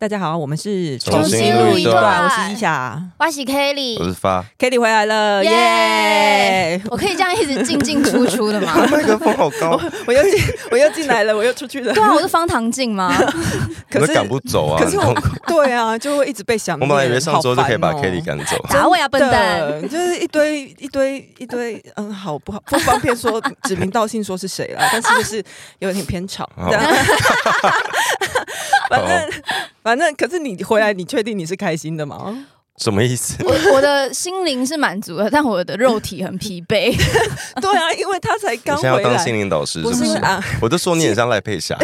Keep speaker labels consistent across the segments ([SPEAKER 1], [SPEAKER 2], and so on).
[SPEAKER 1] 大家好，我们是
[SPEAKER 2] 重新录一段
[SPEAKER 1] 我是伊夏
[SPEAKER 3] 哇喜 Kelly，
[SPEAKER 2] 我是 发，
[SPEAKER 1] ，Kelly 回来了，耶！
[SPEAKER 3] 我可以这样一直进进出 出的吗？
[SPEAKER 2] 麦克风好高，
[SPEAKER 1] 我又进， 我又进来了，我又出去了
[SPEAKER 3] 对。啊，我是方唐 镜吗？
[SPEAKER 2] 可
[SPEAKER 1] 可是
[SPEAKER 2] 是，赶不走啊。
[SPEAKER 1] 可是我， 对啊，就会一直被想
[SPEAKER 2] 我
[SPEAKER 1] 念。
[SPEAKER 2] 本来以为上周就可以把
[SPEAKER 1] 好烦哦
[SPEAKER 2] Kelly 赶走，
[SPEAKER 3] 打我呀，啊笨蛋！
[SPEAKER 1] 对，就是一堆一堆一堆，嗯，好不好？不方便说指名道姓说是谁了，但是就是有点偏吵。
[SPEAKER 2] 哦
[SPEAKER 1] 这样反正反正，可是你回来，你确定你是开心的 吗？
[SPEAKER 2] 什么意思？
[SPEAKER 3] 我我的心灵是满足的，但我的肉体很疲 惫。
[SPEAKER 1] 对啊，因为他才
[SPEAKER 2] 你
[SPEAKER 1] 刚
[SPEAKER 2] 现在要
[SPEAKER 1] 回
[SPEAKER 2] 当心
[SPEAKER 1] 来，
[SPEAKER 2] 灵导师是
[SPEAKER 1] 不
[SPEAKER 2] 不
[SPEAKER 1] 是因为
[SPEAKER 2] 是？
[SPEAKER 1] 啊，
[SPEAKER 2] 我就说你很像赖佩霞，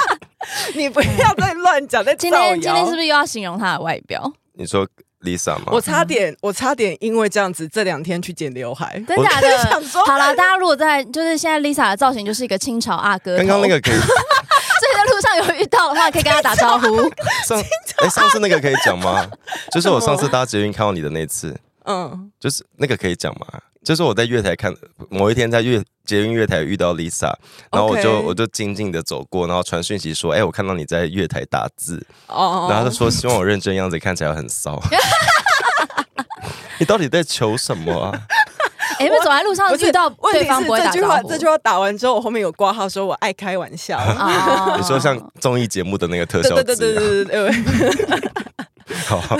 [SPEAKER 1] 你不要再乱讲，在
[SPEAKER 3] 今
[SPEAKER 1] 造
[SPEAKER 3] 天今天
[SPEAKER 1] 谣
[SPEAKER 3] 是不。是又要形容他的外表？
[SPEAKER 2] 你说 Lisa 吗
[SPEAKER 1] 我？差点，我差点因为这样子，这两天去剪刘海。
[SPEAKER 3] 真假
[SPEAKER 1] 我就想
[SPEAKER 3] 的？
[SPEAKER 1] 说
[SPEAKER 3] 好了，大家如果在就是现在 Lisa 的造型就是一个清朝阿哥，
[SPEAKER 2] 刚刚那
[SPEAKER 3] 头，
[SPEAKER 2] 个可以
[SPEAKER 3] 所以在路上有遇到的话，可以跟他打 招呼。
[SPEAKER 2] 上哎，上次那个可以讲吗？就是我上次搭捷运看到你的那次，
[SPEAKER 1] 嗯，
[SPEAKER 2] 就是那个可以讲吗？就是我在月台看，某一天在月捷运月台遇到 Lisa，然后我就
[SPEAKER 1] OK
[SPEAKER 2] 我就静静的走过，然后传讯息说，哎，我看到你在月台打字，
[SPEAKER 1] 哦，
[SPEAKER 2] 然后他就说希望我认真样子看起来 很骚。你到底在求什么 啊？
[SPEAKER 3] 哎，们走在路上
[SPEAKER 1] 不是
[SPEAKER 3] 遇到
[SPEAKER 1] 问题
[SPEAKER 3] 对方
[SPEAKER 1] 是
[SPEAKER 3] 不会
[SPEAKER 1] 这
[SPEAKER 3] 打
[SPEAKER 1] 句
[SPEAKER 3] 招
[SPEAKER 1] 话，
[SPEAKER 3] 呼。
[SPEAKER 1] 这句话打完之后，我后面有挂号说我爱开玩 笑。
[SPEAKER 3] 啊
[SPEAKER 2] 你说像综艺节目的那个特
[SPEAKER 1] 对
[SPEAKER 2] 效
[SPEAKER 1] 对对对
[SPEAKER 2] 字啊，
[SPEAKER 1] 对对对，
[SPEAKER 2] 好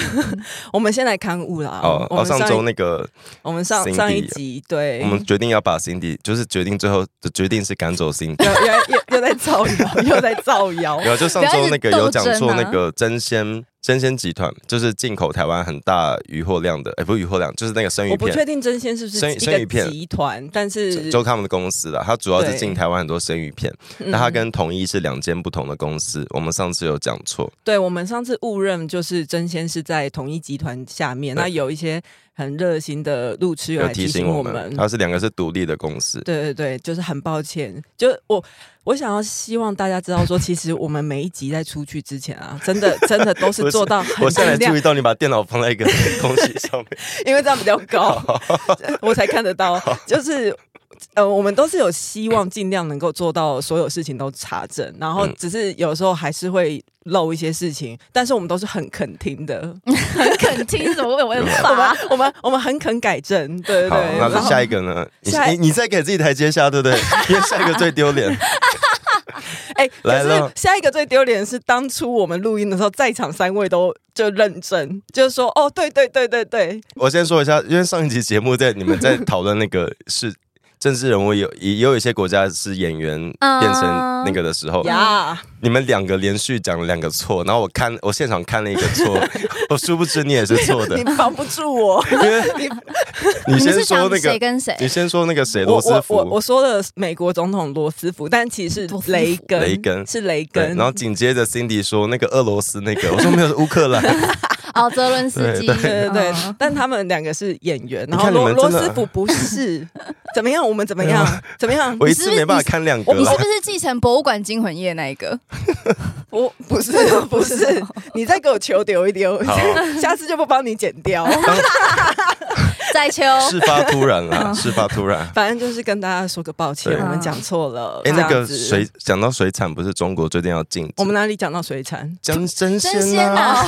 [SPEAKER 1] 我们先来刊物啦。嗯
[SPEAKER 2] 好，
[SPEAKER 1] 我
[SPEAKER 2] 哦，
[SPEAKER 1] 们
[SPEAKER 2] 上
[SPEAKER 1] 一
[SPEAKER 2] 周那个
[SPEAKER 1] 我们上
[SPEAKER 2] Cindy
[SPEAKER 1] 上一集对
[SPEAKER 2] 啊我，们决定要把 Cindy，就是决定最后的决定是赶走 Cindy，
[SPEAKER 1] 又又又又在造 谣，又在造谣。
[SPEAKER 2] 然后就上
[SPEAKER 3] 不要一
[SPEAKER 2] 周
[SPEAKER 3] 直
[SPEAKER 2] 那个有
[SPEAKER 3] 斗
[SPEAKER 2] 讲
[SPEAKER 3] 争
[SPEAKER 2] 说
[SPEAKER 3] 啊
[SPEAKER 2] 那个真鲜真鲜集团就是进口台湾很大鱼货量的，哎，不是鱼货量，就是那个生鱼
[SPEAKER 1] 我不
[SPEAKER 2] 片。
[SPEAKER 1] 确定真仙是不是
[SPEAKER 2] 生鱼
[SPEAKER 1] 一
[SPEAKER 2] 生鱼
[SPEAKER 1] 个
[SPEAKER 2] 片
[SPEAKER 1] 集团，但是
[SPEAKER 2] 就他们的公司啦，它主要是
[SPEAKER 1] 对
[SPEAKER 2] 进台湾很多生鱼片，
[SPEAKER 1] 嗯
[SPEAKER 2] 那它跟统一是两间不同的公司。我们上次有讲错，
[SPEAKER 1] 对我们上次误认就是真仙是在同一集团下面，
[SPEAKER 2] 对
[SPEAKER 1] 那有一些很热心的路痴有
[SPEAKER 2] 有
[SPEAKER 1] 来
[SPEAKER 2] 提
[SPEAKER 1] 提
[SPEAKER 2] 醒
[SPEAKER 1] 醒
[SPEAKER 2] 我
[SPEAKER 1] 我
[SPEAKER 2] 们啊
[SPEAKER 1] 们，。
[SPEAKER 2] 它是两个是独立的公司。
[SPEAKER 1] 对对对，就是很抱歉，就是我我想要希望大家知道说，其实我们每一集在出去之前啊，真的真的都
[SPEAKER 2] 不
[SPEAKER 1] 是
[SPEAKER 2] 是
[SPEAKER 1] 做到很
[SPEAKER 2] 我现在
[SPEAKER 1] 尽
[SPEAKER 2] 才
[SPEAKER 1] 量
[SPEAKER 2] 注意，到你把电脑放在 一个东西上面，
[SPEAKER 1] 因为这样比较 高，我才看得到。就是呃，我们都是有希望尽量能够做到所有事情都查证，然后
[SPEAKER 2] 嗯
[SPEAKER 1] 只是有时候还是会漏一些事情，但是我们都是很肯听的，
[SPEAKER 3] 很肯听，怎么会有问
[SPEAKER 1] 我们
[SPEAKER 3] 法？
[SPEAKER 1] 我们我们很肯改 正，对对
[SPEAKER 2] 好，
[SPEAKER 1] 对。
[SPEAKER 2] 那
[SPEAKER 1] 然后
[SPEAKER 2] 下一个呢？你
[SPEAKER 1] 下一
[SPEAKER 2] 你你再给自己台阶下，对 不对？因为下一个最丢脸。
[SPEAKER 1] 哎，可
[SPEAKER 2] 来
[SPEAKER 1] 是
[SPEAKER 2] 了
[SPEAKER 1] 下一个最丢脸的是，当初我们录音的时候，在场三位都就认证，就是说，哦，对对对对对，
[SPEAKER 2] 我先说一下，因为上一期节目在你们在讨论那个是政治人物有也也有一些国家是演员
[SPEAKER 3] 啊
[SPEAKER 2] 变成那个的时候，
[SPEAKER 1] 嗯呀，
[SPEAKER 2] 你们两个连续讲了两个错，然后我看我现场看了一个错， 我殊不知你也是错 的
[SPEAKER 1] 你，防不住我，
[SPEAKER 2] 因为你
[SPEAKER 3] 你们
[SPEAKER 2] 先
[SPEAKER 3] 是
[SPEAKER 2] 说
[SPEAKER 3] 想
[SPEAKER 2] 那
[SPEAKER 3] 谁
[SPEAKER 2] 个，
[SPEAKER 3] 跟谁？
[SPEAKER 2] 你先说那个谁，
[SPEAKER 1] 我
[SPEAKER 2] 罗斯
[SPEAKER 1] 我我
[SPEAKER 2] 福
[SPEAKER 1] 我。说的美国总统罗斯福，但其实
[SPEAKER 3] 罗斯
[SPEAKER 1] 是
[SPEAKER 3] 福
[SPEAKER 1] 雷根，
[SPEAKER 2] 雷根
[SPEAKER 1] 是雷
[SPEAKER 2] 对，
[SPEAKER 1] 根，
[SPEAKER 2] 然后紧接着 Cindy 说那个俄罗斯那个， 我说没有是乌克兰，
[SPEAKER 3] 哦，泽伦斯基，
[SPEAKER 2] 对
[SPEAKER 1] 对对对
[SPEAKER 3] 嗯，
[SPEAKER 1] 但他们两个是演员，然后
[SPEAKER 2] 看你
[SPEAKER 1] 罗
[SPEAKER 2] 们
[SPEAKER 1] 罗
[SPEAKER 2] 真的哎
[SPEAKER 1] 斯福不 是，怎么样？我们怎么样？怎么样？
[SPEAKER 2] 我一次没办法看两个
[SPEAKER 3] 你
[SPEAKER 2] 啦
[SPEAKER 3] 是不是继承博物馆惊魂夜那一个？
[SPEAKER 1] 我不 是不是，你再给我球丢一丢，
[SPEAKER 2] 好
[SPEAKER 1] 下次就不帮你剪掉。
[SPEAKER 3] 在秋，
[SPEAKER 2] 事发突然
[SPEAKER 3] 嗯
[SPEAKER 2] 啦，事发突 然。
[SPEAKER 1] 反正就是跟大家说个抱歉，
[SPEAKER 2] 对
[SPEAKER 1] 我们讲错了。
[SPEAKER 2] 哎，那
[SPEAKER 1] 这
[SPEAKER 2] 个
[SPEAKER 1] 样子
[SPEAKER 2] 水，讲到水产，不是中国最近要禁止？
[SPEAKER 1] 我们哪里讲到水产？
[SPEAKER 2] 真真
[SPEAKER 3] 真
[SPEAKER 2] 鲜
[SPEAKER 3] 鲜
[SPEAKER 2] 啊！
[SPEAKER 3] 啊！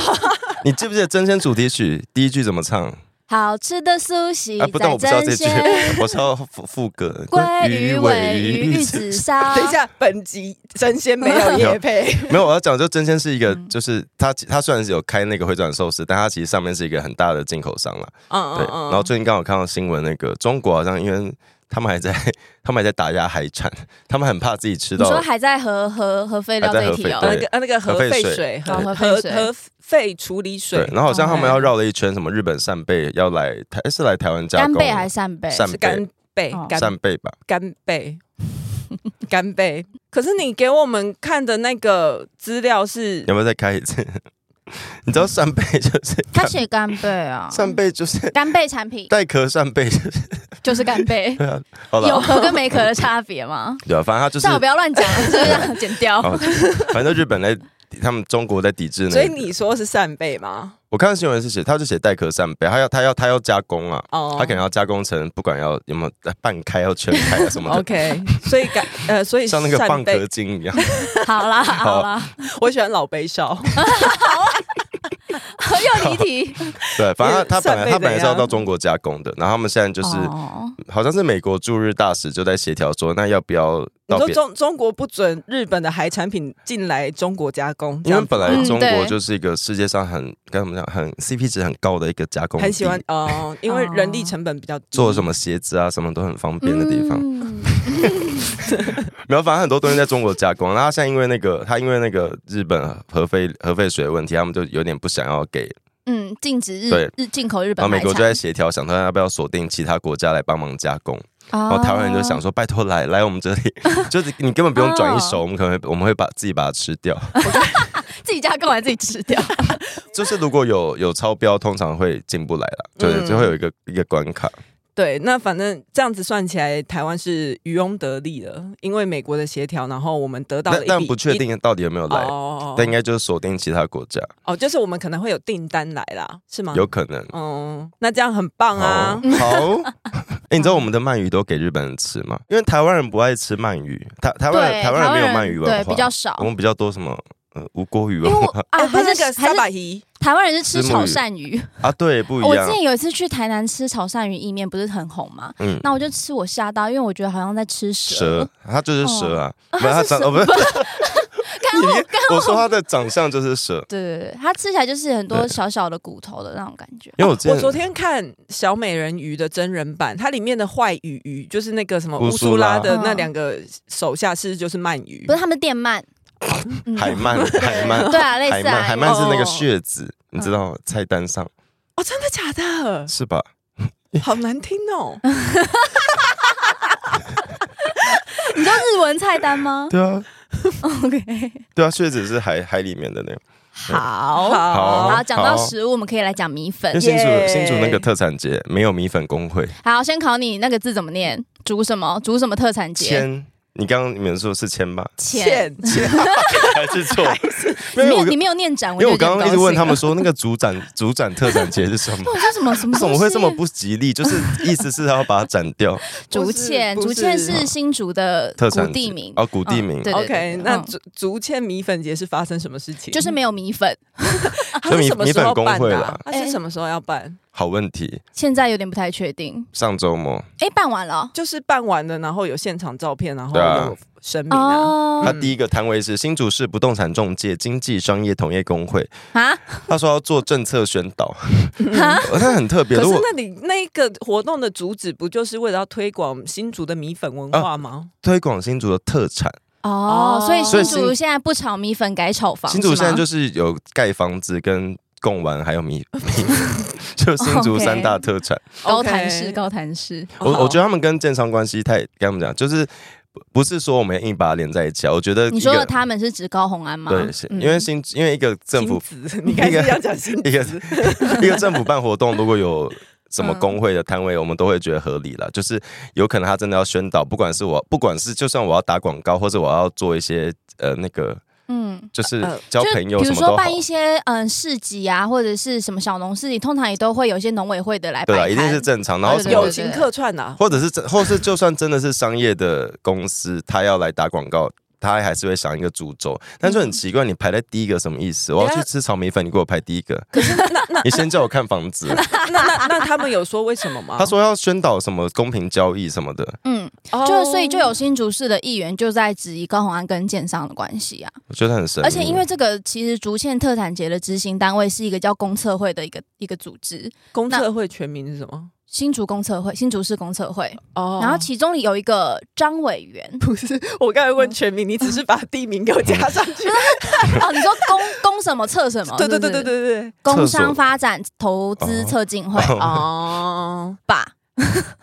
[SPEAKER 2] 你记不记得真鲜主题曲第一句怎么唱？
[SPEAKER 3] 好吃的苏西
[SPEAKER 2] 啊，不但我
[SPEAKER 3] 在
[SPEAKER 2] 不知道这
[SPEAKER 3] 真
[SPEAKER 2] 句
[SPEAKER 3] 鲜，，
[SPEAKER 2] 我知道副副 歌。
[SPEAKER 3] 鲑鱼、尾鱼、玉
[SPEAKER 2] 子
[SPEAKER 3] 子烧。
[SPEAKER 1] 等一，下，本集神仙没有夜 配，
[SPEAKER 2] 没有，我要讲就真鲜是一个，
[SPEAKER 3] 嗯
[SPEAKER 2] 就是它它虽然是有开那个回转寿司，但它其实上面是一个很大的进口商啦。
[SPEAKER 1] 嗯
[SPEAKER 2] 对，然后最近刚好看到新闻，那个中国好像因为他们还在 他们还在打压海产， 他们很怕自己吃
[SPEAKER 3] 你说
[SPEAKER 2] 到。
[SPEAKER 3] 还在核核核废料
[SPEAKER 2] 还在
[SPEAKER 3] 这一
[SPEAKER 2] 核
[SPEAKER 3] 题
[SPEAKER 2] 废
[SPEAKER 1] 呃
[SPEAKER 3] 哦
[SPEAKER 2] 对
[SPEAKER 1] 那个呃那个核
[SPEAKER 2] 核废
[SPEAKER 1] 废
[SPEAKER 2] 水
[SPEAKER 1] 水，
[SPEAKER 3] 对
[SPEAKER 1] 核
[SPEAKER 3] 核
[SPEAKER 1] 核
[SPEAKER 3] 废水
[SPEAKER 1] 核废处理
[SPEAKER 2] 对
[SPEAKER 1] 水，，
[SPEAKER 2] 然后好像他们
[SPEAKER 1] OK
[SPEAKER 2] 要绕了一圈，什么日本扇贝要来台，是来台湾加
[SPEAKER 3] 干
[SPEAKER 2] 工，
[SPEAKER 3] 贝还是扇贝？
[SPEAKER 2] 扇
[SPEAKER 1] 是
[SPEAKER 2] 贝
[SPEAKER 1] 干贝
[SPEAKER 3] 哦，
[SPEAKER 1] 干
[SPEAKER 2] 扇贝吧？
[SPEAKER 1] 干贝， 干贝。可是你给我们看的那个资料是
[SPEAKER 2] 有没有再开一次？ 你
[SPEAKER 1] 嗯
[SPEAKER 2] 知道扇贝就是
[SPEAKER 3] 他写干贝 啊，
[SPEAKER 2] 扇贝就是
[SPEAKER 3] 干贝产品
[SPEAKER 2] 带壳扇贝，就是
[SPEAKER 3] 就是干贝，
[SPEAKER 2] 对啊， 好
[SPEAKER 3] 有
[SPEAKER 2] 了，
[SPEAKER 3] 壳跟没壳的差别吗？
[SPEAKER 2] 对啊，反正它就是
[SPEAKER 3] 算了，不要乱讲，了，就是这样剪掉。
[SPEAKER 2] 哦，反正日本在他们中国在抵制那个。
[SPEAKER 1] 所以你说是扇贝吗？
[SPEAKER 2] 我看到新闻是写，他就写带壳扇贝，他要他要他要加工啊，
[SPEAKER 1] 哦
[SPEAKER 2] 他可能要加工成不管要有没有呃半开要全开啊什么的。
[SPEAKER 1] OK，所以感呃，所以
[SPEAKER 2] 像那个蚌
[SPEAKER 1] 扇贝
[SPEAKER 2] 壳，精一样，
[SPEAKER 3] 好啦好啦，
[SPEAKER 1] 我喜欢老杯少。
[SPEAKER 3] 又离题。
[SPEAKER 2] 对，反正他他
[SPEAKER 1] 扇
[SPEAKER 2] 本
[SPEAKER 1] 贝
[SPEAKER 2] 来他本来是
[SPEAKER 1] 怎
[SPEAKER 2] 要
[SPEAKER 1] 样
[SPEAKER 2] 到中国加工的，然后他们现在就是、
[SPEAKER 3] 哦
[SPEAKER 2] 好像是美国驻日大使就在协调说，那要不要
[SPEAKER 1] 你
[SPEAKER 2] 到
[SPEAKER 1] 说
[SPEAKER 2] 别？
[SPEAKER 1] 中中国不准日本的海产品进来中国加工，这
[SPEAKER 2] 因
[SPEAKER 1] 样
[SPEAKER 2] 为
[SPEAKER 1] 子
[SPEAKER 2] 本来
[SPEAKER 1] 吗
[SPEAKER 3] 嗯
[SPEAKER 2] 中国
[SPEAKER 3] 对
[SPEAKER 2] 就是一个世界上很该怎么讲，很 CP 值很高的一个加工地，哦
[SPEAKER 1] 很喜欢嗯哦，因为人力成本比较低。
[SPEAKER 2] 做什么鞋子啊，什么都很方便的地方。
[SPEAKER 3] 嗯
[SPEAKER 2] 没有，反正很多东西在中国加工，然后他现在因为那个，他因为那个日本核废核废水的问题，他们就有点不想要给，
[SPEAKER 3] 嗯，禁止日
[SPEAKER 2] 对
[SPEAKER 3] 日进口日
[SPEAKER 2] 然
[SPEAKER 3] 本
[SPEAKER 2] 后
[SPEAKER 3] 海
[SPEAKER 2] 美
[SPEAKER 3] 产。
[SPEAKER 2] 国就在协调，想说要不要锁定其他国家来帮忙加工，然后台湾人就想
[SPEAKER 3] 哦，
[SPEAKER 2] 说，拜托来来我们这里，就是你根本不用转一手，我们可能会我们会把自己把它吃掉，
[SPEAKER 3] 自己加工完自己吃掉。
[SPEAKER 2] 就是如果有有超标，通常会进不来了，对，
[SPEAKER 1] 嗯
[SPEAKER 2] 就会有一个一个关卡，
[SPEAKER 1] 对，那反正这样子算起来，台湾是渔翁得利了，因为美国的协调，然后我们得到了
[SPEAKER 2] 但
[SPEAKER 1] 一
[SPEAKER 2] 但
[SPEAKER 1] 笔
[SPEAKER 2] 不确定到底有没有
[SPEAKER 1] 一
[SPEAKER 2] 来，
[SPEAKER 1] 哦
[SPEAKER 2] 但应该就是锁定其他国家，
[SPEAKER 1] 哦，就是我们可能会有订单来啦，是吗？
[SPEAKER 2] 有可能。
[SPEAKER 1] 嗯，那这样很棒啊
[SPEAKER 2] 哦！好，哎，你知道我们的鳗鱼都给日本人吃吗？因为台湾人不爱吃鳗鱼，台台湾人
[SPEAKER 3] 对，
[SPEAKER 2] 台湾人没有鳗鱼文化，
[SPEAKER 3] 对比较少
[SPEAKER 2] 我。们比较多什么呃无锅鱼
[SPEAKER 3] 因为
[SPEAKER 2] 文
[SPEAKER 3] 我
[SPEAKER 2] 化
[SPEAKER 3] 啊，
[SPEAKER 1] 哎
[SPEAKER 3] 还
[SPEAKER 1] 那
[SPEAKER 3] 是
[SPEAKER 1] 个
[SPEAKER 3] 还
[SPEAKER 1] 沙
[SPEAKER 3] 是
[SPEAKER 1] 巴鱼，
[SPEAKER 3] 台湾人是吃
[SPEAKER 2] 石目
[SPEAKER 3] 炒
[SPEAKER 2] 鱼
[SPEAKER 3] 鳝鱼。
[SPEAKER 2] 啊，对，不一
[SPEAKER 3] 哦我
[SPEAKER 2] 样
[SPEAKER 3] 之。前有一次去台南吃炒鳝鱼意面，不是很红吗？
[SPEAKER 2] 嗯，
[SPEAKER 3] 那我就吃，我吓到，因为我觉得好像在吃蛇。
[SPEAKER 2] 蛇，它就是蛇啊，
[SPEAKER 3] 哦
[SPEAKER 2] 没有
[SPEAKER 3] 它
[SPEAKER 2] 它
[SPEAKER 3] 是
[SPEAKER 2] 长
[SPEAKER 3] 蛇
[SPEAKER 2] 哦不是，
[SPEAKER 3] 刚
[SPEAKER 2] 你
[SPEAKER 3] 刚我
[SPEAKER 2] 我说它的长相就 是
[SPEAKER 1] 哦
[SPEAKER 2] 蛇，
[SPEAKER 3] 对对对，它吃起来就是很多
[SPEAKER 2] 对
[SPEAKER 3] 小小的骨头的那种感觉。
[SPEAKER 2] 因为我之
[SPEAKER 1] 我昨
[SPEAKER 2] 前
[SPEAKER 1] 天看小美人鱼的真人版，它里面的坏鱼鱼就是那个什么
[SPEAKER 2] 乌
[SPEAKER 1] 乌
[SPEAKER 2] 苏
[SPEAKER 1] 苏
[SPEAKER 2] 拉
[SPEAKER 1] 拉的那两个手下，是不是就是鳗鱼
[SPEAKER 3] 不？是他们 电鳗，嗯
[SPEAKER 2] 海鳗 海鳗
[SPEAKER 3] 对啊，类
[SPEAKER 2] 海
[SPEAKER 3] 似
[SPEAKER 2] 鳗
[SPEAKER 3] 啊，嗯
[SPEAKER 2] 海鳗是那个
[SPEAKER 1] 哦
[SPEAKER 2] 血子，你知道吗菜单上
[SPEAKER 1] 哦，真的假的？
[SPEAKER 2] 是吧？
[SPEAKER 1] 好难听哦！
[SPEAKER 3] 你知道日文菜单吗
[SPEAKER 2] 对啊，
[SPEAKER 3] ？OK，
[SPEAKER 2] 对啊，血子是海海里面的那个。
[SPEAKER 3] 好。
[SPEAKER 2] 好
[SPEAKER 3] 好，讲到
[SPEAKER 2] 好
[SPEAKER 3] 食物，我们可以来讲米粉
[SPEAKER 2] 因为。新竹
[SPEAKER 3] 呃
[SPEAKER 1] 耶
[SPEAKER 2] 新竹那个特产节没有米粉工会，
[SPEAKER 3] 好，先考你那个字怎么念？煮什么？煮什么特产节？
[SPEAKER 2] 千，你刚刚你们说是千 吧？
[SPEAKER 3] 钱。
[SPEAKER 1] 欠
[SPEAKER 2] 还是错？
[SPEAKER 3] 你
[SPEAKER 2] 没
[SPEAKER 3] 没
[SPEAKER 2] 有，我
[SPEAKER 3] 有，你
[SPEAKER 2] 因
[SPEAKER 3] 没有念展，
[SPEAKER 2] 为我
[SPEAKER 3] 就觉得
[SPEAKER 2] 刚刚一
[SPEAKER 3] 很
[SPEAKER 2] 直
[SPEAKER 3] 高
[SPEAKER 2] 问
[SPEAKER 3] 兴啊
[SPEAKER 2] 他们说，那个主展主展特产节是什么？
[SPEAKER 3] 我说什么什么
[SPEAKER 2] 为什么会这么
[SPEAKER 3] 东西
[SPEAKER 2] 不吉利？就是意思是要把它斩掉，
[SPEAKER 3] 竹堑？
[SPEAKER 1] 不是
[SPEAKER 3] 竹
[SPEAKER 1] 不是
[SPEAKER 3] 堑是新竹的
[SPEAKER 2] 哦特
[SPEAKER 3] 古
[SPEAKER 2] 产
[SPEAKER 3] 地名，
[SPEAKER 2] 哦，古地名
[SPEAKER 3] 嗯。对
[SPEAKER 1] OK，那
[SPEAKER 3] 嗯
[SPEAKER 1] 竹竹签米粉节是发生什么事情？啊
[SPEAKER 3] 就是没有米粉。
[SPEAKER 1] 它 是什么时候办
[SPEAKER 2] 就米米粉工会
[SPEAKER 1] 的
[SPEAKER 2] 啦
[SPEAKER 1] 啊？它
[SPEAKER 3] 哎
[SPEAKER 1] 是什么时候要办？
[SPEAKER 2] 好问题，
[SPEAKER 3] 现在有点不太确定。
[SPEAKER 2] 上周末
[SPEAKER 3] 哎，办完了
[SPEAKER 1] 就是办完的，然后有现场照片，然后
[SPEAKER 2] 对啊
[SPEAKER 1] 有声明啊。
[SPEAKER 3] 哦
[SPEAKER 2] 他第一个摊位是新竹市不动产中介经济商业同业工会，
[SPEAKER 3] 啊
[SPEAKER 2] 他说要做政策宣导，
[SPEAKER 3] 啊！
[SPEAKER 2] 那很特别。
[SPEAKER 1] 可
[SPEAKER 2] 如
[SPEAKER 1] 是
[SPEAKER 2] 果
[SPEAKER 1] 那里那一个活动的主旨不就是为了要推广新竹的米粉文
[SPEAKER 2] 啊
[SPEAKER 1] 化吗？
[SPEAKER 2] 推广新竹的特产，
[SPEAKER 3] 哦，
[SPEAKER 1] 哦
[SPEAKER 3] 所以
[SPEAKER 1] 所
[SPEAKER 3] 新
[SPEAKER 2] 以
[SPEAKER 3] 竹
[SPEAKER 2] 新
[SPEAKER 3] 现在不炒米粉，改炒房。
[SPEAKER 2] 新竹现在就是是有盖房子跟贡丸，还有米，米就新竹三大特产。
[SPEAKER 3] 吗高潭市，
[SPEAKER 1] OK
[SPEAKER 3] 高潭市。
[SPEAKER 2] 我
[SPEAKER 1] 好
[SPEAKER 2] 我觉得他们跟建商关系太，跟他们讲，就是不不是说我们硬把它连在一起啊？我觉得
[SPEAKER 3] 你
[SPEAKER 2] 一
[SPEAKER 3] 说的
[SPEAKER 2] 个
[SPEAKER 3] 他们是指高红安吗？
[SPEAKER 2] 对，是
[SPEAKER 3] 嗯
[SPEAKER 2] 因为新因为一个政府
[SPEAKER 1] 新子，你开始要讲新
[SPEAKER 2] 一个
[SPEAKER 1] 子，
[SPEAKER 2] 一个政府办活动，如果有。什么
[SPEAKER 3] 嗯
[SPEAKER 2] 工会的摊位，我们都会觉得合理了。就是有可能他真的要宣导，不管是我，不管是就算我要打广告，或者我要做一些呃那个，
[SPEAKER 3] 嗯。
[SPEAKER 2] 就是
[SPEAKER 1] 呃
[SPEAKER 2] 交
[SPEAKER 3] 就
[SPEAKER 2] 朋友
[SPEAKER 3] 比
[SPEAKER 2] 什
[SPEAKER 3] 如
[SPEAKER 2] 么都
[SPEAKER 3] 说
[SPEAKER 2] 好，
[SPEAKER 3] 办一些嗯市集啊，或者是什么小农市集，通常也都会有一些农委会的来
[SPEAKER 2] 对
[SPEAKER 3] 摆
[SPEAKER 2] 啊，
[SPEAKER 3] 摊。
[SPEAKER 2] 一定是正常。然后
[SPEAKER 3] 对
[SPEAKER 2] 什
[SPEAKER 3] 对
[SPEAKER 2] 么
[SPEAKER 1] 友
[SPEAKER 3] 对
[SPEAKER 1] 情客串啊。
[SPEAKER 2] 或者是真，或是就算真的是商业的公司，他要来打广告，他还是会想一个主轴，但
[SPEAKER 3] 嗯
[SPEAKER 2] 就很奇怪，你排在第一个什么意思？我要去吃炒米粉，你给我排第一个， 你先叫我看房 子。
[SPEAKER 1] 那那那他们有说为什么吗？
[SPEAKER 3] 哦
[SPEAKER 2] 他说要宣导什么公平交易什么的，
[SPEAKER 3] 嗯，
[SPEAKER 1] 哦，
[SPEAKER 3] 就所以就有新竹市的议员就在质疑高红安跟建商的关系啊，
[SPEAKER 2] 我觉得很神秘。
[SPEAKER 3] 而且因为这个其实竹堑特产节的执行单位是一个叫公测会的一个一个组织，
[SPEAKER 1] 公测会全名是什么？
[SPEAKER 3] 新竹公测会，新竹市公测会，
[SPEAKER 1] 哦，
[SPEAKER 3] 然后其中有一个张委员
[SPEAKER 1] 不是，我刚才问全名，你只是把地名给我加上去。
[SPEAKER 3] 哦，你说公公什么测什 么？
[SPEAKER 1] 对对对
[SPEAKER 3] 是不
[SPEAKER 1] 对
[SPEAKER 3] 是，
[SPEAKER 1] 对 对，
[SPEAKER 3] 工商发展投资策进会
[SPEAKER 2] 哦
[SPEAKER 1] 哦，
[SPEAKER 3] 吧，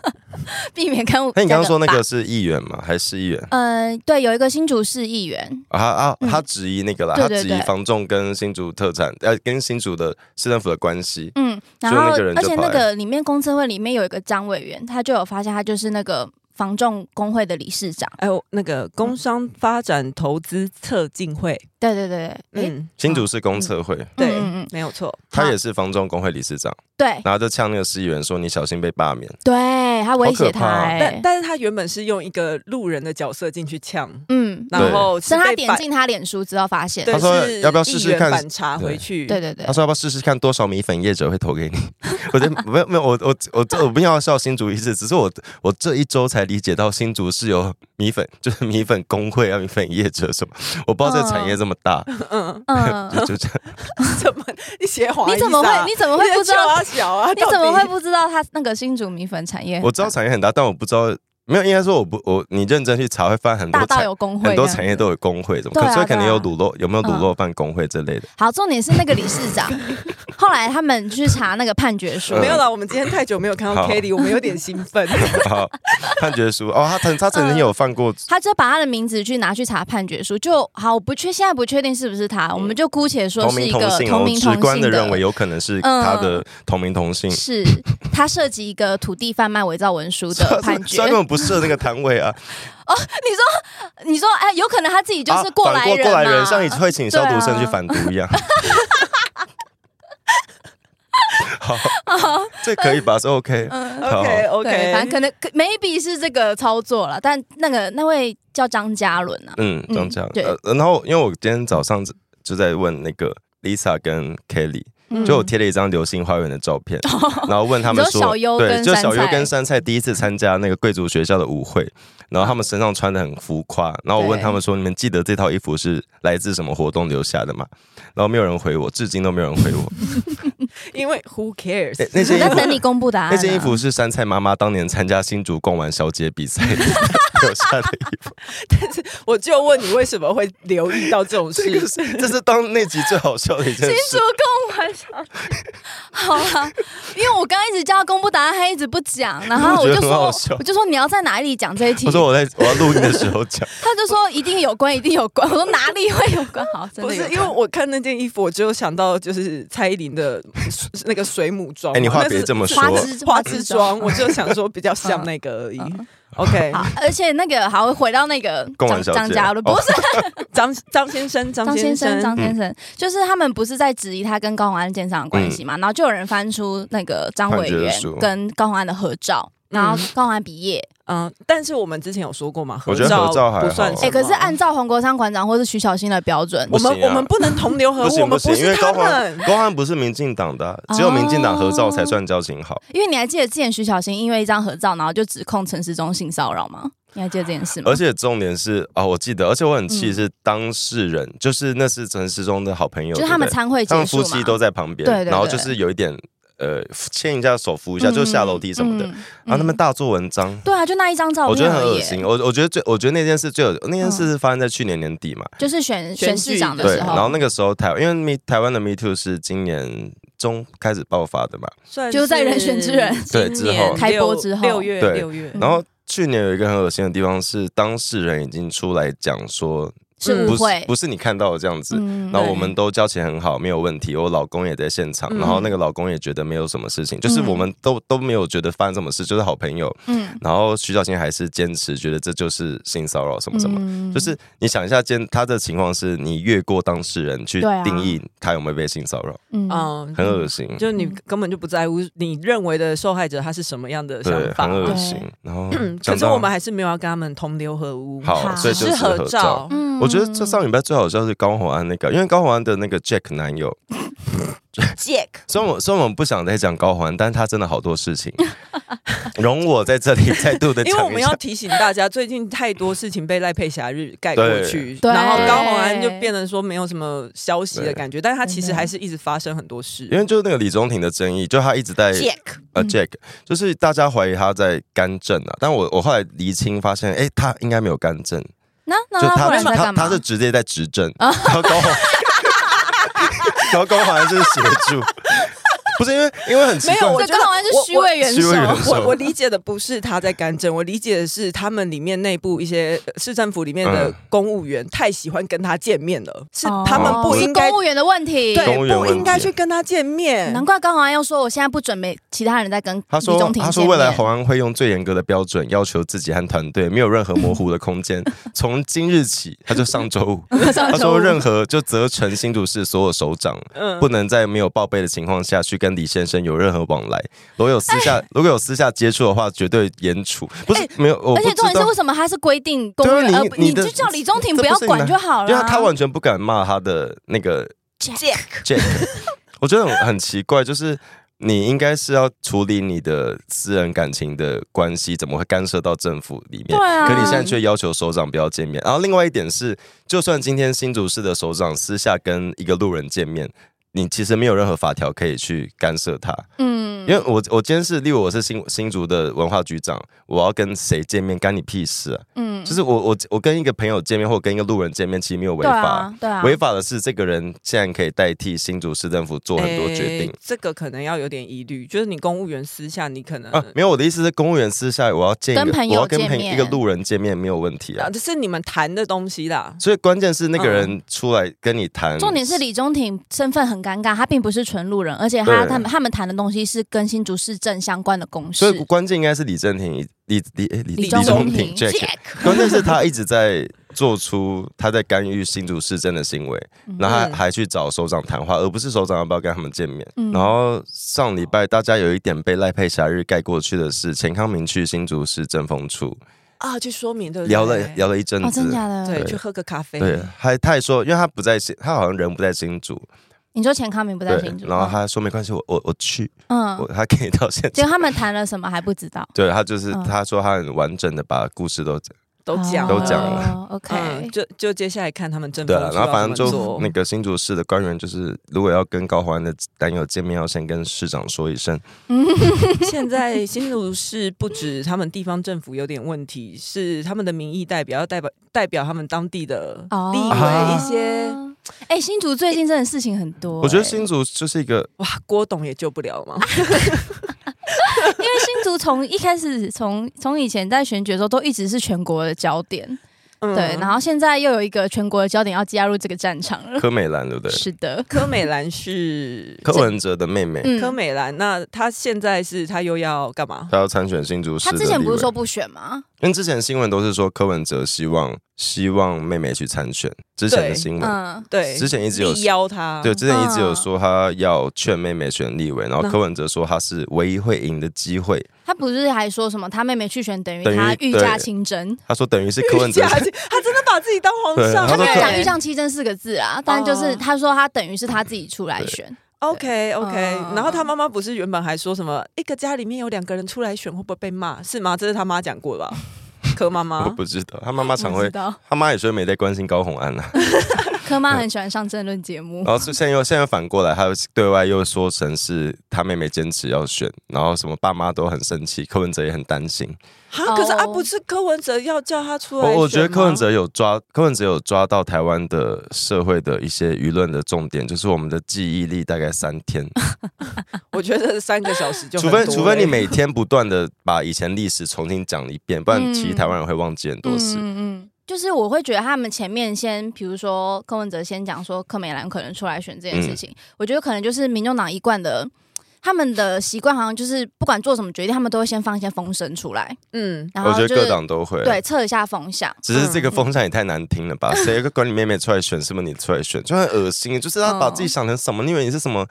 [SPEAKER 3] 避免跟
[SPEAKER 2] 那你刚刚说那
[SPEAKER 3] 加
[SPEAKER 2] 个
[SPEAKER 3] 吧，
[SPEAKER 2] 是议员嘛，还是市议员？
[SPEAKER 3] 呃，对，有一个新竹市议员，
[SPEAKER 2] 啊啊，
[SPEAKER 3] 嗯
[SPEAKER 2] 他质疑那个啦，
[SPEAKER 3] 对
[SPEAKER 2] 他
[SPEAKER 3] 对
[SPEAKER 2] 质
[SPEAKER 3] 对
[SPEAKER 2] 疑房仲跟新竹特产，呃，跟新竹的市政府的关系。
[SPEAKER 3] 嗯，然
[SPEAKER 2] 所以
[SPEAKER 3] 后
[SPEAKER 2] 那个人就
[SPEAKER 3] 而且那
[SPEAKER 2] 跑来
[SPEAKER 3] 个里面公测会里面有一个张委员，他就有发现他就是那个房仲工会的理事长。
[SPEAKER 1] 哎，我那个工商发展投资策进会，
[SPEAKER 3] 对对对对，诶
[SPEAKER 1] 嗯，
[SPEAKER 2] 新竹市公测会，
[SPEAKER 1] 对
[SPEAKER 3] 嗯嗯，
[SPEAKER 1] 没有错，
[SPEAKER 2] 他也是房仲工会理事长，
[SPEAKER 3] 对
[SPEAKER 2] 然后就呛那个市议员说：“你小心被罢免。
[SPEAKER 3] 对，他威
[SPEAKER 2] 好
[SPEAKER 3] 胁
[SPEAKER 2] 可
[SPEAKER 3] 他、哎
[SPEAKER 2] 怕
[SPEAKER 3] 诶
[SPEAKER 1] 但但是他原本是用一个路人的角色进去呛，
[SPEAKER 3] 嗯，
[SPEAKER 1] 然后
[SPEAKER 3] 是他
[SPEAKER 1] 被
[SPEAKER 3] 点
[SPEAKER 1] 反
[SPEAKER 3] 进他脸书之后发现，
[SPEAKER 1] 对
[SPEAKER 2] 他说
[SPEAKER 1] 是
[SPEAKER 2] 要不要试
[SPEAKER 1] 议
[SPEAKER 2] 试
[SPEAKER 1] 员
[SPEAKER 2] 看
[SPEAKER 1] 反查
[SPEAKER 2] 对
[SPEAKER 1] 回去，
[SPEAKER 3] 对对对
[SPEAKER 2] 他，说：“要不要试试看多少米粉业者会投给你？” 我在没有没有我我我我不要笑新竹一次，只是我我这一周才理解到新竹是有米粉，就是米粉工会啊、米粉业者什么，我不知道这产业这么大，
[SPEAKER 1] 嗯，
[SPEAKER 3] 嗯，
[SPEAKER 2] 就就这样。
[SPEAKER 1] 怎么你写华裔
[SPEAKER 3] 你怎么
[SPEAKER 1] 撒
[SPEAKER 3] 会？你怎么会不知
[SPEAKER 1] 你在
[SPEAKER 3] 道
[SPEAKER 1] 叫？他小啊？
[SPEAKER 3] 你怎么
[SPEAKER 1] 到
[SPEAKER 3] 会
[SPEAKER 1] 底？
[SPEAKER 3] 不知道他那个新竹米粉产业？
[SPEAKER 2] 我知道产业很大，但我不知道没有，应该说我不我你认真去查会发现很多
[SPEAKER 3] 大到
[SPEAKER 2] 产
[SPEAKER 3] 有工会，
[SPEAKER 2] 很多产业。都有工会，怎么
[SPEAKER 3] 对啊
[SPEAKER 2] 可所以肯定
[SPEAKER 3] 对啊
[SPEAKER 2] 有卤肉有没有卤肉饭工会之类的。
[SPEAKER 3] 好，重点是那个理事 长，后来他们去查那个判决书，
[SPEAKER 1] 没有啦，我们今天太久没有看到
[SPEAKER 2] 嗯好
[SPEAKER 1] Kitty，我们有点兴奋。
[SPEAKER 2] 好，判决书哦，他曾他曾
[SPEAKER 3] 嗯
[SPEAKER 2] 经有犯过，
[SPEAKER 3] 他就把他的名字去拿去查判决书，就好，我不确现在不确定是不是他，我们就姑且
[SPEAKER 2] 嗯
[SPEAKER 3] 说
[SPEAKER 2] 同
[SPEAKER 3] 是
[SPEAKER 2] 名
[SPEAKER 3] 一
[SPEAKER 2] 同
[SPEAKER 3] 个
[SPEAKER 2] 姓
[SPEAKER 3] 同
[SPEAKER 2] 哦，
[SPEAKER 3] 名
[SPEAKER 2] 直
[SPEAKER 3] 同
[SPEAKER 2] 观
[SPEAKER 3] 姓
[SPEAKER 2] 的
[SPEAKER 3] 的嗯
[SPEAKER 2] 认为有可能是他的同名同 姓。
[SPEAKER 3] 是他涉及一个土地贩卖伪造文 书的判
[SPEAKER 2] 所
[SPEAKER 3] 决。
[SPEAKER 2] 以他根本不设那个摊位啊，
[SPEAKER 3] 你说，哎，有可能他自己 就是过
[SPEAKER 2] 啊
[SPEAKER 3] 来
[SPEAKER 2] 反过
[SPEAKER 3] 人嘛？啊
[SPEAKER 2] 过来人，像你会请消毒生去反毒一 样。 好，这可以吧？是 OK。好
[SPEAKER 3] 嗯
[SPEAKER 1] OK
[SPEAKER 3] 对，反
[SPEAKER 1] OK，
[SPEAKER 3] 正可能可 maybe 是这个操作了，但那个那位叫张嘉伦啊，
[SPEAKER 2] 嗯，
[SPEAKER 3] 嗯
[SPEAKER 2] 这样这样。
[SPEAKER 3] 对
[SPEAKER 2] 呃，然后因为我今天早上就在问那个 Lisa 跟 Kelly，就我贴了一张流星花园的照片，然后问他们
[SPEAKER 3] 嗯哦你说
[SPEAKER 2] 说，
[SPEAKER 3] 小优跟
[SPEAKER 2] 对，就小
[SPEAKER 3] 杉
[SPEAKER 2] 优
[SPEAKER 3] 菜
[SPEAKER 2] 跟杉菜第一次参加那个贵族学校的舞会，然后他们身上穿的很浮夸，然后我问
[SPEAKER 3] 对
[SPEAKER 2] 他们说，你们记得这套衣服是来自什么活动留下的吗？然后没有人回我，至今都没有人回 我。
[SPEAKER 1] 因为 Who
[SPEAKER 2] 那
[SPEAKER 1] cares？
[SPEAKER 2] 那
[SPEAKER 3] 我
[SPEAKER 2] 件衣
[SPEAKER 3] 在
[SPEAKER 2] 服，
[SPEAKER 3] 等你公布答案、啊。
[SPEAKER 2] 那件衣服是杉菜妈妈当年参加新竹贡玩小姐比赛 留下的衣服，
[SPEAKER 1] 我就问你为什么会留意到这种事？
[SPEAKER 2] 这个是这是当那集最好笑的一 件
[SPEAKER 3] 新
[SPEAKER 2] 事
[SPEAKER 3] 竹。跟我玩笑，好啦，因为我刚刚一直叫他公布答案，他一直不讲，然 后
[SPEAKER 2] 我觉
[SPEAKER 3] 我
[SPEAKER 2] 得
[SPEAKER 3] 就
[SPEAKER 2] 很好
[SPEAKER 3] 说
[SPEAKER 2] 笑，
[SPEAKER 3] 我就说你要在哪里讲这一题
[SPEAKER 2] 我，说我在我要录音的时候 讲，
[SPEAKER 3] 他就说一定有关，一定有关。我说哪里会有关？好，真
[SPEAKER 1] 不
[SPEAKER 3] 的有
[SPEAKER 1] 是
[SPEAKER 3] 关
[SPEAKER 1] 因为我看那件衣服，我只有想到就是蔡依林的那个水母装嘛。
[SPEAKER 2] 哎你话
[SPEAKER 1] 那
[SPEAKER 2] 别
[SPEAKER 1] 是
[SPEAKER 2] 这么说
[SPEAKER 3] 花枝
[SPEAKER 1] 花枝妆，
[SPEAKER 3] 妆。
[SPEAKER 1] 我就想说比 较像那个而已。OK，
[SPEAKER 3] 好，而且那个好，回到那个
[SPEAKER 2] 贡丸
[SPEAKER 3] 张
[SPEAKER 2] 小姐
[SPEAKER 3] 张嘉伦，
[SPEAKER 2] 哦
[SPEAKER 3] 不是
[SPEAKER 1] 张张先生，张
[SPEAKER 3] 张先生，
[SPEAKER 1] 生，
[SPEAKER 3] 张先
[SPEAKER 2] 嗯
[SPEAKER 3] 生，就是他们不是在质疑他跟高洪安建商的关系嘛？然后就有人翻出那个张委
[SPEAKER 2] 判决
[SPEAKER 3] 员
[SPEAKER 2] 嗯书
[SPEAKER 3] 跟高洪安的合照，然后
[SPEAKER 1] 嗯
[SPEAKER 3] 高洪安毕业，
[SPEAKER 1] 嗯，但是我们之前有说过嘛，
[SPEAKER 2] 我觉得合照还好
[SPEAKER 1] 不算什么。
[SPEAKER 2] 哎
[SPEAKER 3] 哎、可是按照黄国昌馆长或是徐小新的标准
[SPEAKER 1] 我，们
[SPEAKER 2] 不行啊
[SPEAKER 1] 我们不能同流合
[SPEAKER 2] 不
[SPEAKER 1] 污，我
[SPEAKER 2] 行
[SPEAKER 1] 们
[SPEAKER 2] 行，因
[SPEAKER 1] 是
[SPEAKER 2] 为
[SPEAKER 1] 他
[SPEAKER 2] 高欢
[SPEAKER 1] 们。
[SPEAKER 2] 高欢不是民进党的啊、只有民进
[SPEAKER 3] 哦
[SPEAKER 2] 党合照才算交情好。
[SPEAKER 3] 因为你还记得之前徐小新因为一张合照，然后就指控陈时中性骚扰吗？你还记得这件事吗？
[SPEAKER 2] 而且重点是啊、我记得，而且我很气
[SPEAKER 3] 嗯
[SPEAKER 2] 是当事人，就是那是陈世忠的好朋友，
[SPEAKER 3] 就是他们
[SPEAKER 2] 对不对
[SPEAKER 3] 参会结
[SPEAKER 2] 他们
[SPEAKER 3] 束
[SPEAKER 2] 夫
[SPEAKER 3] 嘛，
[SPEAKER 2] 妻都在旁边，
[SPEAKER 3] 对对对
[SPEAKER 2] 然后就是有一点呃牵一下手扶一下，就是下楼梯什么的，
[SPEAKER 3] 嗯嗯
[SPEAKER 2] 然后他们大做文章。
[SPEAKER 3] 对啊，就那一张照片，
[SPEAKER 2] 我觉得很恶心，，我我觉得最，我觉得那件事最有，那件事是发生在去年年底嘛，
[SPEAKER 3] 就是选
[SPEAKER 1] 选
[SPEAKER 3] 选
[SPEAKER 1] 举
[SPEAKER 3] 市嗯长的
[SPEAKER 2] 对，
[SPEAKER 3] 时候，
[SPEAKER 2] 然后那个时候台，因为 Me 台湾的 Me Too 是今年中开始爆发的嘛，
[SPEAKER 1] 算
[SPEAKER 3] 就是在人选之人
[SPEAKER 2] 对之后
[SPEAKER 3] 开播之后
[SPEAKER 1] 六月
[SPEAKER 2] 对
[SPEAKER 1] 六月，
[SPEAKER 3] 嗯
[SPEAKER 2] 然后去年有一个很恶心的地方是，当事人已经出来讲说，
[SPEAKER 3] 是
[SPEAKER 2] 不
[SPEAKER 3] 误
[SPEAKER 2] 是
[SPEAKER 3] 会，
[SPEAKER 2] 不是你看到的这样子。
[SPEAKER 3] 嗯
[SPEAKER 2] 然后我们都交情很好，没有问题。我老公也在现场，
[SPEAKER 3] 嗯
[SPEAKER 2] 然后那个老公也觉得没有什么事情，就是我们都都没有觉得发生什么事，就是好朋友。
[SPEAKER 3] 嗯
[SPEAKER 2] 然后徐小青还是坚持觉得这就是性骚扰什么什么。
[SPEAKER 1] 嗯
[SPEAKER 3] 么
[SPEAKER 2] 就是你想一下，今他的情况是你越过当事人去
[SPEAKER 3] 对啊
[SPEAKER 2] 定义他有没有被性骚扰，
[SPEAKER 3] 嗯
[SPEAKER 1] 嗯，
[SPEAKER 2] 很恶心，
[SPEAKER 1] 就你根本就不在乎你认为的受害者他是什么样的想
[SPEAKER 2] 对，
[SPEAKER 1] 法
[SPEAKER 2] 很。恶
[SPEAKER 3] 对
[SPEAKER 2] 心。然后
[SPEAKER 1] 嗯，可
[SPEAKER 2] 讲
[SPEAKER 1] 是
[SPEAKER 2] 到
[SPEAKER 1] 我们还是没有要跟他们同流合污，
[SPEAKER 2] 好，所以
[SPEAKER 1] 只
[SPEAKER 2] 就是是合
[SPEAKER 1] 合
[SPEAKER 2] 照。
[SPEAKER 1] 照。
[SPEAKER 3] 嗯
[SPEAKER 2] 我觉得这上礼拜最好笑是高洪安那个，因为高洪安的那个 Jack 男友，
[SPEAKER 3] Jack
[SPEAKER 2] 虽然我虽然我们不想再讲高洪安，但他真的好多事情， 容我在这里再度的
[SPEAKER 1] 因为我
[SPEAKER 2] 讲
[SPEAKER 1] 们
[SPEAKER 2] 一
[SPEAKER 1] 要
[SPEAKER 2] 下。
[SPEAKER 1] 提醒大家， 最近太多事情被赖佩霞日盖过去，
[SPEAKER 3] 对
[SPEAKER 1] 然后
[SPEAKER 3] 对
[SPEAKER 1] 高洪安就变成说没有什么消息的感觉，但是他其实还是一直发生很多事。
[SPEAKER 2] 因为就是那个李宗廷的争议，就他一直在
[SPEAKER 1] Jack，
[SPEAKER 2] 呃
[SPEAKER 3] 嗯
[SPEAKER 2] Jack，就是大家怀疑他在干政啊，但我我后来厘清发现，哎，他应该没有干政，
[SPEAKER 3] 那那
[SPEAKER 1] 啊
[SPEAKER 2] 就
[SPEAKER 3] 他后
[SPEAKER 2] 他
[SPEAKER 3] 来在
[SPEAKER 2] 他
[SPEAKER 3] 干嘛？
[SPEAKER 2] 他是直接在 执政，然后高洪，然后高洪安就是协助，不是因为因为很奇
[SPEAKER 1] 没有，
[SPEAKER 2] 怪
[SPEAKER 1] 我，
[SPEAKER 3] 这
[SPEAKER 1] 觉得
[SPEAKER 3] 刚好是
[SPEAKER 1] 我
[SPEAKER 3] 虚伪元
[SPEAKER 2] 我虚伪元
[SPEAKER 3] 首
[SPEAKER 2] 首。
[SPEAKER 1] 我我理解的不是他在干政，我 理解的是他们里面内部一些呃市政府里面的
[SPEAKER 2] 嗯
[SPEAKER 1] 公务员太喜欢跟他见面了，是
[SPEAKER 3] 哦
[SPEAKER 1] 他们不应该
[SPEAKER 3] 是公务员的问题。
[SPEAKER 2] 公务
[SPEAKER 1] 对
[SPEAKER 2] 员
[SPEAKER 1] 不
[SPEAKER 2] 问题啊
[SPEAKER 1] 应该去跟他见面。
[SPEAKER 3] 难怪高安要说，我现在不准备其他人在跟
[SPEAKER 2] 他
[SPEAKER 3] 李
[SPEAKER 2] 说
[SPEAKER 3] 宗：“廷
[SPEAKER 2] 他说
[SPEAKER 3] 见
[SPEAKER 2] 未来
[SPEAKER 3] 面
[SPEAKER 2] 红安会用最严格的标准要求自己和团队，没有任何模糊的空 间。从今日起，他就上周五，
[SPEAKER 3] 上
[SPEAKER 2] 他
[SPEAKER 3] 周五
[SPEAKER 2] 说任何就责成新竹市所有首长，
[SPEAKER 1] 嗯
[SPEAKER 2] 不能在没有报备的情况下去跟李先生有任何往来。如果有私下如果有私下接触的话，绝对严处。不是
[SPEAKER 3] 哎
[SPEAKER 2] 没有，我
[SPEAKER 3] 而
[SPEAKER 2] 不
[SPEAKER 3] 且重
[SPEAKER 2] 知
[SPEAKER 3] 点是，
[SPEAKER 2] 道
[SPEAKER 3] 为。什么他是规定公务
[SPEAKER 2] 对啊
[SPEAKER 3] 员，而
[SPEAKER 2] 你
[SPEAKER 3] 不
[SPEAKER 2] 你
[SPEAKER 3] 你
[SPEAKER 2] 的
[SPEAKER 3] 就叫李宗廷
[SPEAKER 2] 这
[SPEAKER 3] 不要
[SPEAKER 2] 不是你
[SPEAKER 3] 管
[SPEAKER 2] 的
[SPEAKER 3] 就好
[SPEAKER 2] 因为
[SPEAKER 3] 了。啊
[SPEAKER 2] 他完全不敢骂他的那个
[SPEAKER 1] Jack，
[SPEAKER 2] Jack，我觉得很很奇怪，就是你应该是要处理你的私人感情的关系，怎么会干涉到政府里面？
[SPEAKER 3] 对啊
[SPEAKER 2] 可你现在却要求首长不要见面。然啊后另外一点是，就算今天新竹市的首长私下跟一个路人见面。你其实没有任何法条可以去干涉他，
[SPEAKER 3] 嗯
[SPEAKER 2] 因为我我今天是，例如我是新新竹的文化局长，我要跟谁见面，干你屁事啊！
[SPEAKER 3] 嗯
[SPEAKER 2] 就是我我我跟一个朋友见面，或跟一个路人见面，其实没有违
[SPEAKER 3] 对
[SPEAKER 2] 法。
[SPEAKER 3] 啊对啊，
[SPEAKER 2] 违法的是，这个人现在可以代替新竹市政府做很多决定
[SPEAKER 1] 诶。这个可能要有点疑虑，就是你公务员私下你可能
[SPEAKER 2] 啊，没有，我的意思是，公务员私下我要见一个，
[SPEAKER 3] 呃跟朋友
[SPEAKER 2] 我要跟朋
[SPEAKER 3] 见面
[SPEAKER 2] 一个路人见面没有问题啊
[SPEAKER 1] 啊，。这是你们谈的东西啦。
[SPEAKER 2] 所以关键是那个人出来跟你谈，
[SPEAKER 3] 嗯重点是李宗廷身份很尴尬，他并不是纯路人，而且他
[SPEAKER 2] 对
[SPEAKER 3] 他们他们谈的东西是跟新竹市政相关的公
[SPEAKER 2] 所
[SPEAKER 3] 事。
[SPEAKER 2] 以关键应该是李正廷，李李诶李
[SPEAKER 3] 李
[SPEAKER 2] 宗
[SPEAKER 3] 宗
[SPEAKER 2] 廷
[SPEAKER 3] 廷
[SPEAKER 2] Jack，关键是他一直在做出他在干预新竹市政的行为，然后还
[SPEAKER 1] 嗯
[SPEAKER 2] 还去找首长谈话，而不是首长要不要跟他们见面。
[SPEAKER 3] 嗯
[SPEAKER 2] 然后上礼拜大家有一点被赖佩霞日盖过去的是钱康明去新竹市政风处
[SPEAKER 1] 啊，去说明对不对？
[SPEAKER 2] 聊了聊了一阵
[SPEAKER 3] 哦，真
[SPEAKER 2] 子，
[SPEAKER 3] 假的？
[SPEAKER 1] 对，去喝个咖啡。
[SPEAKER 2] 对，啊还他还说，因为他不在新，他好像人不在新竹，
[SPEAKER 3] 你说钱康明不在
[SPEAKER 2] 对
[SPEAKER 3] 新，竹，哦
[SPEAKER 2] 然后他说没关系，我我我去，我
[SPEAKER 3] 嗯，
[SPEAKER 2] 他可以到现
[SPEAKER 3] 结
[SPEAKER 2] 场。
[SPEAKER 3] 果他们谈了什么还不知道，
[SPEAKER 2] 对他就是
[SPEAKER 3] 嗯
[SPEAKER 2] 他说他很完整的把故事都讲，
[SPEAKER 1] 都讲
[SPEAKER 2] 都讲了
[SPEAKER 3] 了。
[SPEAKER 1] 嗯
[SPEAKER 3] 哦 OK，
[SPEAKER 1] 就就接下来看他们政府
[SPEAKER 2] 对啊，然后反正
[SPEAKER 1] 要怎么
[SPEAKER 2] 就
[SPEAKER 1] 做
[SPEAKER 2] 那个新竹市的官员就是，如果要跟高欢的男友见面，要先跟市长说一声。
[SPEAKER 1] 现在新竹市不止他们地方政府有点问题，是他们的民意代表要代表代表他们当地的
[SPEAKER 3] 哦
[SPEAKER 1] 立委一些，
[SPEAKER 3] 哎，新竹最近真的事情很多。
[SPEAKER 2] 我觉得
[SPEAKER 3] 哎
[SPEAKER 2] 新竹就是一个，
[SPEAKER 1] 哇，郭董也救不了嘛。
[SPEAKER 3] 因为新竹从一开始，从从以前在选举的时候，都一直是全国的焦点，
[SPEAKER 1] 嗯
[SPEAKER 3] 对。然后现在又有一个全国的焦点要加入这个战场了，
[SPEAKER 2] 柯美兰对不对？
[SPEAKER 3] 是的，
[SPEAKER 1] 柯美兰 是
[SPEAKER 2] 柯文哲的妹妹，
[SPEAKER 3] 嗯
[SPEAKER 1] 柯美兰，那她现在是她又要干嘛？
[SPEAKER 2] 她要参选新竹市
[SPEAKER 3] 他
[SPEAKER 2] 的
[SPEAKER 3] 之前
[SPEAKER 2] 立
[SPEAKER 3] 不是
[SPEAKER 2] 委
[SPEAKER 3] 说不选吗？
[SPEAKER 2] 因为之前新闻都是说柯文哲希望希望妹妹去参选，之前的
[SPEAKER 1] 对
[SPEAKER 2] 新闻，
[SPEAKER 3] 嗯，
[SPEAKER 1] 对，
[SPEAKER 2] 之前一直有
[SPEAKER 1] 力邀她，
[SPEAKER 2] 对，之前一直有
[SPEAKER 3] 嗯
[SPEAKER 2] 说他要劝妹妹选立委，然后
[SPEAKER 1] 那
[SPEAKER 2] 柯文哲说他是唯一会赢的机会。
[SPEAKER 3] 他不是还说什么他妹妹去选等于
[SPEAKER 2] 等于
[SPEAKER 3] 他御驾
[SPEAKER 2] 对
[SPEAKER 3] 亲征？
[SPEAKER 2] 他说等于是柯 文哲
[SPEAKER 1] 假，她真的把自己当皇
[SPEAKER 2] 对
[SPEAKER 1] 上，哎
[SPEAKER 2] 她
[SPEAKER 3] 他
[SPEAKER 2] 说对
[SPEAKER 3] 没有讲“御驾亲征”四个字啊，但就是
[SPEAKER 1] 哦
[SPEAKER 3] 他说他等于是他自己出来选，
[SPEAKER 1] OK OK，、
[SPEAKER 3] 嗯
[SPEAKER 1] 然后他妈妈不是原本还说什么一个家里面有两个人出来选会不会被骂是吗？这是他妈讲过 的吧？柯妈
[SPEAKER 2] 我
[SPEAKER 1] 妈
[SPEAKER 2] 不知道。他妈妈常
[SPEAKER 3] 我知
[SPEAKER 2] 会，
[SPEAKER 3] 道。
[SPEAKER 2] 他妈有时候没在关心高红安啊。
[SPEAKER 3] 柯妈很喜欢上政论节目
[SPEAKER 2] 然，后是现在又现在又反过来，他又对外又说成是他妹妹坚持要选，然后什么爸妈都很生气，柯文哲也很担心。
[SPEAKER 1] 哈，可是啊，
[SPEAKER 3] 哦
[SPEAKER 1] 不是柯文哲要叫他出来
[SPEAKER 2] 我我觉得
[SPEAKER 1] 选吗
[SPEAKER 2] 柯文哲有抓，柯文哲有抓到台湾的社会的一些舆论的重点，就是我们的记忆力大概三 天。
[SPEAKER 1] 我觉得三个小时就
[SPEAKER 2] 除
[SPEAKER 1] 很
[SPEAKER 2] 非
[SPEAKER 1] 多
[SPEAKER 2] 除非
[SPEAKER 1] 欸
[SPEAKER 2] 你每天不断的把以前历史重新讲一遍，不然其实
[SPEAKER 3] 嗯
[SPEAKER 2] 台湾人会忘记很多事。
[SPEAKER 3] 嗯嗯，就是我会觉得他们前面先，比如说柯文哲先讲说柯美兰可能出来选这件
[SPEAKER 2] 嗯
[SPEAKER 3] 事情，我觉得可能就是民众党一贯的。他们的习惯好像就是不管做什么决定，他们都会先放一些风声出来，
[SPEAKER 1] 嗯，
[SPEAKER 3] 然
[SPEAKER 2] 我
[SPEAKER 3] 后
[SPEAKER 2] 觉
[SPEAKER 3] 就
[SPEAKER 2] 得各
[SPEAKER 3] 是
[SPEAKER 2] 党都会，
[SPEAKER 3] 对，测一下风向。
[SPEAKER 2] 只是这个
[SPEAKER 1] 嗯
[SPEAKER 2] 风扇也太难听了 吧？谁一个管你妹妹出来选，什么你出来选，就很恶心。就是他把自己想成什么？你以为你是什么？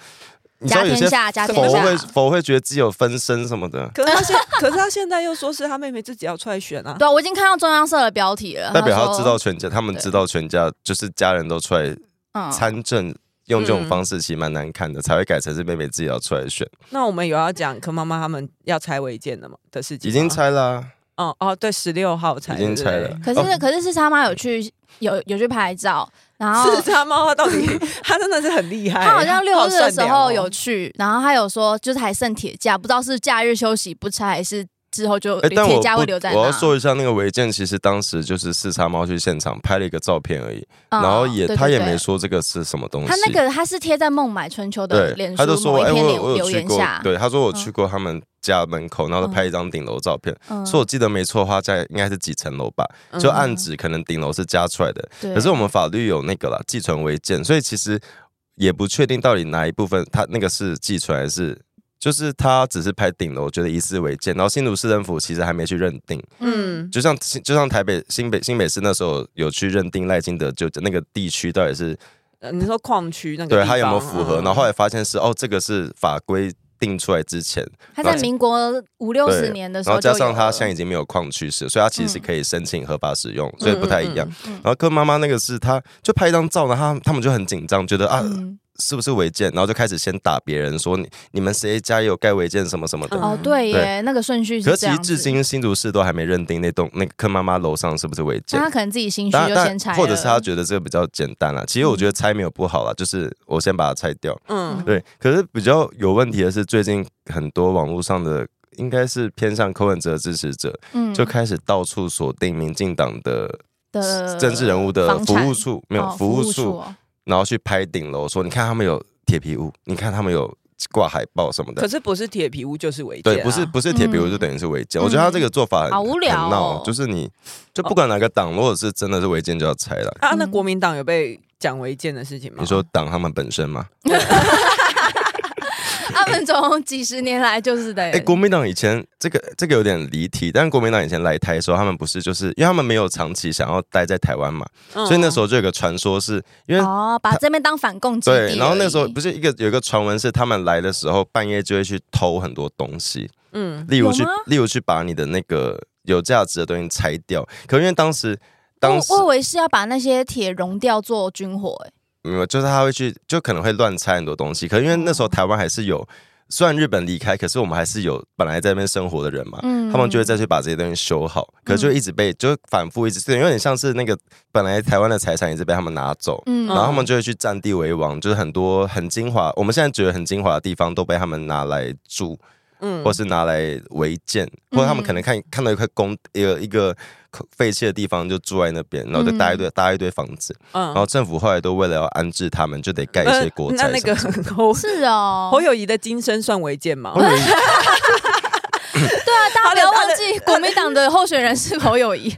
[SPEAKER 2] 你知
[SPEAKER 3] 家
[SPEAKER 2] 道有
[SPEAKER 3] 天
[SPEAKER 2] 些
[SPEAKER 3] 下，家天
[SPEAKER 2] 佛
[SPEAKER 3] 下，
[SPEAKER 2] 会佛会觉得自己有分身什么的，
[SPEAKER 1] 可是他 现可是他现在又说是他妹妹自己要出来选啊，
[SPEAKER 3] 嗯对，我已经看到中央社的标题了，
[SPEAKER 2] 代表
[SPEAKER 3] 呃说
[SPEAKER 2] 他知道全家，他们
[SPEAKER 3] 对
[SPEAKER 2] 知道全家就是家人都出来
[SPEAKER 3] 嗯
[SPEAKER 2] 参政。用这种
[SPEAKER 1] 嗯
[SPEAKER 2] 方式其实蛮难看的，才会改成是妹妹自己要出来选，
[SPEAKER 1] 那我们有要讲柯妈妈他们要拆违建的吗的事情
[SPEAKER 2] 已
[SPEAKER 1] 吗？
[SPEAKER 2] 经拆啦、
[SPEAKER 1] 哦哦，对，十六号拆，
[SPEAKER 2] 已经
[SPEAKER 1] 对
[SPEAKER 2] 拆。
[SPEAKER 1] 对
[SPEAKER 2] 了
[SPEAKER 1] 对。
[SPEAKER 3] 可是、可是是他妈有去有有去拍照，然后
[SPEAKER 1] 是他妈妈到底， 他真的是很厉害。
[SPEAKER 3] 哦他好像六日的
[SPEAKER 1] 哎她
[SPEAKER 3] 时
[SPEAKER 1] 好
[SPEAKER 3] 候
[SPEAKER 1] 善良哦
[SPEAKER 3] 有去，然后他有说就是还剩铁架，不知道是假日休息不拆还是之后就
[SPEAKER 2] 哎，但
[SPEAKER 3] 铁
[SPEAKER 2] 我
[SPEAKER 3] 价
[SPEAKER 2] 不
[SPEAKER 3] 会留在那。
[SPEAKER 2] 我要说一下，那个违建其实当时就是四叉猫去现场拍了一个照片而已，
[SPEAKER 3] 嗯，
[SPEAKER 2] 然后也
[SPEAKER 3] 对
[SPEAKER 2] 他也。
[SPEAKER 3] 对
[SPEAKER 2] 没
[SPEAKER 3] 对
[SPEAKER 2] 说这个是什么东西。
[SPEAKER 3] 他那个他是贴在孟买春秋的
[SPEAKER 2] 对
[SPEAKER 3] 脸，
[SPEAKER 2] 他就
[SPEAKER 3] 书
[SPEAKER 2] 说
[SPEAKER 3] 某一
[SPEAKER 2] 哎，
[SPEAKER 3] 篇
[SPEAKER 2] 我有
[SPEAKER 3] 留
[SPEAKER 2] 我有
[SPEAKER 3] 留
[SPEAKER 2] 去
[SPEAKER 3] 言
[SPEAKER 2] 过
[SPEAKER 3] 下，，
[SPEAKER 2] 对，他说我
[SPEAKER 3] 嗯
[SPEAKER 2] 去过他们家门口，然后他拍一张顶楼照片。
[SPEAKER 3] 嗯
[SPEAKER 2] 说我记得没错的话，在应该是几层楼吧，
[SPEAKER 1] 嗯
[SPEAKER 2] 就啊按指可能顶楼是加出来的，
[SPEAKER 3] 对
[SPEAKER 2] 可是我们法律有那个啦，寄存违建，所以其实也不确定到底哪一部分他那个是寄存还是。就是他只是拍顶楼，觉得疑似违建，然后新竹市政府其实还没去认定，
[SPEAKER 1] 嗯，
[SPEAKER 2] 就像就像台北新北新北市那时候有去认定赖清德就那个地区到底是
[SPEAKER 1] 呃你说矿区那个
[SPEAKER 2] 对
[SPEAKER 1] 地
[SPEAKER 2] 他有没有
[SPEAKER 1] 方
[SPEAKER 2] 符合，
[SPEAKER 1] 嗯
[SPEAKER 2] 然后后来发现是哦这个是法规定出来之前，
[SPEAKER 3] 他在民国五六十
[SPEAKER 2] 对
[SPEAKER 3] 年的时
[SPEAKER 2] 然
[SPEAKER 3] 候
[SPEAKER 2] 后
[SPEAKER 3] 就
[SPEAKER 2] 加
[SPEAKER 3] 有了，
[SPEAKER 2] 上他现在已经没有矿区市，所以他其实是可以申请合法使用，所以不太一样。
[SPEAKER 1] 嗯嗯
[SPEAKER 2] 然后跟妈妈那个是他就拍一张照，然后他他们就很紧张，觉得啊、
[SPEAKER 3] 嗯
[SPEAKER 2] 是不是违建，然后就开始先打别人说你你们谁家有盖违建什么什么的。
[SPEAKER 1] 嗯
[SPEAKER 3] 哦对耶，
[SPEAKER 2] 对
[SPEAKER 3] 那个顺序
[SPEAKER 2] 可
[SPEAKER 3] 是
[SPEAKER 2] 是
[SPEAKER 3] 这
[SPEAKER 2] 其实
[SPEAKER 3] 样
[SPEAKER 2] 至
[SPEAKER 3] 子。
[SPEAKER 2] 今新竹市都还没认定那栋那个坑妈妈楼上是不是违建
[SPEAKER 3] 那他。可能自己心虚
[SPEAKER 2] 当
[SPEAKER 3] 啊就
[SPEAKER 2] 然
[SPEAKER 3] 先拆了，嗯
[SPEAKER 2] 或者是他觉得这个比较简单啦。其实我觉得拆没有不好啦，就是我先把它拆掉。
[SPEAKER 1] 嗯
[SPEAKER 2] 对，可是比较有问题的是，最近很多网络上的应该是偏向柯文哲的支持者，
[SPEAKER 3] 嗯
[SPEAKER 2] 就开始到处锁定民进党的
[SPEAKER 3] 的
[SPEAKER 2] 政治人物的
[SPEAKER 3] 呃房
[SPEAKER 2] 服
[SPEAKER 3] 产
[SPEAKER 2] 务处，没有
[SPEAKER 3] 哦
[SPEAKER 2] 服务处，
[SPEAKER 3] 哦
[SPEAKER 2] 然后去拍顶楼，说你看他们有铁皮屋，你看他们有挂海报什么
[SPEAKER 1] 可
[SPEAKER 2] 的。
[SPEAKER 1] 是不是铁皮屋就是违建啊，
[SPEAKER 2] 对，不是不是铁皮屋
[SPEAKER 3] 嗯
[SPEAKER 2] 就等于是违建，我觉得他这个做法很
[SPEAKER 3] 好无聊哦
[SPEAKER 2] 很闹就是你就不管哪个党，如果是真的是违建就要拆了。
[SPEAKER 1] 啊？那
[SPEAKER 3] 嗯
[SPEAKER 1] 国民党有被讲违建的事情吗？
[SPEAKER 2] 你说党他们本身吗？
[SPEAKER 1] 哦
[SPEAKER 3] 他们从几十年来就是的。
[SPEAKER 2] 哎，国民党以前这个这个有点离题，但国民党以前来台的时候，他们不是就是因为他们没有长期想要待在台湾嘛，
[SPEAKER 1] 嗯，
[SPEAKER 2] 所以那时候就有个传说是因为
[SPEAKER 3] 哦，把这边当反共基地而已。
[SPEAKER 2] 对，然后那时候不是一个有一个传闻是他们来的时候半夜就会去偷很多东西，
[SPEAKER 1] 嗯
[SPEAKER 2] 例如去
[SPEAKER 3] 有吗
[SPEAKER 2] 例如去把你的那个有价值的东西拆掉。可因为当时当时
[SPEAKER 3] 我我以为是要把那些铁熔掉做军火，哎，
[SPEAKER 2] 没有，就是他会去就可能会乱拆很多东西。可
[SPEAKER 3] 哦
[SPEAKER 2] 因为那时候台湾还是有，虽然日本离开，可是我们还是有本来在那边生活的人嘛。
[SPEAKER 3] 嗯
[SPEAKER 2] 他们就会再去把这些东西修好，可是就一直被，就反复一直，有点像是那个本来台湾的财产一直被他们拿走，
[SPEAKER 3] 嗯
[SPEAKER 2] 然后他们就会去占地为王，就是很多很精华，我们现在觉得很精华的地方都被他们拿来住，
[SPEAKER 1] 嗯
[SPEAKER 2] 或是拿来违建，或者他们
[SPEAKER 3] 嗯
[SPEAKER 2] 可能看看到一块公一个一个废弃的地方就住在那边，然后就搭一堆、搭一堆房子，
[SPEAKER 1] 嗯呃
[SPEAKER 2] 然后政府后来都为了要安置他们，就得盖一些国
[SPEAKER 1] 那
[SPEAKER 2] 宅
[SPEAKER 1] 那
[SPEAKER 2] 什么
[SPEAKER 1] 个
[SPEAKER 2] 什么。
[SPEAKER 1] 侯
[SPEAKER 3] 是哦，
[SPEAKER 1] 侯友谊的今生算违建吗？
[SPEAKER 2] 我以为
[SPEAKER 3] 对啊，大家不
[SPEAKER 1] 他的
[SPEAKER 3] 要忘记国民党的候选人是侯 友谊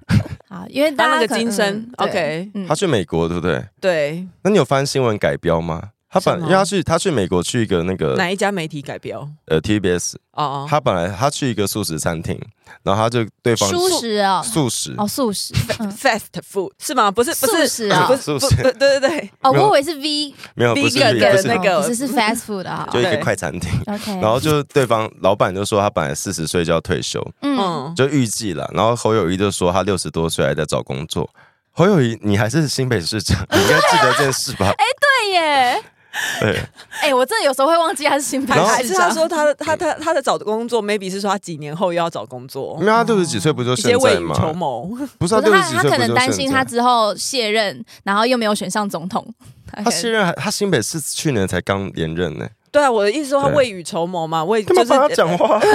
[SPEAKER 3] 啊，因为大
[SPEAKER 1] 他
[SPEAKER 3] 家
[SPEAKER 1] 那个
[SPEAKER 3] 可能
[SPEAKER 1] 金身
[SPEAKER 3] 对
[SPEAKER 1] ，OK
[SPEAKER 3] 嗯
[SPEAKER 2] 他去美国对不对？
[SPEAKER 1] 对，
[SPEAKER 2] 那你有翻新闻改标吗？他本
[SPEAKER 1] 什么
[SPEAKER 2] 因为他去他去美国去一个那个
[SPEAKER 3] 呃
[SPEAKER 1] 哪一家媒体改标？
[SPEAKER 2] 呃 TBS，
[SPEAKER 1] 哦，
[SPEAKER 2] 他本来他去一个素食餐厅，然后他就对方
[SPEAKER 3] 素食哦，
[SPEAKER 2] 素食
[SPEAKER 3] 哦素食，嗯
[SPEAKER 1] fast food 是吗？不是不
[SPEAKER 3] 素
[SPEAKER 1] 是
[SPEAKER 3] 食啊
[SPEAKER 1] 不是
[SPEAKER 2] 素
[SPEAKER 1] 不
[SPEAKER 2] 食
[SPEAKER 1] 对对对对，
[SPEAKER 3] 哦，
[SPEAKER 2] 没有
[SPEAKER 3] 我以为是 V
[SPEAKER 2] 没有不是
[SPEAKER 1] Vegan
[SPEAKER 2] 不
[SPEAKER 1] 的
[SPEAKER 2] 是
[SPEAKER 1] 那个嗯
[SPEAKER 3] 哦只是 fast food 啊
[SPEAKER 2] 就一个
[SPEAKER 1] 对
[SPEAKER 2] 快餐厅。
[SPEAKER 3] ，OK，
[SPEAKER 2] 然后 就是对方老板就说他本来四十岁就要退休，
[SPEAKER 3] 嗯，
[SPEAKER 1] 嗯，
[SPEAKER 2] 就预计了。然后侯友谊就说他六十多岁还在找工作。侯友谊，你还是新北市长，你应该记得这件事
[SPEAKER 3] 哎
[SPEAKER 2] 吧？
[SPEAKER 3] 对耶，
[SPEAKER 2] 对，
[SPEAKER 3] 哎，我真的有时候会忘记他是新北
[SPEAKER 2] 然后
[SPEAKER 1] 还
[SPEAKER 3] 市
[SPEAKER 1] 是
[SPEAKER 3] 长
[SPEAKER 1] 他说
[SPEAKER 2] 嗯
[SPEAKER 1] 他的他他他的找的工作，maybe 是说他几年后又要找工作
[SPEAKER 2] 因，为他六十几岁不就
[SPEAKER 1] 一些
[SPEAKER 2] 嗯现
[SPEAKER 1] 未
[SPEAKER 2] 在
[SPEAKER 1] 雨绸
[SPEAKER 2] 吗？
[SPEAKER 1] 缪。
[SPEAKER 2] 不是他
[SPEAKER 3] 不是
[SPEAKER 2] 六
[SPEAKER 3] 他
[SPEAKER 2] 十几
[SPEAKER 3] 他
[SPEAKER 2] 岁
[SPEAKER 3] 可
[SPEAKER 2] 不
[SPEAKER 3] 能
[SPEAKER 2] 就
[SPEAKER 3] 担
[SPEAKER 2] 现
[SPEAKER 3] 心他
[SPEAKER 2] 在？
[SPEAKER 3] 之后卸任，然后又没有选上总统，
[SPEAKER 2] 他卸任还，他新北市去年才刚连任呢，
[SPEAKER 1] 对啊，我的意思说他
[SPEAKER 2] 对
[SPEAKER 1] 未雨绸缪嘛，未
[SPEAKER 2] 干
[SPEAKER 1] 就
[SPEAKER 2] 嘛
[SPEAKER 1] 是
[SPEAKER 2] 帮他讲 话？对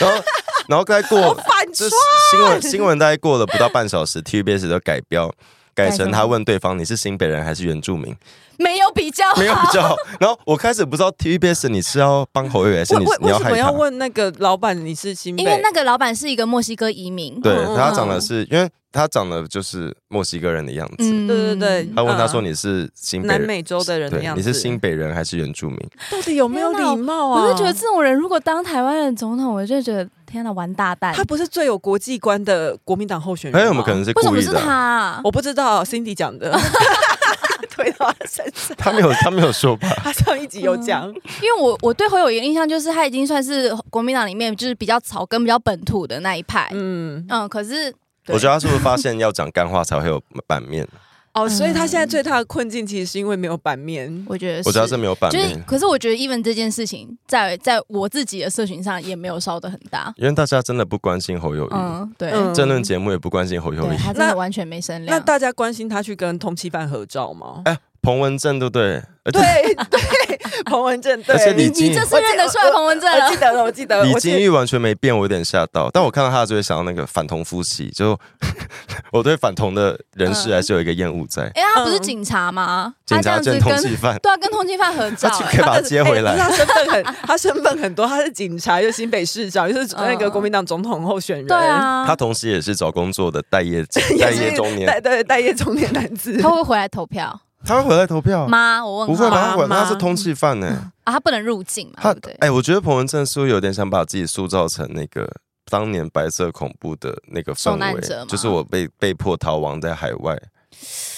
[SPEAKER 2] 然后，然后该过
[SPEAKER 1] 反
[SPEAKER 2] 这
[SPEAKER 1] 串
[SPEAKER 2] 是新闻新闻大概过了不到半小时，TVBS 都改标。改成他问对方你是新北人还是原住民，
[SPEAKER 3] 没有比 较好，
[SPEAKER 2] 没有比较好。然后我开始不知道 TVBS 你是要帮侯友宜，还是
[SPEAKER 1] 为
[SPEAKER 2] 你
[SPEAKER 1] 为
[SPEAKER 2] 你
[SPEAKER 1] 为
[SPEAKER 2] 要
[SPEAKER 1] 什
[SPEAKER 2] 害
[SPEAKER 1] 么
[SPEAKER 2] 他
[SPEAKER 1] 要？问那个老板你是新北？
[SPEAKER 3] 因为那个老板是一个墨西哥移民，
[SPEAKER 2] 对
[SPEAKER 1] 嗯嗯
[SPEAKER 2] 他长得是，因为他长得就是墨西哥人的样子。
[SPEAKER 3] 嗯
[SPEAKER 1] 对对对
[SPEAKER 2] 他问他说
[SPEAKER 1] 嗯
[SPEAKER 2] 你是新北
[SPEAKER 1] 南
[SPEAKER 2] 人，
[SPEAKER 1] 美洲的人的
[SPEAKER 2] 对，
[SPEAKER 1] 样
[SPEAKER 2] 你
[SPEAKER 1] 子，
[SPEAKER 2] 是新北人还是原住民？
[SPEAKER 1] 到底有没有礼貌啊？
[SPEAKER 3] 我就觉得这种人如果当台湾的总统，我就觉得天哪，完大蛋！
[SPEAKER 1] 他不是最有国际观的国民党候选人吗？
[SPEAKER 2] 还哎有我们可能是
[SPEAKER 3] 为什
[SPEAKER 2] 故
[SPEAKER 3] 么
[SPEAKER 2] 意
[SPEAKER 3] 是
[SPEAKER 2] 的
[SPEAKER 3] 他
[SPEAKER 2] 啊，
[SPEAKER 3] 啊？
[SPEAKER 1] 嗯我不知道，Cindy 讲 的，推到他身上。
[SPEAKER 2] 他 没有他没有说吧？
[SPEAKER 1] 他上一集有讲，
[SPEAKER 3] 因为我我对侯友谊的印象就是他已经算是国民党里面就是比较草根、比较本土的那一派。嗯
[SPEAKER 1] 嗯，
[SPEAKER 3] 可是对
[SPEAKER 2] 我觉得他是不是发现要讲干话才会有版 面？
[SPEAKER 1] 哦，所以
[SPEAKER 3] 嗯
[SPEAKER 1] 他现在最大的困境其实是因为没有版面。
[SPEAKER 3] 我觉得是
[SPEAKER 2] 我觉得他是没有版
[SPEAKER 3] 就是
[SPEAKER 2] 面，，
[SPEAKER 3] 可是我觉得 even 这件事情在在我自己的社群上也没有烧的很大。
[SPEAKER 2] 因为大家真的不关心侯友宜，
[SPEAKER 3] 嗯，对，
[SPEAKER 1] 嗯
[SPEAKER 2] 政论节目也不关心侯友
[SPEAKER 3] 对
[SPEAKER 2] 宜。
[SPEAKER 3] 他真的完全没声量。
[SPEAKER 1] 那大家关心他去跟通缉犯合照吗？
[SPEAKER 2] 哎，彭文正对不对？哎而且
[SPEAKER 1] 对对，彭文正对
[SPEAKER 2] 而且，李
[SPEAKER 3] 你你
[SPEAKER 2] 金
[SPEAKER 3] 这次认得出来彭文正
[SPEAKER 1] 我记
[SPEAKER 3] 了？
[SPEAKER 1] 得了，我记得了，
[SPEAKER 2] 李
[SPEAKER 1] 呃我记
[SPEAKER 2] 金
[SPEAKER 1] 得
[SPEAKER 2] 玉完全没变，我有点吓到。但我看到他就会想到那个反同夫妻，就 我对反同的人士还是有一个厌恶在。
[SPEAKER 3] 因为他不是警察吗？
[SPEAKER 2] 嗯警
[SPEAKER 3] 他这
[SPEAKER 2] 察
[SPEAKER 3] 样子
[SPEAKER 2] 见
[SPEAKER 3] 跟
[SPEAKER 2] 通缉犯，
[SPEAKER 3] 对啊，跟通缉犯合照
[SPEAKER 2] 他
[SPEAKER 3] 欸，
[SPEAKER 2] 就可以把他接回
[SPEAKER 1] 哎
[SPEAKER 2] 来。
[SPEAKER 1] 不是他身份很，他身份很多，他是警察，又是新北市长，又是呃那个
[SPEAKER 3] 嗯
[SPEAKER 1] 国民党总统候选人，
[SPEAKER 3] 对，啊，
[SPEAKER 2] 他同时也是找工作的待业待业中年，
[SPEAKER 1] 待 对待业中年男子
[SPEAKER 3] 他。会不会回来投票
[SPEAKER 2] 他会回来投票？
[SPEAKER 3] 吗？我问
[SPEAKER 2] 哦不会
[SPEAKER 3] 号
[SPEAKER 2] 吧？他回
[SPEAKER 1] 妈妈
[SPEAKER 2] 他是通缉犯呢。
[SPEAKER 3] 啊，他不能入境嘛？
[SPEAKER 2] 他
[SPEAKER 3] 对不哦对？
[SPEAKER 2] 哎，我觉得彭文正是不是有点想把自己塑造成那个当年白色恐怖的那个
[SPEAKER 3] 受
[SPEAKER 2] 氛
[SPEAKER 3] 难者
[SPEAKER 2] 围，
[SPEAKER 3] 吗
[SPEAKER 2] 就是我被被迫逃亡在海外。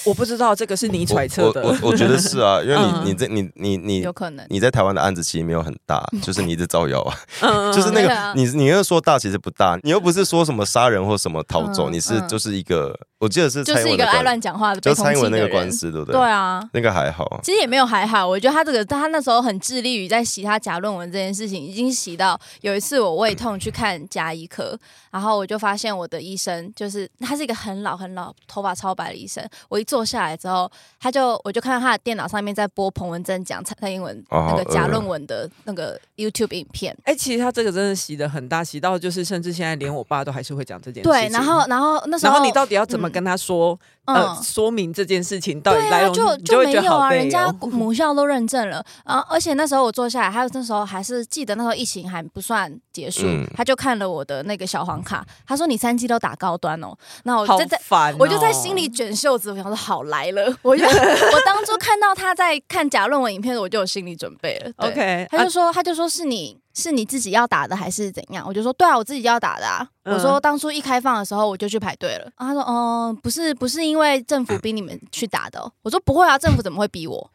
[SPEAKER 1] 我不知道这个是你揣测
[SPEAKER 2] 我
[SPEAKER 1] 的
[SPEAKER 2] 我，我我觉得是啊，因为
[SPEAKER 1] 嗯
[SPEAKER 2] 你你这你你你
[SPEAKER 3] 有可能。
[SPEAKER 2] 哎你在台湾的案子其实没有很大，就是你一直造谣啊，
[SPEAKER 1] 嗯
[SPEAKER 2] 就是那
[SPEAKER 3] 对啊
[SPEAKER 2] 个你你又说大其实不大，你又不是说什么杀人或什么逃走，
[SPEAKER 3] 嗯
[SPEAKER 2] 你是
[SPEAKER 3] 嗯
[SPEAKER 2] 就是一个，我记得是
[SPEAKER 3] 就
[SPEAKER 2] 蔡英
[SPEAKER 3] 是一
[SPEAKER 2] 文的
[SPEAKER 3] 个爱
[SPEAKER 2] 官，
[SPEAKER 3] 乱讲话的，
[SPEAKER 2] 就
[SPEAKER 3] 被
[SPEAKER 2] 是蔡英文那
[SPEAKER 3] 通
[SPEAKER 2] 个
[SPEAKER 3] 缉的
[SPEAKER 2] 官
[SPEAKER 3] 人
[SPEAKER 2] 司，对不
[SPEAKER 3] 对啊，
[SPEAKER 2] 那个还好，
[SPEAKER 3] 其实也没有还好，我觉得他这个他那时候很致力于在洗他假论文这件事情，已经洗到有一次我胃痛去看甲医科，然后我就发现我的医生就是他是一个很老很老头发超白的医生，我一坐下来之后，他就我就看到他的电脑上面在播彭文正讲蔡蔡英文
[SPEAKER 2] 哦
[SPEAKER 3] 那个
[SPEAKER 1] 呃
[SPEAKER 3] 假
[SPEAKER 2] 好恶
[SPEAKER 3] 论文的那个 YouTube 影片，
[SPEAKER 1] 哎、其实他这个真的洗的很大，洗到就是甚至现在连我爸都还是会讲这件事情。
[SPEAKER 3] 对，然后然后那时
[SPEAKER 1] 然
[SPEAKER 3] 候
[SPEAKER 1] 后你到底要怎么跟他说、呃
[SPEAKER 3] 嗯
[SPEAKER 1] 说明这件事情到底
[SPEAKER 3] 对
[SPEAKER 1] 来
[SPEAKER 3] 啊，
[SPEAKER 1] 龙？
[SPEAKER 3] 就
[SPEAKER 1] 你就会
[SPEAKER 3] 没
[SPEAKER 1] 觉得
[SPEAKER 3] 有
[SPEAKER 1] 好
[SPEAKER 3] 啊，
[SPEAKER 1] 累
[SPEAKER 3] 人家
[SPEAKER 1] 哦。
[SPEAKER 3] 母校都认证了啊！而且那时候我坐下来，还有那时候还是记得那时候疫情还不算结束，
[SPEAKER 2] 嗯
[SPEAKER 3] 他就看了我的那个小黄卡，他说你三季都打高端哦，那我
[SPEAKER 1] 好
[SPEAKER 3] 就在。
[SPEAKER 1] 烦哦、
[SPEAKER 3] 我就在心里卷袖子，我想说好来了，我 就我当初看到他在看假论文影片的时候，我就有心理准备了。对
[SPEAKER 1] OK，
[SPEAKER 3] 他就
[SPEAKER 1] 啊
[SPEAKER 3] 说，他就说是你是你自己要打的还是怎样？我就说对啊，我自己要打的啊。
[SPEAKER 1] 嗯
[SPEAKER 3] 我说当初一开放的时候我就去排队了。然后他说哦、不是不是因为政府逼你们去打的哦、我说不会啊，政府怎么会逼我？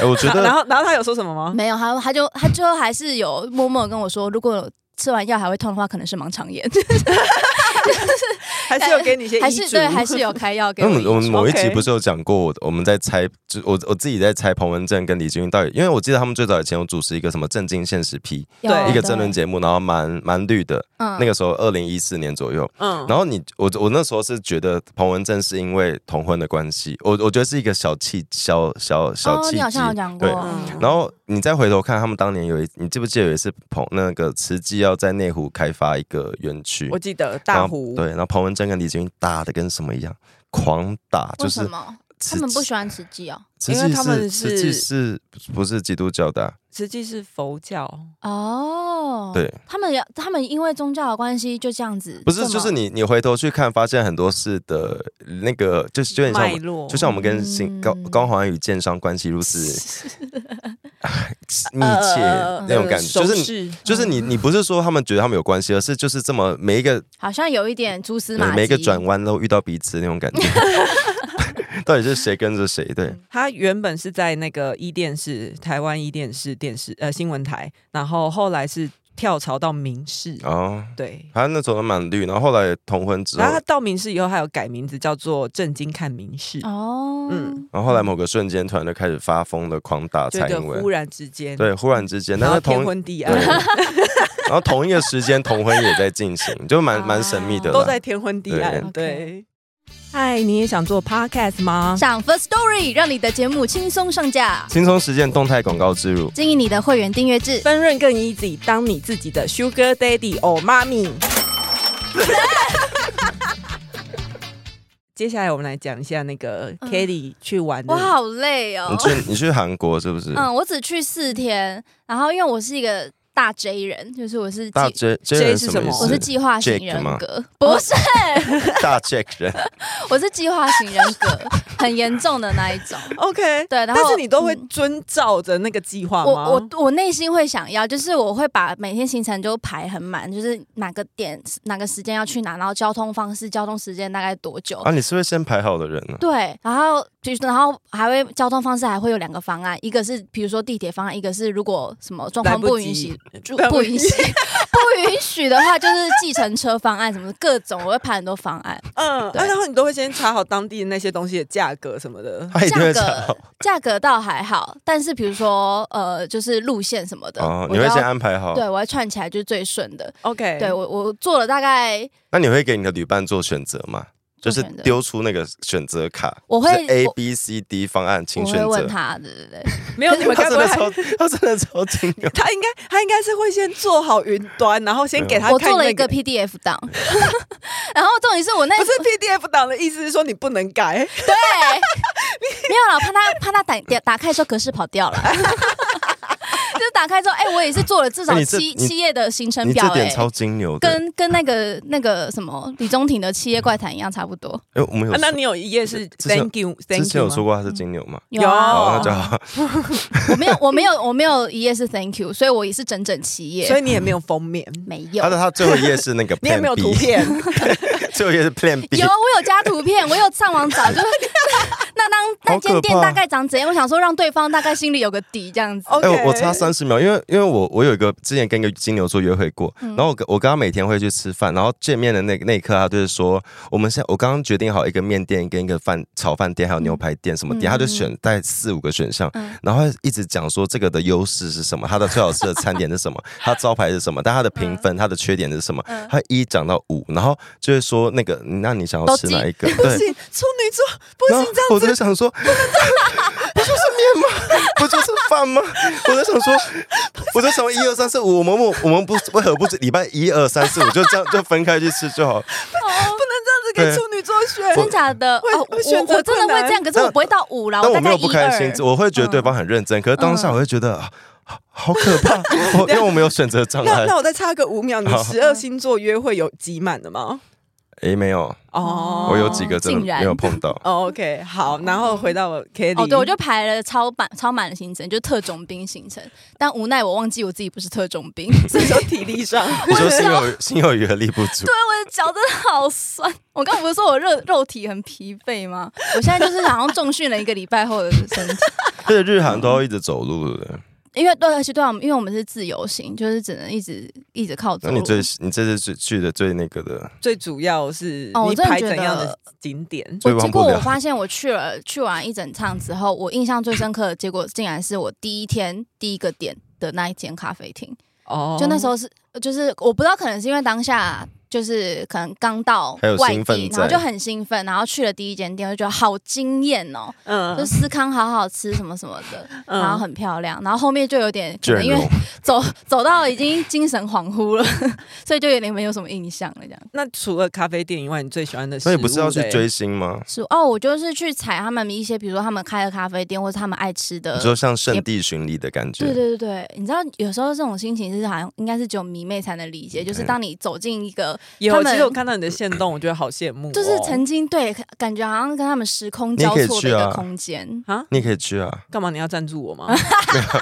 [SPEAKER 2] 哎，我 觉
[SPEAKER 1] 然
[SPEAKER 2] 得
[SPEAKER 1] 后然后他有说什么吗？
[SPEAKER 3] 没有，他他就他最后还是有默默地跟我说，如果吃完药还会痛的话，可能是盲肠炎，
[SPEAKER 1] 还是有给你一些
[SPEAKER 3] 还
[SPEAKER 1] 遗
[SPEAKER 3] 是
[SPEAKER 1] 嘱
[SPEAKER 3] 对，还是有 开药给
[SPEAKER 2] 那
[SPEAKER 3] 我
[SPEAKER 2] 嗯我
[SPEAKER 3] 医
[SPEAKER 2] 们我们
[SPEAKER 3] 嘱。
[SPEAKER 2] 某一集
[SPEAKER 1] OK
[SPEAKER 2] 不是有讲过，我我们在猜，就我我自己在猜彭文正跟李君到底，因为我记得他们最早以前有主持一个什么震惊现实 P
[SPEAKER 3] 有
[SPEAKER 1] 对
[SPEAKER 2] 一个
[SPEAKER 3] 对
[SPEAKER 2] 争论节目，然后蛮蛮绿的，
[SPEAKER 3] 嗯
[SPEAKER 2] 那个时候二零一四年左右，
[SPEAKER 1] 嗯
[SPEAKER 2] 然后你我我那时候是觉得彭文正是因为同婚的关系，我我觉得是一个小契小小小
[SPEAKER 3] 哦，
[SPEAKER 2] 契
[SPEAKER 3] 你好
[SPEAKER 2] 机。
[SPEAKER 3] 像有讲过，
[SPEAKER 1] 嗯
[SPEAKER 2] 对然后你再回头看他们当年有一，你记不记得有一次彭那个慈济要在内湖开发一个园区
[SPEAKER 1] 我，记得
[SPEAKER 2] 然
[SPEAKER 1] 大
[SPEAKER 2] 后
[SPEAKER 1] 湖
[SPEAKER 2] 对，然后彭文正跟李志云打的跟什么一样，狂打，就
[SPEAKER 3] 为
[SPEAKER 2] 是
[SPEAKER 3] 什么
[SPEAKER 2] 慈
[SPEAKER 3] 他们不喜欢吃鸡哦？
[SPEAKER 2] 慈
[SPEAKER 1] 因为
[SPEAKER 2] 济
[SPEAKER 1] 他们
[SPEAKER 2] 是慈济是不是基督教的啊？
[SPEAKER 1] 实际是佛教，
[SPEAKER 3] 哦，
[SPEAKER 2] 对，
[SPEAKER 3] 他们要他们因为宗教的关系就这样子，
[SPEAKER 2] 不是
[SPEAKER 3] 这，么
[SPEAKER 2] 就是你你回头去看，发现很多事的那个就是就有点像我
[SPEAKER 1] 脉
[SPEAKER 2] 们
[SPEAKER 1] 络
[SPEAKER 2] 就像我们跟新
[SPEAKER 1] 哦
[SPEAKER 2] 高
[SPEAKER 3] 嗯
[SPEAKER 2] 高环宇建商关 系如此密切
[SPEAKER 1] 呃
[SPEAKER 2] 那种感觉，
[SPEAKER 1] 熟嗯
[SPEAKER 2] 就是你
[SPEAKER 1] 识
[SPEAKER 2] 就是你你不是说他们觉得他们有关系，而是就是这么每一个
[SPEAKER 3] 好像有一点蛛丝马迹，
[SPEAKER 2] 每一个转弯都遇到彼此那 种感觉，到底是谁跟着谁？对，
[SPEAKER 1] 他原本是在那个一电视，台湾一电视电视呃新闻台，然后后来是跳槽到民视，
[SPEAKER 2] 哦，
[SPEAKER 1] 对。
[SPEAKER 2] 他那时候都蛮绿，然后后来同婚之后
[SPEAKER 1] 然后他，到民视以后，还有改名字叫做“震惊看民视”，
[SPEAKER 3] 哦，
[SPEAKER 1] 嗯
[SPEAKER 3] 嗯，
[SPEAKER 2] 然后后来某个瞬间突然就开始发疯的狂打
[SPEAKER 1] 这
[SPEAKER 2] 蔡
[SPEAKER 1] 个
[SPEAKER 2] 英文
[SPEAKER 1] 忽，然之间，
[SPEAKER 2] 对，忽然之间，
[SPEAKER 1] 然
[SPEAKER 2] 但
[SPEAKER 1] 后
[SPEAKER 2] 是
[SPEAKER 1] 天
[SPEAKER 2] 同
[SPEAKER 1] 昏地
[SPEAKER 2] 对，
[SPEAKER 1] 暗，
[SPEAKER 2] 然后同一个时间同婚也在进行，就蛮蛮神秘的啦，
[SPEAKER 1] 都在天昏地暗，
[SPEAKER 3] 对
[SPEAKER 1] 对。嗨，你也想做 podcast 吗？
[SPEAKER 3] 上 First Story 让你的节目轻松上架，
[SPEAKER 2] 轻松实践动态广告植入。
[SPEAKER 3] 经营你的会员订阅制。
[SPEAKER 1] 分润更 easy，当你自己的 sugar daddy or mommy。接下来我们来讲一下那个
[SPEAKER 3] 嗯
[SPEAKER 1] Kelly 去玩的
[SPEAKER 3] 我好累哦
[SPEAKER 2] 你，去你去韩国是不是？
[SPEAKER 3] 嗯，我只去四天，然后因为我是一个大 J 人，就是我是
[SPEAKER 2] 大
[SPEAKER 3] 计
[SPEAKER 2] J J 人什么意
[SPEAKER 1] 是
[SPEAKER 2] 思？
[SPEAKER 3] 我是计划型
[SPEAKER 2] Jake
[SPEAKER 3] 人
[SPEAKER 2] 吗
[SPEAKER 3] 格，不是，
[SPEAKER 2] 大 Jack 人，
[SPEAKER 3] 我是计划型人格，很严重的那一种。
[SPEAKER 1] OK，
[SPEAKER 3] 对然后
[SPEAKER 1] 但是你都会
[SPEAKER 3] 嗯
[SPEAKER 1] 遵照着那个计划
[SPEAKER 3] 我
[SPEAKER 1] 吗？
[SPEAKER 3] 我我内心会想要，就是我会把每天行程就排很满，就是哪个点哪个时间要去哪，然后交通方式、交通时间大概多久，
[SPEAKER 2] 啊，你是不是先排好的人呢？
[SPEAKER 3] 对，然后比如说，然后还会交通方式还会有两个方案，一个是比如说地铁方案，一个是如果什么状
[SPEAKER 1] 来
[SPEAKER 3] 况
[SPEAKER 1] 不
[SPEAKER 3] 不
[SPEAKER 1] 及
[SPEAKER 3] 允 许，就
[SPEAKER 1] 来不
[SPEAKER 3] 不允许不允许的话，就是计程车方案什么的各种，我会排很多方案。
[SPEAKER 1] 嗯、
[SPEAKER 3] 对
[SPEAKER 1] 啊然后你都会先查好当地的那些东西的价格什么的。
[SPEAKER 2] 他一定会
[SPEAKER 3] 价
[SPEAKER 2] 查
[SPEAKER 3] 格价格倒还好，但是比如说呃，就是路线什么的，
[SPEAKER 2] 哦，
[SPEAKER 3] 我
[SPEAKER 2] 你
[SPEAKER 3] 都
[SPEAKER 2] 会
[SPEAKER 3] 要
[SPEAKER 2] 先安排好。
[SPEAKER 3] 对我要串起来就是最顺的。
[SPEAKER 1] OK，
[SPEAKER 3] 对我我做了大概
[SPEAKER 2] 那你会给你的旅伴做选择吗？就
[SPEAKER 3] 做
[SPEAKER 2] 是
[SPEAKER 3] 选择
[SPEAKER 2] 丢出那个选择卡，
[SPEAKER 3] 我会
[SPEAKER 2] 就是 A
[SPEAKER 3] 我
[SPEAKER 2] B C D 方案，请
[SPEAKER 3] 我
[SPEAKER 2] 选
[SPEAKER 3] 会问
[SPEAKER 2] 择。
[SPEAKER 3] 他，对对对，
[SPEAKER 1] 没有你们
[SPEAKER 2] 他
[SPEAKER 1] 该
[SPEAKER 2] 真
[SPEAKER 1] 不会
[SPEAKER 2] 的
[SPEAKER 1] 还。
[SPEAKER 2] 超，他真的超精的
[SPEAKER 1] 他应该他应该是会先做好云端，然后先 给他
[SPEAKER 3] 嗯我
[SPEAKER 1] 看
[SPEAKER 3] 做了
[SPEAKER 1] 那
[SPEAKER 3] 一个 PDF 档， 然后重点是我那
[SPEAKER 1] 不是 PDF 档的意思是说你不能 改，
[SPEAKER 3] 对， 没有了，怕他怕他打打打开的时候格式跑掉了。 就是打开之后，哎、我也是做了至
[SPEAKER 2] 哎
[SPEAKER 3] 少
[SPEAKER 2] 你这
[SPEAKER 3] 七
[SPEAKER 2] 你
[SPEAKER 3] 七页的行程
[SPEAKER 2] 你
[SPEAKER 3] 表、
[SPEAKER 2] 这点
[SPEAKER 3] 哎
[SPEAKER 2] 超，金牛的，
[SPEAKER 3] 跟跟那个那个什么李宗廷的《七夜怪谈》一样，差不多。
[SPEAKER 2] 哎，我们有
[SPEAKER 1] 啊那
[SPEAKER 2] 说
[SPEAKER 1] 你有一页 是
[SPEAKER 2] 之前
[SPEAKER 1] Thank you
[SPEAKER 2] 之
[SPEAKER 1] Thank
[SPEAKER 2] 前
[SPEAKER 1] you
[SPEAKER 2] 有
[SPEAKER 1] 吗？
[SPEAKER 2] 说过他是金牛吗？
[SPEAKER 3] 有啊，
[SPEAKER 2] 好，哦那就好。
[SPEAKER 3] 我没有，我没有，我没有一页是 Thank you，所以我也是整整七页，
[SPEAKER 1] 所以你也没有封面，
[SPEAKER 3] 没
[SPEAKER 2] 他的
[SPEAKER 3] 有。
[SPEAKER 2] 他最后一页是那个
[SPEAKER 1] 你也
[SPEAKER 2] Plan
[SPEAKER 1] 没有
[SPEAKER 2] B，
[SPEAKER 1] 图片，
[SPEAKER 2] 哎最后一页是 Plan B
[SPEAKER 3] 有，。我有加图片，我有上网找，就是那当那间店大概长怎样，我想说让对方大概心里有个底，这样子。
[SPEAKER 1] OK
[SPEAKER 2] 哎、我我差三十秒，因为因为我我有一个之前跟一个金牛座约会过，
[SPEAKER 3] 嗯
[SPEAKER 2] 然后我跟我跟他每天会去吃饭，然后见面的那那一刻，他就是说，我们现在我刚刚决定好一个面店跟一个饭炒饭店，还有牛排店什么店，
[SPEAKER 3] 嗯
[SPEAKER 2] 他就选大概四五个选项，
[SPEAKER 3] 嗯
[SPEAKER 2] 然后一直讲说这个的优势是什么，它的最好吃的餐点是什么，它招牌是什么，但
[SPEAKER 3] 嗯
[SPEAKER 2] 它的评分、它的缺点是什么，他一讲到五，然后就会说那个，那你想要
[SPEAKER 3] 都
[SPEAKER 2] 吃
[SPEAKER 3] 记
[SPEAKER 2] 哪一个？
[SPEAKER 1] 不
[SPEAKER 2] 对，
[SPEAKER 1] 行，处女座不
[SPEAKER 2] 然
[SPEAKER 1] 行
[SPEAKER 2] 后
[SPEAKER 1] 这样
[SPEAKER 2] 我就想说，不就是面吗？不就是饭吗？我就想说，我就想一二三四五，我们我我们不为何不是礼拜一二三四五就这样就分开去吃就好？
[SPEAKER 3] 哦
[SPEAKER 1] 不能这样子给处女座选，
[SPEAKER 3] 真假的？
[SPEAKER 1] 会
[SPEAKER 3] 哦，我
[SPEAKER 1] 会选择
[SPEAKER 3] 我真的
[SPEAKER 1] 困难
[SPEAKER 3] 会这样，可是我不会到五啦，
[SPEAKER 2] 但
[SPEAKER 3] 大
[SPEAKER 2] 我没
[SPEAKER 3] 概
[SPEAKER 2] 有不
[SPEAKER 3] 一
[SPEAKER 2] 开
[SPEAKER 3] 二。
[SPEAKER 2] 心，我会觉得对方很认真，可是当下我会觉得啊，好好可怕， 我因为我没有选择障
[SPEAKER 1] 那
[SPEAKER 2] 碍
[SPEAKER 1] 那。我再插个五秒，你
[SPEAKER 2] 好
[SPEAKER 1] 十二星座约会有挤满的吗？
[SPEAKER 2] 诶，没有，
[SPEAKER 1] 哦，
[SPEAKER 2] 我有几个真的
[SPEAKER 3] 竟然
[SPEAKER 2] 没有碰 到。
[SPEAKER 1] 哦 OK，好，然后回到 Kelly，
[SPEAKER 3] 哦，对，我就排了超满超满的行程，就是特种兵行程，但无奈我忘记我自己不是特种 兵，所以
[SPEAKER 1] 说体力 上，
[SPEAKER 2] 你说心有心有余而力不足
[SPEAKER 3] 对，我的脚真的好酸。我刚不是说我肉肉体很疲惫吗？我现在就是好像重训了一个礼拜后的身 体，
[SPEAKER 2] 而且日韩都要一直走路的。
[SPEAKER 3] 因为对，而且对啊，我们因为我们是自由行，就是只能一直一直靠走
[SPEAKER 2] 那
[SPEAKER 3] 路
[SPEAKER 2] 你。
[SPEAKER 1] 嗯
[SPEAKER 2] 最你这次去去的最那个的，
[SPEAKER 1] 最主要是
[SPEAKER 3] 哦我
[SPEAKER 1] 你
[SPEAKER 3] 真的
[SPEAKER 1] 排
[SPEAKER 3] 觉
[SPEAKER 1] 怎样的
[SPEAKER 3] 得
[SPEAKER 1] 景点？
[SPEAKER 2] 最
[SPEAKER 3] 我
[SPEAKER 2] 忘
[SPEAKER 3] 结
[SPEAKER 2] 不
[SPEAKER 3] 果我
[SPEAKER 2] 了
[SPEAKER 3] 发现我去了去完一整趟之后，我印象最深刻的结果竟然是我第一天第一个点的那一间咖啡厅。
[SPEAKER 1] 哦
[SPEAKER 3] 就那时候是，就是我不知道，可能是因为当下就是可能刚到
[SPEAKER 2] 还有
[SPEAKER 3] 外
[SPEAKER 2] 兴奋
[SPEAKER 3] 地，
[SPEAKER 2] 在
[SPEAKER 3] 然后就很兴奋，然后去了第一间店，我就觉得好惊艳哦，就
[SPEAKER 1] 嗯，
[SPEAKER 3] 思康好好吃什么什么的，
[SPEAKER 1] 嗯
[SPEAKER 3] 然后很漂亮，然后后面就有点可
[SPEAKER 2] 卷
[SPEAKER 3] 能因为
[SPEAKER 2] 容。
[SPEAKER 3] 走走到已经精神恍惚了， 所以就有点没有什么印象了这样。
[SPEAKER 1] 那除了咖啡店以外，你最喜欢的食
[SPEAKER 2] 那
[SPEAKER 1] 物
[SPEAKER 2] 你
[SPEAKER 1] 嘞？
[SPEAKER 2] 不是要去追星吗？
[SPEAKER 3] 是哦，我就是去踩他们一些，比如说他们开的咖啡店，或者他们爱吃的
[SPEAKER 2] 你。说像圣地巡礼的感觉，
[SPEAKER 3] 对对对对，你知道有时候这种心情是好像应该是只有迷妹才能理解，就是
[SPEAKER 2] 嗯
[SPEAKER 3] 当你走进一个
[SPEAKER 1] 有，
[SPEAKER 3] 他
[SPEAKER 1] 我其
[SPEAKER 3] 们
[SPEAKER 1] 实我看到你的线动，我觉得好羡慕哦，。
[SPEAKER 3] 就是曾经对，感觉好像跟他们时空交错的一个空间
[SPEAKER 1] 啊，
[SPEAKER 2] 你也可以去啊。
[SPEAKER 1] 干嘛你要赞助我吗？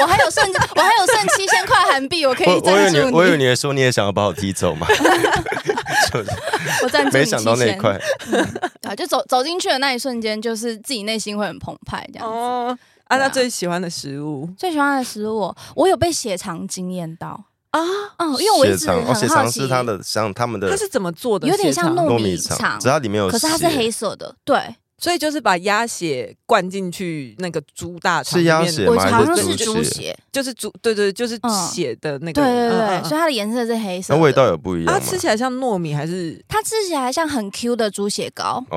[SPEAKER 3] 我还有剩，我还有剩七千块韩币，我可
[SPEAKER 2] 我
[SPEAKER 3] 以
[SPEAKER 2] 我以为
[SPEAKER 3] 赞
[SPEAKER 2] 你，
[SPEAKER 3] 助
[SPEAKER 2] 我以为
[SPEAKER 3] 你。
[SPEAKER 2] 你说你也想要把我踢走 嘛， 就
[SPEAKER 3] 我赞助
[SPEAKER 2] 没
[SPEAKER 3] 你
[SPEAKER 2] 想到
[SPEAKER 3] 七
[SPEAKER 2] 那一
[SPEAKER 3] 千。
[SPEAKER 2] 块。
[SPEAKER 3] 对，啊就走走进去的那一瞬间，就是自己内心会很澎湃这样子。
[SPEAKER 1] 哦，啊，
[SPEAKER 3] 对
[SPEAKER 1] 那
[SPEAKER 3] 啊
[SPEAKER 1] 最喜欢的食物
[SPEAKER 3] 最喜欢的食物，我我有被血肠惊艳到。
[SPEAKER 1] 啊，
[SPEAKER 3] 哦，因为我一
[SPEAKER 2] 血
[SPEAKER 3] 直
[SPEAKER 2] 肠
[SPEAKER 3] 很
[SPEAKER 2] 哦，血
[SPEAKER 3] 好
[SPEAKER 2] 肠
[SPEAKER 3] 奇，
[SPEAKER 2] 是它的像他们的
[SPEAKER 1] 它是怎么做的？
[SPEAKER 3] 有点像
[SPEAKER 1] 血肠
[SPEAKER 3] 糯
[SPEAKER 2] 糯
[SPEAKER 3] 米
[SPEAKER 2] 米
[SPEAKER 3] 肠
[SPEAKER 2] 肠，只要里面有血，
[SPEAKER 3] 可是它是黑色的，对，
[SPEAKER 1] 所以就是把鸭血灌进去那个猪大肠
[SPEAKER 2] 是
[SPEAKER 1] 里
[SPEAKER 2] 鸭
[SPEAKER 1] 面
[SPEAKER 2] 血
[SPEAKER 3] 我
[SPEAKER 2] 吗
[SPEAKER 3] 好像
[SPEAKER 2] 还是
[SPEAKER 3] 是
[SPEAKER 2] 猪
[SPEAKER 3] 猪
[SPEAKER 2] 血
[SPEAKER 3] 血，
[SPEAKER 1] 就是猪，对对，就是
[SPEAKER 3] 嗯
[SPEAKER 1] 血的那个，
[SPEAKER 3] 对对对，
[SPEAKER 1] 嗯嗯
[SPEAKER 3] 所以它的颜色是黑色
[SPEAKER 2] 那
[SPEAKER 3] 的。
[SPEAKER 2] 味道有不一
[SPEAKER 1] 嗯
[SPEAKER 2] 样
[SPEAKER 1] 啊，
[SPEAKER 2] 吗？
[SPEAKER 1] 吃起来像糯米还是
[SPEAKER 3] 它吃起来像很 Q 的猪血糕，
[SPEAKER 2] 哦，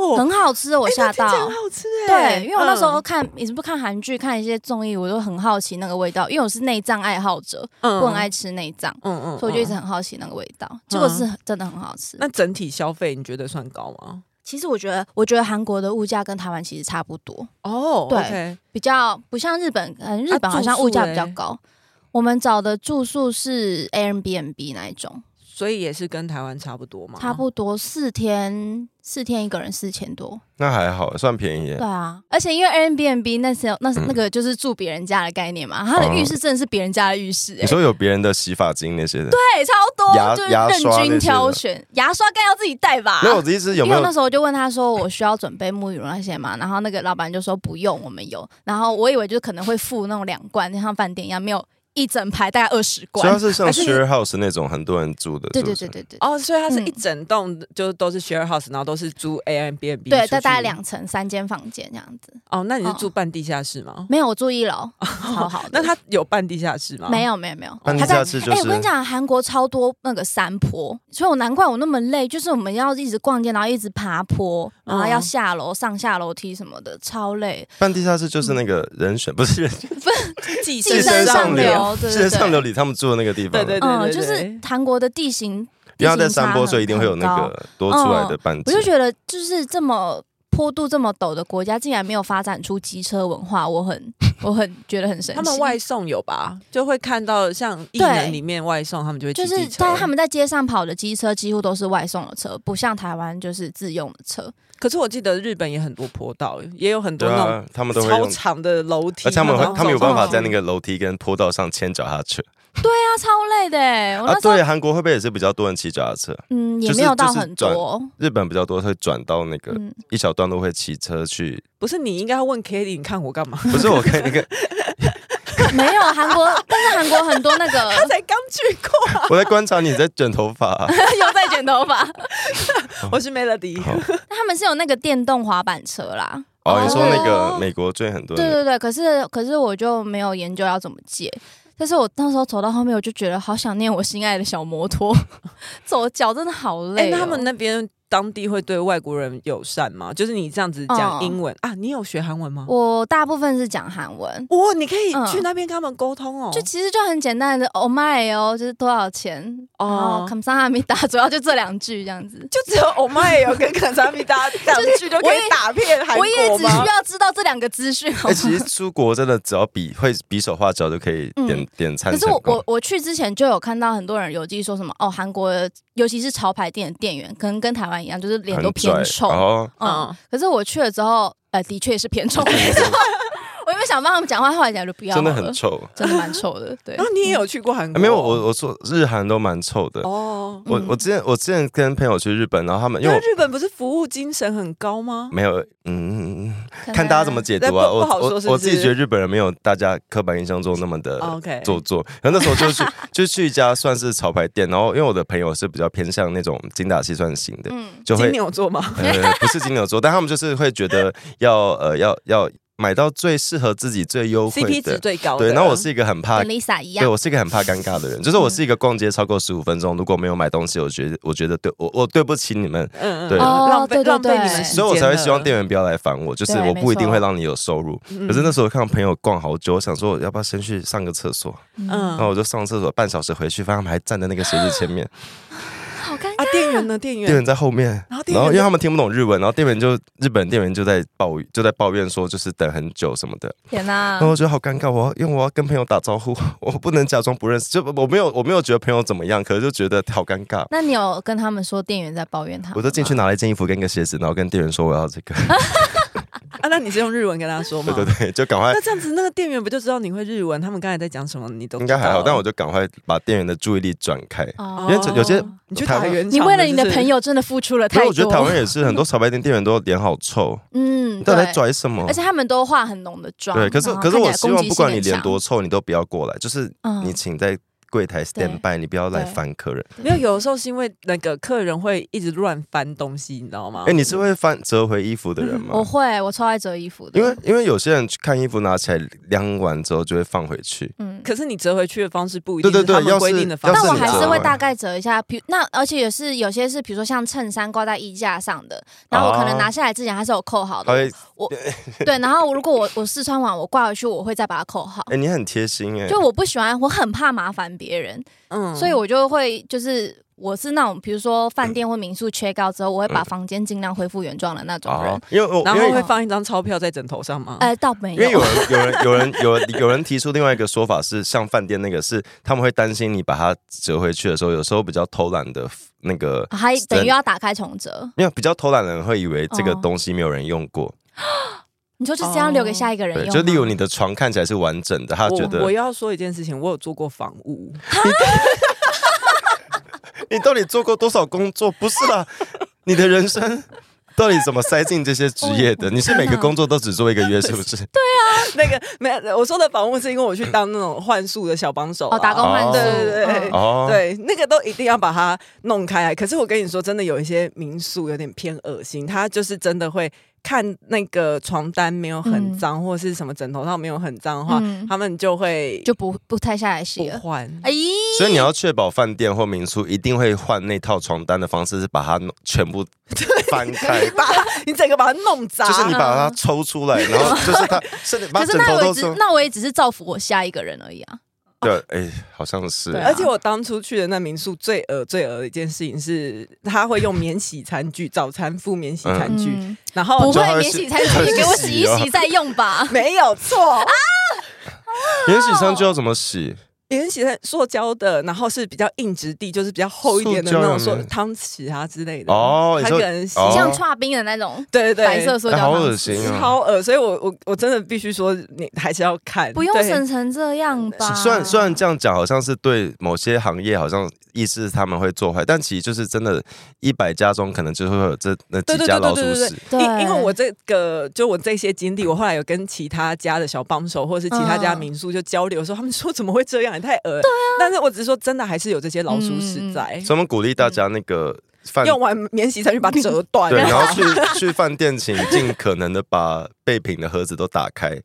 [SPEAKER 1] 哦，
[SPEAKER 3] 很好吃，我
[SPEAKER 1] 哎那
[SPEAKER 3] 吓
[SPEAKER 1] 听
[SPEAKER 3] 到。
[SPEAKER 1] 起来很好吃哎，
[SPEAKER 3] 对，因为我那时候
[SPEAKER 1] 嗯
[SPEAKER 3] 看，也是不看韩剧，看一些综艺，我都很好奇那个味道，因为我是内脏爱好者，
[SPEAKER 1] 嗯
[SPEAKER 3] 我很爱吃内脏，
[SPEAKER 1] 嗯嗯
[SPEAKER 3] 所以我就一直
[SPEAKER 1] 嗯
[SPEAKER 3] 很好奇那个味道。结果是真的很好吃。
[SPEAKER 1] 那整体消费你觉得算高吗？
[SPEAKER 3] 其实我觉得，我觉得韩国的物价跟台湾其实差不多，
[SPEAKER 1] 哦，
[SPEAKER 3] 对
[SPEAKER 1] OK
[SPEAKER 3] 比较不像日本，嗯，
[SPEAKER 1] 啊
[SPEAKER 3] 日本好像物价
[SPEAKER 1] 欸
[SPEAKER 3] 比较高。我们找的住宿是 Airbnb 那一种，
[SPEAKER 1] 所以也是跟台湾差不多嘛，
[SPEAKER 3] 差不多四天，四天一个人四千多。
[SPEAKER 2] 那还好，算便宜耶
[SPEAKER 3] 对。啊，而且因为 Airbnb 那时候那时
[SPEAKER 2] 嗯
[SPEAKER 3] 那个就是住别人家的概念嘛，它的
[SPEAKER 1] 哦
[SPEAKER 3] 浴室真的是别人家的浴室、
[SPEAKER 2] 你
[SPEAKER 3] 欸，
[SPEAKER 2] 说有别人的洗发精那些的，
[SPEAKER 3] 对，超多，
[SPEAKER 2] 牙
[SPEAKER 3] 就是
[SPEAKER 2] 牙刷
[SPEAKER 3] 任
[SPEAKER 2] 那些
[SPEAKER 3] 君
[SPEAKER 2] 的
[SPEAKER 3] 挑选，牙刷该要自己带吧
[SPEAKER 2] 没。有，我的意思是有
[SPEAKER 3] 啊因
[SPEAKER 2] 没
[SPEAKER 3] 为我
[SPEAKER 2] 有
[SPEAKER 3] 那时候就问他说，我需要准备沐浴乳那些嘛，然后那个老板就说不用，我们有。然后我以为就可能会付那种两罐，像饭店一样，没有一整排大概二十
[SPEAKER 2] 主要
[SPEAKER 3] 罐。
[SPEAKER 2] 是像
[SPEAKER 1] 还是
[SPEAKER 2] share house 那种很多人住的，是
[SPEAKER 3] 对
[SPEAKER 2] 不
[SPEAKER 3] 对
[SPEAKER 2] 是
[SPEAKER 3] 对对对。
[SPEAKER 1] 哦，所以它是一
[SPEAKER 3] 嗯
[SPEAKER 1] 整栋就都是 share house，然后都是租 A M B N B，
[SPEAKER 3] 对，大大概两层三间房间这样子。
[SPEAKER 1] 哦，那你是
[SPEAKER 3] 哦
[SPEAKER 1] 住半地下室吗？
[SPEAKER 3] 没有，我住一 楼，好好的。
[SPEAKER 1] 那它有半地下室吗？
[SPEAKER 3] 没有没有没有，
[SPEAKER 2] 半地
[SPEAKER 3] 他在
[SPEAKER 2] 啊下室就
[SPEAKER 3] 哎、
[SPEAKER 2] 是
[SPEAKER 3] 我跟你讲，韩国超多那个山坡，所以我难怪我那么累，就是我们要一直逛街，然后一直爬坡，
[SPEAKER 2] 嗯
[SPEAKER 3] 然后要下楼、上下楼梯什么的，超累。
[SPEAKER 2] 半地下室就是那个人选，不是人选，
[SPEAKER 1] 寄
[SPEAKER 3] 寄
[SPEAKER 2] 生
[SPEAKER 3] 生
[SPEAKER 2] 上
[SPEAKER 3] 上
[SPEAKER 2] 流
[SPEAKER 1] 流，
[SPEAKER 3] 流，对
[SPEAKER 2] 是
[SPEAKER 3] 对
[SPEAKER 2] 上流
[SPEAKER 3] 对，
[SPEAKER 2] 里他们住的那个地方，
[SPEAKER 1] 对对对
[SPEAKER 3] 嗯，
[SPEAKER 1] 对，
[SPEAKER 3] 就是韩国的地形，
[SPEAKER 2] 因为它
[SPEAKER 3] 地
[SPEAKER 2] 在
[SPEAKER 3] 形
[SPEAKER 2] 山坡，
[SPEAKER 3] 差
[SPEAKER 2] 所以一定会有那
[SPEAKER 3] 很高。嗯
[SPEAKER 2] 个多出来的半
[SPEAKER 3] 我
[SPEAKER 2] 截
[SPEAKER 3] 就。觉得，就是这么坡度这么陡的国家，竟然没有发展出机车文化，我很 我很觉得很神
[SPEAKER 1] 他
[SPEAKER 3] 奇。
[SPEAKER 1] 们外送有吧？就会看到像艺
[SPEAKER 3] 对
[SPEAKER 1] 人里面外送，他们就会骑
[SPEAKER 3] 就是
[SPEAKER 1] 机，车
[SPEAKER 3] 但他们在街上跑的机车几乎都是外送的车，不像台湾就是自用的车。
[SPEAKER 1] 可是我记得日本也很多坡道，欸也有很
[SPEAKER 2] 对
[SPEAKER 1] 多那
[SPEAKER 2] 啊，他们都
[SPEAKER 1] 种
[SPEAKER 2] 会
[SPEAKER 1] 超
[SPEAKER 2] 用，
[SPEAKER 1] 长的楼梯，
[SPEAKER 2] 而且他们
[SPEAKER 1] 然
[SPEAKER 2] 会
[SPEAKER 1] 后，
[SPEAKER 2] 他们有
[SPEAKER 1] 走
[SPEAKER 2] 办
[SPEAKER 1] 上
[SPEAKER 2] 法
[SPEAKER 1] 去
[SPEAKER 2] 在那个楼梯跟坡道上牵脚踏车
[SPEAKER 3] 那哎超累的、欸，我
[SPEAKER 2] 啊
[SPEAKER 3] 那。时候、
[SPEAKER 2] 对，韩国会不会也是比较多人骑脚踏车？
[SPEAKER 3] 嗯也
[SPEAKER 2] 就是
[SPEAKER 3] 没有到
[SPEAKER 2] 就是
[SPEAKER 3] 很
[SPEAKER 2] 转
[SPEAKER 3] 多，
[SPEAKER 2] 日本比较多会转到那个
[SPEAKER 3] 嗯，
[SPEAKER 2] 一小段路会骑车去，
[SPEAKER 1] 不是你应该要问 k a t i e 你看我干嘛？
[SPEAKER 2] 不是我看那 个，
[SPEAKER 3] 没有韩国，但是韩国很多那个
[SPEAKER 1] 才刚去过，
[SPEAKER 2] 我在观察你在卷头发啊，
[SPEAKER 3] 又在剪头 发，
[SPEAKER 1] 我是 Melody，
[SPEAKER 2] 哦好
[SPEAKER 3] 他们是有那个电动滑板车啦，
[SPEAKER 2] 哦，你说那个
[SPEAKER 1] 哦
[SPEAKER 2] 美国最很多
[SPEAKER 3] 对
[SPEAKER 2] 人的，
[SPEAKER 3] 对对，可是可是我就没有研究要怎么借。但是我那时候走到后面，我就觉得好想念我心爱的小摩托， 走脚真的好
[SPEAKER 1] 哎、
[SPEAKER 3] 累、哦
[SPEAKER 1] 那他们那边当地会对外国人友善吗？就是你这样子讲
[SPEAKER 3] 嗯
[SPEAKER 1] 英文、啊，你有学韩文吗？
[SPEAKER 3] 我大部分是讲韩文，
[SPEAKER 1] 哇、你可以
[SPEAKER 3] 嗯
[SPEAKER 1] 去那边跟他们沟通哦。
[SPEAKER 3] 就其实就很简单的，Oh my 哦，就是多少钱，
[SPEAKER 1] 哦
[SPEAKER 3] 哦 c o m e s a m i d a 主要就这两句这样子。
[SPEAKER 1] 就只有我妈也有跟肯扎米 达两句就可以打遍韩
[SPEAKER 3] 我也
[SPEAKER 1] 国
[SPEAKER 3] 只需
[SPEAKER 1] 吗？
[SPEAKER 3] 要知道这两个资讯，好
[SPEAKER 2] 哎，
[SPEAKER 3] 吗？
[SPEAKER 2] 其实出国真的只要比会比手画脚就可以点点餐
[SPEAKER 3] 嗯可是
[SPEAKER 2] 成
[SPEAKER 3] 我
[SPEAKER 2] 功
[SPEAKER 3] 我。我去之前就有看到很多人邮寄说什么哦，韩国的尤其是潮牌店的店员，可能跟台湾一样，就是脸
[SPEAKER 2] 很
[SPEAKER 3] 都偏
[SPEAKER 2] 拽
[SPEAKER 3] 臭。
[SPEAKER 2] 哦，
[SPEAKER 3] 嗯，
[SPEAKER 1] 嗯，
[SPEAKER 3] 可是我去了之后，呃，的确 是偏臭。没错 我原本想帮他们讲话，后来讲就不要好
[SPEAKER 2] 真
[SPEAKER 3] 了，
[SPEAKER 2] 的很臭。
[SPEAKER 3] 真的蛮臭的。对
[SPEAKER 1] 然，后你也有去过韩
[SPEAKER 2] 哎
[SPEAKER 1] 国？
[SPEAKER 2] 没有，我我说日韩都蛮臭的。
[SPEAKER 1] 哦，
[SPEAKER 2] 我
[SPEAKER 3] 嗯
[SPEAKER 2] 我之前我之前跟朋友去日本，然后他们因
[SPEAKER 1] 因
[SPEAKER 2] 为
[SPEAKER 1] 为
[SPEAKER 2] 我
[SPEAKER 1] 日本不是服务精神很高吗？
[SPEAKER 2] 没有，嗯，嗯
[SPEAKER 3] 可能
[SPEAKER 2] 看大家怎么解读啊。
[SPEAKER 1] 那不
[SPEAKER 2] 我
[SPEAKER 1] 不好说
[SPEAKER 2] 我
[SPEAKER 1] 是不是哦
[SPEAKER 2] 我自己觉得日本人没有大家刻板印象中那么的
[SPEAKER 1] OK
[SPEAKER 2] 做作。然后那时候就去就去一家算是潮牌店，然后因为我的朋友是比较偏向那种精打细算型的，
[SPEAKER 3] 嗯，
[SPEAKER 2] 就
[SPEAKER 1] 金
[SPEAKER 2] 会
[SPEAKER 1] 牛座吗？
[SPEAKER 2] 呃不是金牛座，但他们就是会觉得要呃要要买到最适合自己最优
[SPEAKER 1] CP
[SPEAKER 2] 惠
[SPEAKER 1] 值
[SPEAKER 2] 的。
[SPEAKER 1] 最高的。
[SPEAKER 2] 对，然后我是一个很怕
[SPEAKER 3] 跟 Lisa 一
[SPEAKER 2] 啊对
[SPEAKER 3] 样，
[SPEAKER 2] 我是一个很怕尴尬的人，就是
[SPEAKER 1] 嗯
[SPEAKER 2] 我是一个逛街超过十五分钟，如果没有买东西，我觉得我觉得对我我对不起你们，
[SPEAKER 1] 嗯嗯，嗯
[SPEAKER 2] 对
[SPEAKER 1] 浪费
[SPEAKER 3] 哦对对
[SPEAKER 1] 浪费你们
[SPEAKER 3] 对
[SPEAKER 1] 时间
[SPEAKER 2] 所
[SPEAKER 1] 了，
[SPEAKER 2] 以我才会希望店员不要来烦我，就是
[SPEAKER 3] 对
[SPEAKER 2] 我不一定
[SPEAKER 3] 没错
[SPEAKER 2] 会让你有收入。
[SPEAKER 1] 嗯。
[SPEAKER 2] 可是那时候看到朋友逛好久，我想说我要不要先去上个厕所，
[SPEAKER 1] 嗯
[SPEAKER 2] 然后我就上厕所半小时回去，发现他们还站在那个鞋子 前面，
[SPEAKER 3] 好尴尬。
[SPEAKER 1] 啊，店员呢？店员
[SPEAKER 2] 店员在后面。
[SPEAKER 1] 然后店员
[SPEAKER 2] 然后，因为
[SPEAKER 1] 就
[SPEAKER 2] 他们听不懂日文，然后店员就日本店员就在抱就在抱怨说，就是等很久什么的。
[SPEAKER 1] 嗯
[SPEAKER 3] 天哪
[SPEAKER 2] 然后，我觉得好尴尬，我要因为我要跟朋友打招呼， 我不能假装不认识，就我没有我没有觉得朋友怎么样，可是就觉得好尴尬。
[SPEAKER 3] 那你有跟他们说店员在抱怨他们吗？
[SPEAKER 2] 我就进
[SPEAKER 1] 嗯
[SPEAKER 2] 去拿了一件衣服跟一个鞋子，然后跟店员说我要这个，
[SPEAKER 1] 啊，那你是用日文跟他说吗？
[SPEAKER 2] 对对对，就赶快
[SPEAKER 1] 那，这样子，那个店员不就知道你会日文？他们刚才在讲什么，你都
[SPEAKER 2] 应该还好，
[SPEAKER 1] 知道
[SPEAKER 2] 但我就赶快把店员的注意力转开。
[SPEAKER 3] 哦，
[SPEAKER 2] 因为这有些
[SPEAKER 1] 你去打圆场，
[SPEAKER 3] 你为了你的
[SPEAKER 1] 就是
[SPEAKER 3] 朋，友真的付出了
[SPEAKER 2] 可是
[SPEAKER 3] 太多。
[SPEAKER 2] 我觉得台湾也是很多潮牌店店员都脸好臭，
[SPEAKER 3] 嗯，
[SPEAKER 2] 你到底在
[SPEAKER 3] 对
[SPEAKER 2] 拽什么
[SPEAKER 3] 而？且他们都化很浓的妆。
[SPEAKER 2] 对，可是
[SPEAKER 3] 然后
[SPEAKER 2] 可是
[SPEAKER 3] 看起
[SPEAKER 2] 我
[SPEAKER 3] 来
[SPEAKER 2] 希
[SPEAKER 3] 攻
[SPEAKER 2] 望
[SPEAKER 3] 击
[SPEAKER 2] 不管
[SPEAKER 3] 性
[SPEAKER 2] 你
[SPEAKER 3] 很
[SPEAKER 2] 脸
[SPEAKER 3] 强
[SPEAKER 2] 多臭，你都不要过来，就是
[SPEAKER 3] 嗯
[SPEAKER 2] 你请在柜台 stand by，你不要来
[SPEAKER 3] 对
[SPEAKER 2] 翻客人。
[SPEAKER 1] 没有，有的时候是因为那个客人会一直乱翻东西，你知道吗？
[SPEAKER 2] 哎，你是会翻折回衣服的人
[SPEAKER 3] 哦嗯
[SPEAKER 2] 吗？
[SPEAKER 3] 我会，我超爱折衣服的，
[SPEAKER 2] 因为因为有些人去看衣服拿起来量完之后就会放回去，
[SPEAKER 3] 嗯。
[SPEAKER 1] 可是你折回去的方式不一定
[SPEAKER 2] 对对对
[SPEAKER 1] 是他们规定的方
[SPEAKER 2] 要
[SPEAKER 1] 式，
[SPEAKER 3] 但
[SPEAKER 2] 是
[SPEAKER 3] 我
[SPEAKER 2] 你
[SPEAKER 3] 还
[SPEAKER 2] 折
[SPEAKER 3] 是会
[SPEAKER 2] 吗
[SPEAKER 3] 大概折一下，比如那而且也是有些是，比如说像衬衫挂在衣架上的，然后我可能
[SPEAKER 2] 哦
[SPEAKER 3] 拿下来之前还是有扣好
[SPEAKER 2] 他
[SPEAKER 3] 的，
[SPEAKER 2] 会
[SPEAKER 3] 对，然后如果我我试穿完我挂回去，我会再把它扣好。
[SPEAKER 2] 哎，你很贴心哎，
[SPEAKER 3] 就我不喜欢，我很怕麻烦别人，
[SPEAKER 1] 嗯
[SPEAKER 3] 所以我就会就是我是那种，比如说饭店或民宿 check out 之后，我会把房间尽量恢复原状的那种人
[SPEAKER 2] 嗯哦。，因为我
[SPEAKER 1] 然
[SPEAKER 2] 因
[SPEAKER 1] 后
[SPEAKER 2] 为
[SPEAKER 1] 会放一张钞票在枕头上吗？
[SPEAKER 3] 呃，倒没
[SPEAKER 2] 因为有人、有
[SPEAKER 3] 有，
[SPEAKER 2] 人、有人、有人、有人提出另外一个说法是，像饭店那个是他们会担心你把它折回去的时候，有时候比较偷懒的那个，
[SPEAKER 3] 还等于要打开重折。
[SPEAKER 2] 因为比较偷懒的人会以为这个
[SPEAKER 3] 哦
[SPEAKER 2] 东西没有人用过，
[SPEAKER 3] 你说就这样留给下一个人
[SPEAKER 2] 对，
[SPEAKER 3] 用吗？
[SPEAKER 2] 就例如你的床看起来是完整的，他啊觉
[SPEAKER 1] 我
[SPEAKER 2] 得
[SPEAKER 1] 我要说一件事情，我有做过房屋，
[SPEAKER 2] 你到底做过多少工作？不是啦，你的人生到底怎么塞进这些职业的？你是每个工作都只做一个月，是不是？
[SPEAKER 1] 那个没有，我说的访问是因为我去当那种幻术的小帮手、啊，
[SPEAKER 3] 哦，打工换嗯
[SPEAKER 2] 哦
[SPEAKER 1] 对对对。
[SPEAKER 2] 哦，
[SPEAKER 1] 对，那个都一定要把它弄开来。可是我跟你说，真的有一些民宿有点偏恶心，它就是真的会看那个床单没有很脏，或是什么枕头上没有很脏的话，
[SPEAKER 3] 嗯
[SPEAKER 1] 他们就会
[SPEAKER 3] 就不不太下来
[SPEAKER 1] 不
[SPEAKER 3] 洗了。
[SPEAKER 1] 换。
[SPEAKER 3] 哎，
[SPEAKER 2] 所以你要确保饭店或民宿一定会换那套床单的方式是把它弄全部翻开，
[SPEAKER 1] 把它你整个把它弄砸，
[SPEAKER 2] 就是你啊把它抽出来，然 后就是它，甚至把
[SPEAKER 3] 啊可是
[SPEAKER 2] 枕
[SPEAKER 3] 那
[SPEAKER 2] 头
[SPEAKER 3] 我也
[SPEAKER 2] 都
[SPEAKER 3] 只
[SPEAKER 2] 抽。
[SPEAKER 3] 那我也只是造福我下一个人而已啊。
[SPEAKER 2] 对，哎，好像是
[SPEAKER 3] 对啊
[SPEAKER 1] 而且我当初去的那民宿最恶最恶的一件事情是，他会用免洗餐具，早餐敷免洗餐具，
[SPEAKER 3] 嗯，
[SPEAKER 1] 然后
[SPEAKER 3] 不
[SPEAKER 2] 就
[SPEAKER 3] 会
[SPEAKER 2] 还会
[SPEAKER 3] 免
[SPEAKER 2] 洗
[SPEAKER 3] 洗餐具，
[SPEAKER 2] 还
[SPEAKER 3] 你给我
[SPEAKER 2] 会洗
[SPEAKER 3] 洗一
[SPEAKER 2] 哦
[SPEAKER 3] 洗再 用吧。
[SPEAKER 1] 没有错，
[SPEAKER 2] 免洗餐具要怎么洗？
[SPEAKER 1] 免洗餐塑胶的，然后是比较硬质地，就是比较厚一点的
[SPEAKER 2] 塑胶
[SPEAKER 1] 那
[SPEAKER 2] 有
[SPEAKER 1] 种，
[SPEAKER 2] 没
[SPEAKER 1] 说
[SPEAKER 2] 有
[SPEAKER 1] 汤匙啊之类的。
[SPEAKER 2] 哦你
[SPEAKER 1] 他
[SPEAKER 2] 说
[SPEAKER 1] 可能洗，
[SPEAKER 2] 哦
[SPEAKER 3] 像串冰的那种
[SPEAKER 1] 对对对，
[SPEAKER 3] 白色塑
[SPEAKER 2] 哎，
[SPEAKER 3] 胶
[SPEAKER 2] 好
[SPEAKER 3] 汤
[SPEAKER 2] 恶
[SPEAKER 3] 匙，
[SPEAKER 2] 心啊！
[SPEAKER 1] 超恶，所以我我我真的必须说，你还是要看，
[SPEAKER 3] 不用
[SPEAKER 1] 对
[SPEAKER 3] 省成这样吧？
[SPEAKER 2] 虽然虽然这样讲，好像是对某些行业好像意思他们会做坏，但其实就是真的，一百家中可能就会有这那
[SPEAKER 1] 对
[SPEAKER 2] 几
[SPEAKER 1] 对
[SPEAKER 2] 家
[SPEAKER 1] 对对
[SPEAKER 2] 老鼠
[SPEAKER 1] 对对
[SPEAKER 2] 屎
[SPEAKER 1] 对。
[SPEAKER 3] 对，
[SPEAKER 1] 因因为我这个就我这些经历，我后来有跟其他家的小帮手或者是其他家民宿就交流的时候，他们说怎么会这样，也太恶了。但是我只是说真的，还是有这些老鼠屎在。
[SPEAKER 3] 哎
[SPEAKER 2] 所以我们鼓励大家那个饭
[SPEAKER 1] 用完免洗才去把它折断，
[SPEAKER 2] 对，然后去去饭店，请尽可能的把备品的盒子都打开。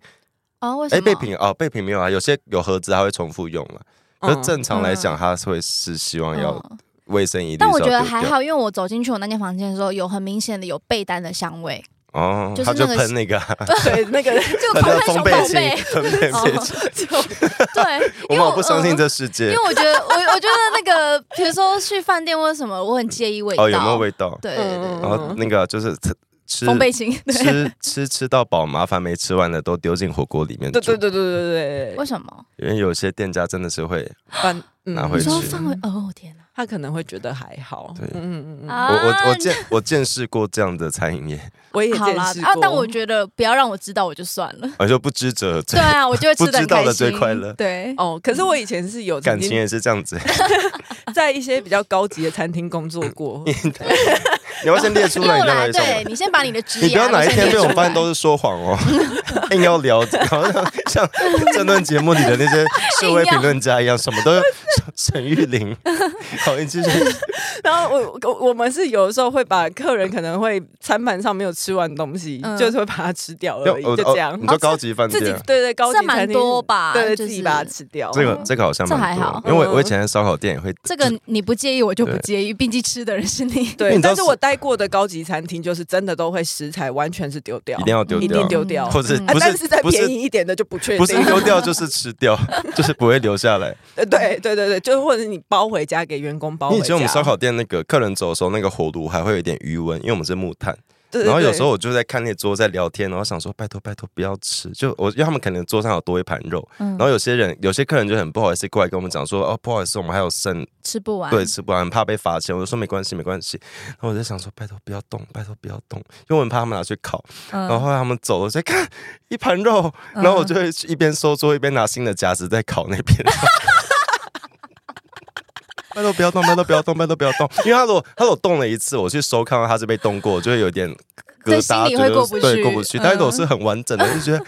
[SPEAKER 3] 啊，为什
[SPEAKER 2] 哎，
[SPEAKER 3] 么？
[SPEAKER 2] 备品哦，备品没有啊，有些有盒子还会重复用了。可是
[SPEAKER 1] 嗯
[SPEAKER 2] 正常来讲，
[SPEAKER 3] 嗯
[SPEAKER 2] 它是会是希望要
[SPEAKER 3] 嗯
[SPEAKER 2] 卫生一定
[SPEAKER 3] 但我
[SPEAKER 2] 是要
[SPEAKER 3] 觉
[SPEAKER 2] 丢
[SPEAKER 3] 得
[SPEAKER 2] 掉。
[SPEAKER 3] 还好，因为我走进去我那间房间的时候，有很明显的有被单的香味，
[SPEAKER 2] 哦，
[SPEAKER 3] 就是
[SPEAKER 2] 他就
[SPEAKER 3] 那个
[SPEAKER 2] 喷那个啊，
[SPEAKER 1] 对那个
[SPEAKER 3] 就
[SPEAKER 2] 他叫
[SPEAKER 3] 狂喷
[SPEAKER 2] 风
[SPEAKER 3] 熊
[SPEAKER 2] 背
[SPEAKER 3] 宝
[SPEAKER 2] 巾
[SPEAKER 3] 贝。，
[SPEAKER 2] 风背
[SPEAKER 3] 哦
[SPEAKER 2] 巾。
[SPEAKER 3] 对，
[SPEAKER 2] 我
[SPEAKER 3] 因
[SPEAKER 2] 们
[SPEAKER 3] 为
[SPEAKER 2] 好不相信
[SPEAKER 3] 嗯
[SPEAKER 2] 这世
[SPEAKER 3] 因
[SPEAKER 2] 界
[SPEAKER 3] 为我觉得我我觉得那个，比如说去饭店或者什么，我很介意味道。
[SPEAKER 2] 哦，有没有味道？
[SPEAKER 3] 对对
[SPEAKER 1] 嗯
[SPEAKER 3] 对
[SPEAKER 2] 然后那个就是吃吃
[SPEAKER 3] 风背心。对，
[SPEAKER 2] 吃 吃吃到饱，麻烦没吃完的都丢进火锅里面
[SPEAKER 1] 对对
[SPEAKER 2] 煮，
[SPEAKER 1] 对对对对
[SPEAKER 3] 为
[SPEAKER 1] 对，
[SPEAKER 3] 什么？
[SPEAKER 2] 因为有些店家真的是会
[SPEAKER 1] 翻
[SPEAKER 2] 拿回
[SPEAKER 3] 你
[SPEAKER 2] 去
[SPEAKER 3] 说范围？哦天哪！
[SPEAKER 1] 他可能会觉得还好，
[SPEAKER 2] 对
[SPEAKER 1] 嗯嗯嗯，
[SPEAKER 2] 我
[SPEAKER 3] 啊
[SPEAKER 2] 我我见我见识过这样的餐饮业，
[SPEAKER 1] 我也
[SPEAKER 3] 好
[SPEAKER 1] 见
[SPEAKER 3] 啦
[SPEAKER 1] 识，
[SPEAKER 3] 啊
[SPEAKER 1] 过，，
[SPEAKER 3] 但我觉得不要让我知道我就算 了。
[SPEAKER 2] 我就不知者
[SPEAKER 3] 对
[SPEAKER 2] 罪，
[SPEAKER 3] 啊，我就会吃的
[SPEAKER 2] 不知道的最快乐
[SPEAKER 3] 对，
[SPEAKER 1] 哦，可是我以前是有曾
[SPEAKER 2] 感情
[SPEAKER 1] 经
[SPEAKER 2] 也是这样 子。
[SPEAKER 1] 在一些比较高级的餐厅工作 过，
[SPEAKER 2] 你要先列出
[SPEAKER 3] 又
[SPEAKER 2] 来，你再
[SPEAKER 3] 来，
[SPEAKER 2] 来一首。
[SPEAKER 3] 对你先把你的职 业，
[SPEAKER 2] 你不要哪一天被我们发现
[SPEAKER 3] 翻
[SPEAKER 2] 都是说谎哦，硬要聊，好像像政论节目里的那些社会评论家一样，什么都沈玉玲。好，你继续。
[SPEAKER 1] 然后我我我们是有的时候会把客人可能会餐盘上没有吃完的东西，
[SPEAKER 3] 嗯
[SPEAKER 1] 就是会把它吃掉
[SPEAKER 2] 就
[SPEAKER 1] 而已，
[SPEAKER 2] 我
[SPEAKER 1] 就这样
[SPEAKER 2] 哦你。说高级饭
[SPEAKER 1] 自己哦
[SPEAKER 2] 店，
[SPEAKER 1] 对对高级
[SPEAKER 3] 这蛮
[SPEAKER 1] 餐厅
[SPEAKER 3] 多吧
[SPEAKER 1] 对对，
[SPEAKER 3] 就是
[SPEAKER 1] 自己把它吃掉。嗯
[SPEAKER 2] 这个这个好像蛮
[SPEAKER 3] 这还好
[SPEAKER 2] 多，因为我我以前在烧烤店也会
[SPEAKER 3] 这个你不介意，我就不
[SPEAKER 2] 对
[SPEAKER 3] 介意，毕竟吃的人是你。
[SPEAKER 2] 因为
[SPEAKER 1] 对，
[SPEAKER 2] 你知道
[SPEAKER 1] 但是我待过的高级餐厅就是真的都会食材完全是丢掉，
[SPEAKER 2] 一定要丢
[SPEAKER 1] 一定
[SPEAKER 2] 掉，
[SPEAKER 1] 丢掉。
[SPEAKER 2] 或是
[SPEAKER 3] 嗯
[SPEAKER 1] 啊
[SPEAKER 2] 不
[SPEAKER 1] 但是
[SPEAKER 2] 是
[SPEAKER 1] 在
[SPEAKER 2] 不
[SPEAKER 1] 便
[SPEAKER 2] 是
[SPEAKER 1] 宜一点的就不确
[SPEAKER 2] 不
[SPEAKER 1] 定，
[SPEAKER 2] 是丢掉就是吃掉， 就是不会留下来。
[SPEAKER 1] 呃 对对对对，就或者是你包回家给员工包回
[SPEAKER 2] 你
[SPEAKER 1] 家。
[SPEAKER 2] 以前我们烧烤店那个客人走的时候，那个火炉还会有一点余温，因为我们是木炭。
[SPEAKER 1] 对，对
[SPEAKER 2] 然后有时候
[SPEAKER 1] 对
[SPEAKER 2] 我就在看那桌在聊天，然后想说拜托拜托不要吃，就我因为他们可能桌上有多一盘肉，
[SPEAKER 3] 嗯
[SPEAKER 2] 然后有些人有些客人就很不好意思过来跟我们讲说哦不好意思我们还有剩，
[SPEAKER 3] 吃不完，
[SPEAKER 2] 对，吃不完很怕被罚钱，我就说没关系没关系，然后我就想说拜托不要动拜托不要动，因为我很怕他们拿去烤，
[SPEAKER 3] 嗯
[SPEAKER 2] 然后后来他们走了我再看一盘肉，然后我就会去一边收桌一边拿新的夹子在烤那边。 拜托不要动，拜托不要动，拜托不要动，因为他如果他如果动了一次，我去收看到他是被动过，我就会有点疙
[SPEAKER 3] 对
[SPEAKER 2] 瘩，
[SPEAKER 3] 心里
[SPEAKER 2] 觉
[SPEAKER 3] 会
[SPEAKER 2] 得
[SPEAKER 3] 过不
[SPEAKER 2] 对
[SPEAKER 3] 去
[SPEAKER 2] 过不去。
[SPEAKER 3] 嗯
[SPEAKER 2] 但是我是很完整的，就觉得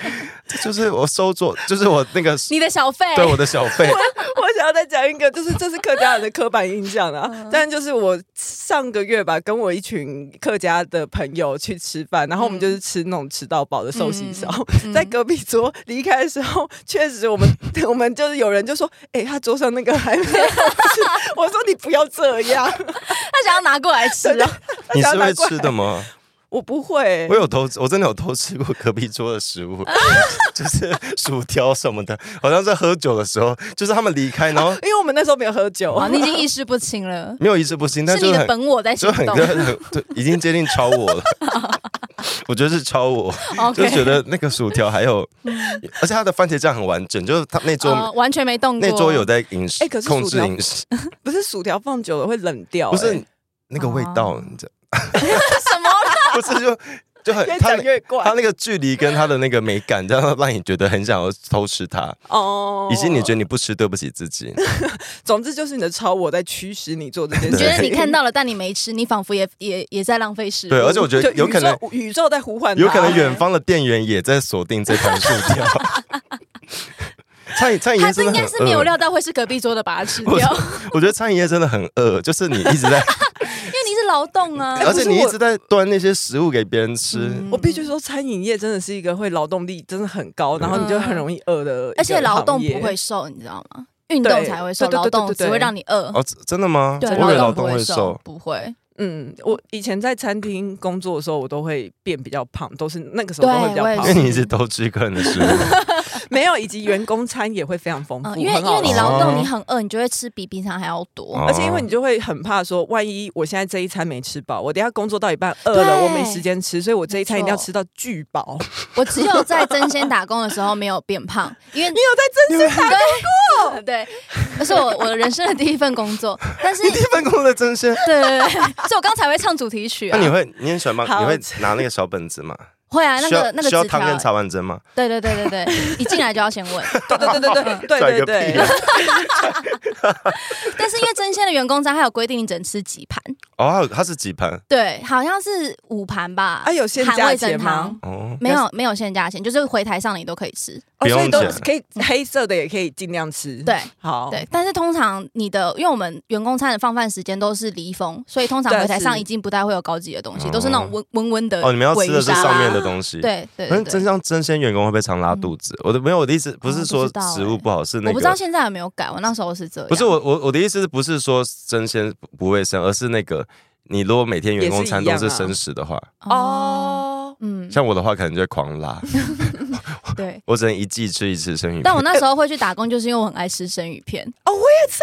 [SPEAKER 2] 这就是我收桌，就是我那个
[SPEAKER 3] 你的小费，
[SPEAKER 2] 对我的小费，
[SPEAKER 1] 我想要再讲一个，就是这是客家人的刻板印象啊。
[SPEAKER 3] 嗯
[SPEAKER 1] 但就是我上个月吧，跟我一群客家的朋友去吃饭，然后我们就是吃那种吃到饱的寿喜烧。
[SPEAKER 3] 嗯
[SPEAKER 1] 在隔壁桌离开的时候，确实我们 我们就是有人就说：“哎、他桌上那个还没有吃。” 我说：“你不要这样。
[SPEAKER 3] 他想要拿过来吃
[SPEAKER 1] 对对
[SPEAKER 3] 啊，
[SPEAKER 2] 你
[SPEAKER 1] 大
[SPEAKER 2] 是
[SPEAKER 1] 家拿
[SPEAKER 2] 会
[SPEAKER 1] 过来
[SPEAKER 2] 吃的吗？”
[SPEAKER 1] 我不会
[SPEAKER 2] 我，有偷，我真的有偷吃过隔壁桌的食物， 就是薯条什么的，好像在喝酒的时候，就是他们离开，然后
[SPEAKER 1] 因为我们那时候没有喝酒。
[SPEAKER 3] 哦
[SPEAKER 1] 啊
[SPEAKER 3] 哇你已经意识不清了，
[SPEAKER 2] 没有一致不清，但
[SPEAKER 3] 是
[SPEAKER 2] 就是
[SPEAKER 3] 你的
[SPEAKER 2] 很
[SPEAKER 3] 本我在行
[SPEAKER 2] 就很
[SPEAKER 3] 动。
[SPEAKER 2] 很对，已经接近超我了。我觉得是超我，就
[SPEAKER 3] OK，
[SPEAKER 2] 觉得那个薯条还有，而且它的番茄酱很完整，就是它那桌、
[SPEAKER 3] 呃完全没动过，
[SPEAKER 2] 那桌有在饮食、
[SPEAKER 1] 哎可是薯条
[SPEAKER 2] 控制饮食，
[SPEAKER 1] 不是薯条放久了会冷掉、
[SPEAKER 2] 不是
[SPEAKER 1] 哎
[SPEAKER 2] 那个味道，你知道，
[SPEAKER 3] 什么？
[SPEAKER 2] 不是就就很
[SPEAKER 1] 越
[SPEAKER 2] 他
[SPEAKER 1] 讲欸
[SPEAKER 2] 那
[SPEAKER 1] 越怪
[SPEAKER 2] 他那个距离跟他的那个美感，让让你觉得很想要偷吃它，
[SPEAKER 1] 哦。
[SPEAKER 2] 以及你觉得你不吃对不起自己。
[SPEAKER 1] 总之就是你的超我在驱使你做这件事
[SPEAKER 3] 你
[SPEAKER 1] 情。
[SPEAKER 3] 觉得你看到了，但你没吃，你仿佛也 也也在浪费食物。
[SPEAKER 2] 对，而且我觉得
[SPEAKER 1] 就
[SPEAKER 2] 有可能
[SPEAKER 1] 宇宙宇宙在呼唤他，
[SPEAKER 2] 有可能远方的店员也在锁定这盘薯条。餐饮餐饮
[SPEAKER 3] 他
[SPEAKER 2] 业
[SPEAKER 3] 这
[SPEAKER 2] 真的很
[SPEAKER 3] 应该是没有
[SPEAKER 2] 饿，
[SPEAKER 3] 料到会是隔壁桌的把它吃
[SPEAKER 2] 我
[SPEAKER 3] 掉，
[SPEAKER 2] 我觉得餐饮业真的很饿，就是你一直在，
[SPEAKER 3] 因为你是嗯劳动 啊。
[SPEAKER 2] 哎而且
[SPEAKER 1] 是
[SPEAKER 2] 你一
[SPEAKER 1] 我
[SPEAKER 2] 直在端那些食物给别人吃。
[SPEAKER 1] 我必须说，餐饮业真的是一个会劳动力真的很高，然后你就很容易饿的一个行业，
[SPEAKER 3] 嗯而且劳动不会瘦，你知道吗？运动
[SPEAKER 1] 对
[SPEAKER 3] 才会瘦，
[SPEAKER 1] 对对对
[SPEAKER 3] 劳动
[SPEAKER 1] 对对
[SPEAKER 3] 只
[SPEAKER 1] 对
[SPEAKER 3] 会让你饿。
[SPEAKER 2] 哦，真的吗？
[SPEAKER 3] 对，
[SPEAKER 2] 我以为劳
[SPEAKER 3] 动
[SPEAKER 2] 动会
[SPEAKER 3] 瘦
[SPEAKER 2] 瘦，，
[SPEAKER 3] 不会。
[SPEAKER 1] 嗯，我以前在餐厅工作的时候，我都会变比较胖，都是那个时候
[SPEAKER 3] 对
[SPEAKER 1] 都会比较
[SPEAKER 3] 我
[SPEAKER 2] 因
[SPEAKER 1] 胖
[SPEAKER 2] 为
[SPEAKER 3] 也是，
[SPEAKER 2] 你一直偷吃客人的食物。
[SPEAKER 1] 没有，以及员工餐也会非常丰富，
[SPEAKER 3] 嗯，因为
[SPEAKER 1] 很
[SPEAKER 3] 因
[SPEAKER 1] 好啊
[SPEAKER 3] 为你
[SPEAKER 1] 吃
[SPEAKER 3] 劳
[SPEAKER 2] 哦
[SPEAKER 3] 动，你很饿，你就会吃比平常还要多。
[SPEAKER 1] 而且因为你就会很怕说，万一我现在这一餐没吃饱，我等一下工作到一半饿了，
[SPEAKER 3] 对
[SPEAKER 1] 我没时间吃，所以我这一餐一定要吃到巨饱。
[SPEAKER 3] 我只有在真仙打工的时候没有变胖，因为你
[SPEAKER 1] 你有在真心
[SPEAKER 3] 有 对，那是我我人生的第一份工作，但是
[SPEAKER 2] 你第 一份工作的真鲜，
[SPEAKER 3] 对对对，所以我刚才会唱主题曲
[SPEAKER 2] 那
[SPEAKER 3] 啊，
[SPEAKER 2] 你会你很喜欢吗？
[SPEAKER 1] 好
[SPEAKER 2] 你会拿那个小本子吗？
[SPEAKER 3] 会 啊，那
[SPEAKER 2] 需要
[SPEAKER 3] 个那个
[SPEAKER 2] 需要
[SPEAKER 3] 纸
[SPEAKER 2] 汤跟
[SPEAKER 3] 条，
[SPEAKER 2] 茶碗蒸 吗？
[SPEAKER 3] 对对对对 对，一进来就要先问，
[SPEAKER 1] 对对对对对
[SPEAKER 2] 拽
[SPEAKER 1] 对对
[SPEAKER 2] 个屁啊
[SPEAKER 1] 对，
[SPEAKER 3] 但是因为真鲜的员工餐还有规定你只能吃几盘，
[SPEAKER 2] 哦，它是几盘？
[SPEAKER 3] 对，好像是五盘吧，
[SPEAKER 1] 啊有限
[SPEAKER 3] 含
[SPEAKER 1] 价
[SPEAKER 3] 味增
[SPEAKER 1] 钱吗
[SPEAKER 3] 汤
[SPEAKER 2] 哦，
[SPEAKER 3] 没有没有限价钱，就是回台上你都可以吃，
[SPEAKER 1] 哦所以都
[SPEAKER 2] 不用钱
[SPEAKER 1] 可以黑色的也可以尽量吃。
[SPEAKER 3] 对，
[SPEAKER 1] 好，
[SPEAKER 3] 对，但是通常你的，因为我们员工餐的放饭时间都是离峰，所以通常
[SPEAKER 1] 对
[SPEAKER 3] 回台上
[SPEAKER 1] 是
[SPEAKER 3] 已经不太会有高级的东西，
[SPEAKER 2] 哦
[SPEAKER 3] 都是那种温温温的。
[SPEAKER 2] 哦，你们要吃的是上面的东西。。
[SPEAKER 3] 对对
[SPEAKER 2] 但是
[SPEAKER 3] 对
[SPEAKER 2] 真
[SPEAKER 3] 对。
[SPEAKER 2] 像真鲜员工会不会常拉肚子？我的没有，我的意思不
[SPEAKER 3] 哦
[SPEAKER 2] 是
[SPEAKER 3] 不
[SPEAKER 2] 说
[SPEAKER 3] 知道
[SPEAKER 2] 食物
[SPEAKER 3] 欸
[SPEAKER 2] 不好，是那
[SPEAKER 3] 我不知道
[SPEAKER 2] 个
[SPEAKER 3] 现在有没有改，我那时候是这样。
[SPEAKER 2] 不是我我我的意思不是说真鲜不不卫生，而是那个你如果每天员工餐都
[SPEAKER 1] 也是一样
[SPEAKER 2] 是
[SPEAKER 1] 啊
[SPEAKER 2] 生食的话，
[SPEAKER 3] 哦，
[SPEAKER 1] 哦，
[SPEAKER 3] 嗯，
[SPEAKER 2] 像我的话可能就会狂 拉，
[SPEAKER 3] 对。
[SPEAKER 2] 我只能一季吃一次生鱼片。
[SPEAKER 3] 但我那时候会去打工，就是因为我很爱吃生鱼片。
[SPEAKER 1] 哦，我也超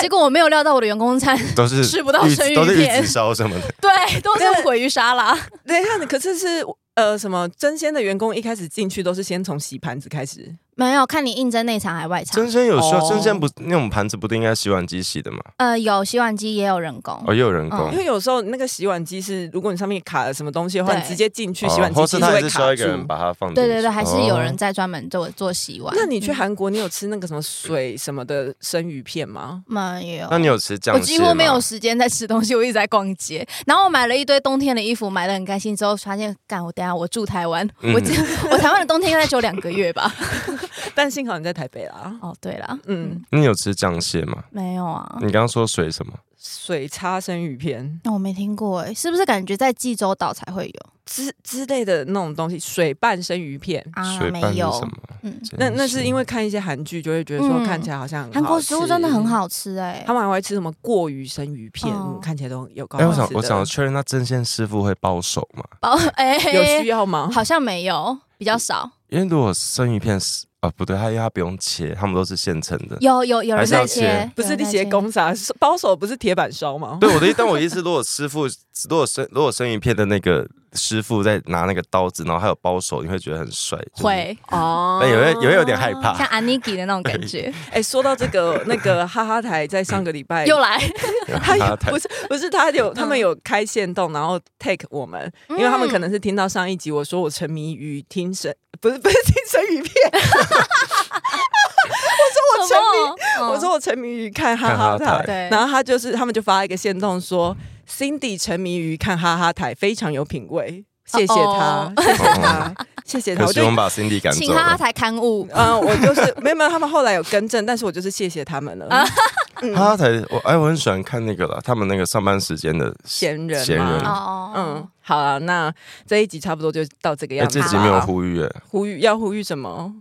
[SPEAKER 3] 结果我没有料到我的员工餐，
[SPEAKER 2] 都是
[SPEAKER 3] 吃不到
[SPEAKER 2] 玉
[SPEAKER 3] 生鱼
[SPEAKER 2] 都是鱼
[SPEAKER 3] 片
[SPEAKER 2] 子烧什么 的。
[SPEAKER 3] 对，都是毁鱼沙拉。
[SPEAKER 1] 等一下，可是是呃什么真鲜的员工一开始进去都是先从洗盘子开始，
[SPEAKER 3] 没有看你应征内场还外场
[SPEAKER 2] 真，鲜有需要，
[SPEAKER 1] 哦
[SPEAKER 2] 真鲜不那种盘子不都应该洗碗机洗的吗？
[SPEAKER 3] 呃，有洗碗机也有人工
[SPEAKER 2] 哦，，也有人工
[SPEAKER 3] 嗯
[SPEAKER 1] 因。为有时候那个洗碗机是，如果你上面卡了什么东西的话，
[SPEAKER 3] 对
[SPEAKER 1] 你直接进去
[SPEAKER 2] 哦
[SPEAKER 1] 洗碗机
[SPEAKER 2] 或
[SPEAKER 1] 其
[SPEAKER 2] 是
[SPEAKER 1] 实
[SPEAKER 2] 他还
[SPEAKER 1] 会
[SPEAKER 2] 是需
[SPEAKER 1] 卡
[SPEAKER 2] 要一个人
[SPEAKER 1] 住。
[SPEAKER 2] 把它放进去。
[SPEAKER 3] 对对对，还是有人
[SPEAKER 2] 哦。
[SPEAKER 3] 在专门做做洗碗。
[SPEAKER 1] 那你去
[SPEAKER 3] 嗯
[SPEAKER 1] 韩国，你有吃那个什么水什么的生鱼片吗？
[SPEAKER 3] 嗯没有？
[SPEAKER 2] 那你有吃酱
[SPEAKER 3] 我
[SPEAKER 2] 蟹
[SPEAKER 3] 几乎没有
[SPEAKER 2] 吗
[SPEAKER 3] 时间在吃东西，我一直在逛街。然后我买了一堆冬天的衣服，买的很开心。之后发现，干，我等一下我住台湾，
[SPEAKER 2] 嗯
[SPEAKER 3] 我只 我台湾的冬天应该只有两个月吧。
[SPEAKER 1] 但幸好你在台北啦。
[SPEAKER 3] 哦，对啦，
[SPEAKER 1] 嗯，
[SPEAKER 2] 那你有吃酱蟹吗？
[SPEAKER 3] 没有啊，
[SPEAKER 2] 你刚刚说水什么？
[SPEAKER 1] 水叉生鱼片
[SPEAKER 3] 那、我没听过哎、是不是感觉在济州岛才会有
[SPEAKER 1] 之之类的那种东西，水拌生鱼片。
[SPEAKER 3] 啊？
[SPEAKER 2] 水
[SPEAKER 3] 没
[SPEAKER 2] 拌是
[SPEAKER 3] 有
[SPEAKER 2] 什么，？
[SPEAKER 3] 嗯，
[SPEAKER 1] 那那是因
[SPEAKER 2] 为
[SPEAKER 1] 为看一些韩剧，就会觉得说
[SPEAKER 3] 嗯
[SPEAKER 1] 看起来好像很
[SPEAKER 3] 韩国
[SPEAKER 1] 好
[SPEAKER 3] 食物
[SPEAKER 1] 吃
[SPEAKER 3] 真的很，好吃哎、
[SPEAKER 1] 他们还会吃什么过鱼生鱼片，嗯
[SPEAKER 3] 哦
[SPEAKER 1] 看起来都有高
[SPEAKER 2] 哎，我
[SPEAKER 1] 好
[SPEAKER 2] 想
[SPEAKER 1] 吃
[SPEAKER 2] 我想要
[SPEAKER 1] 的。
[SPEAKER 2] 确认，那真鲜师傅会包手吗？
[SPEAKER 3] 包哎、
[SPEAKER 1] 有需要吗？
[SPEAKER 3] 好像没有，
[SPEAKER 2] 嗯
[SPEAKER 3] 比较少。
[SPEAKER 2] 因为如果生鱼片是啊，不对，他因为他不用切，他们都是现成的。
[SPEAKER 3] 有有有人
[SPEAKER 2] 还是要
[SPEAKER 3] 在
[SPEAKER 2] 切
[SPEAKER 3] 切，
[SPEAKER 1] 不是
[SPEAKER 3] 有人
[SPEAKER 1] 力
[SPEAKER 3] 在
[SPEAKER 1] 些
[SPEAKER 3] 切
[SPEAKER 1] 公啥包手不是铁板烧吗？
[SPEAKER 2] 对，我的意，但我的意思，如果师傅，如果生，如果生鱼片的那个师傅在拿那个刀子，然后还有包手，你会觉得很帅。就是，啊
[SPEAKER 3] 会
[SPEAKER 1] 哦
[SPEAKER 2] 但也会也会有点害。
[SPEAKER 3] 像
[SPEAKER 2] 怕。
[SPEAKER 3] 安妮给的那种感觉，
[SPEAKER 1] 哎、说到这 个，那个哈哈台在上个礼拜
[SPEAKER 3] 又来，
[SPEAKER 1] 他有
[SPEAKER 2] 哈哈台
[SPEAKER 1] 不是不是他有他们
[SPEAKER 3] 嗯
[SPEAKER 1] 有开线动，然后 take 我们，因为他们可能是听到上一集我说我沉迷于听神，不是不是听神语片，我沉迷
[SPEAKER 3] 迷
[SPEAKER 1] 我说我沉迷于看哈哈
[SPEAKER 2] 看哈
[SPEAKER 1] 台，
[SPEAKER 2] 哈台
[SPEAKER 3] 嗯对，
[SPEAKER 1] 然后他就是他们就发了一个线动说 Cindy 沉迷于看哈哈台，非常有品味，谢谢他
[SPEAKER 3] 哦，
[SPEAKER 1] 谢谢他，谢谢他，
[SPEAKER 2] 可
[SPEAKER 1] 我
[SPEAKER 2] 惜
[SPEAKER 1] 就
[SPEAKER 2] 我们把 Cindy 赶
[SPEAKER 3] 请
[SPEAKER 2] 走
[SPEAKER 3] 哈哈
[SPEAKER 2] 了。
[SPEAKER 3] 台刊物，
[SPEAKER 1] 嗯，我就是没有没有，他们后来有更正，但是我就是谢谢他们了。
[SPEAKER 3] 啊
[SPEAKER 1] 嗯
[SPEAKER 2] 哈哈台，我哎，我很喜欢看那个啦，他们那个上班时间的
[SPEAKER 1] 闲人
[SPEAKER 2] 闲
[SPEAKER 1] 嘛
[SPEAKER 2] 人
[SPEAKER 3] 哦，
[SPEAKER 1] 嗯，，好啊，那这一集差不多就到这个
[SPEAKER 2] 哎，
[SPEAKER 1] 样子
[SPEAKER 2] 这
[SPEAKER 1] 吧。
[SPEAKER 2] 集没有呼吁哎，
[SPEAKER 1] 呼吁，要呼吁什么？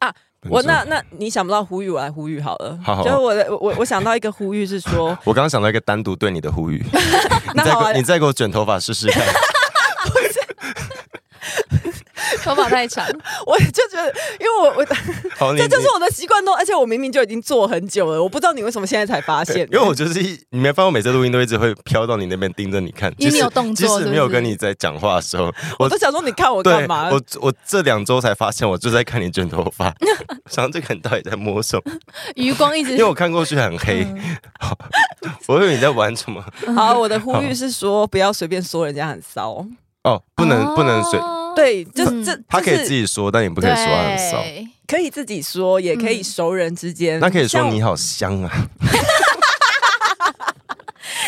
[SPEAKER 1] 啊我那那你想不到呼吁，我来呼吁好了。
[SPEAKER 2] 好好，
[SPEAKER 1] 就是我的我我想到一个呼吁是 说
[SPEAKER 2] 我刚刚想到一个单独对你的呼吁，你
[SPEAKER 1] 那
[SPEAKER 2] 再给
[SPEAKER 1] 好啊
[SPEAKER 2] 我，你再给我卷头发 试试看。
[SPEAKER 3] 头发太长，
[SPEAKER 1] 我就觉得，因为我我
[SPEAKER 2] 好，你
[SPEAKER 1] 这就是我的习惯都，而且我明明就已经做很久了，我不知道你为什么现在才发现。
[SPEAKER 2] 因为我就是一，你没发现我每次录音都一直会飘到你那边盯着你看，
[SPEAKER 3] 因为
[SPEAKER 2] 即使
[SPEAKER 3] 你有动作
[SPEAKER 2] 即
[SPEAKER 3] 是不
[SPEAKER 2] 使
[SPEAKER 3] 是
[SPEAKER 2] 没有跟你在讲话的时候，
[SPEAKER 1] 我都想说，你看我
[SPEAKER 2] 对
[SPEAKER 1] 干嘛？
[SPEAKER 2] 我我这两周才发现我就在看你卷头发，我想这个人到底在摸什么？
[SPEAKER 3] 余光一直
[SPEAKER 2] 因为我看过去很黑，我以为你在玩什么。
[SPEAKER 3] 嗯
[SPEAKER 1] 好，我的呼吁是说，不要随便说人家很骚。
[SPEAKER 2] 哦，不能不能随，
[SPEAKER 3] 哦
[SPEAKER 1] 对，就
[SPEAKER 3] 嗯
[SPEAKER 1] 这
[SPEAKER 2] 他可以自
[SPEAKER 1] 己
[SPEAKER 2] 己说，但你不可以说他很骚。
[SPEAKER 3] 对
[SPEAKER 1] 可以自己说，也可以熟人之间，
[SPEAKER 2] 嗯那可以说
[SPEAKER 1] 像
[SPEAKER 2] 你好香啊，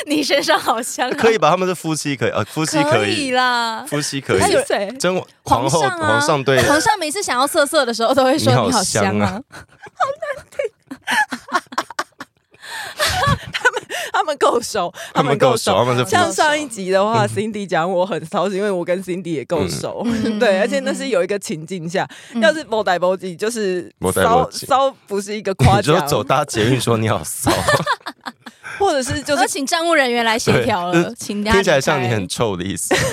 [SPEAKER 3] 你身上好香、啊，
[SPEAKER 2] 可以吧？他们是夫妻，可以呃，夫妻可
[SPEAKER 3] 可
[SPEAKER 2] 以，
[SPEAKER 3] 啦。
[SPEAKER 2] 夫妻可
[SPEAKER 3] 他
[SPEAKER 2] 以
[SPEAKER 3] 有。谁？
[SPEAKER 2] 真皇后
[SPEAKER 3] 上啊，
[SPEAKER 2] 皇上对
[SPEAKER 3] 皇上每次想要色色的时候都会说
[SPEAKER 2] 你好
[SPEAKER 3] 你好香
[SPEAKER 2] 香
[SPEAKER 3] 啊
[SPEAKER 2] 啊，
[SPEAKER 1] 他们够熟，
[SPEAKER 2] 他们够熟，他嗯们是夫
[SPEAKER 1] 像
[SPEAKER 2] 妻。
[SPEAKER 1] 上一集的话，Cindy 讲我很骚，是因为我跟 Cindy 也够熟，
[SPEAKER 2] 嗯
[SPEAKER 3] 嗯
[SPEAKER 1] 对，而且那是有一个情境下，要是 b o d y b o d y 就是
[SPEAKER 2] 没带
[SPEAKER 1] 骚
[SPEAKER 2] 没带
[SPEAKER 1] 骚不是一个夸
[SPEAKER 2] 你就
[SPEAKER 1] 奖，
[SPEAKER 2] 走搭捷运说你好 骚，
[SPEAKER 1] 或者是就
[SPEAKER 3] 要
[SPEAKER 1] 是
[SPEAKER 3] 请账务人员来协调
[SPEAKER 2] 对
[SPEAKER 3] 了，请大家
[SPEAKER 2] 听起来像
[SPEAKER 3] 离
[SPEAKER 2] 你
[SPEAKER 3] 开
[SPEAKER 2] 很臭的意思。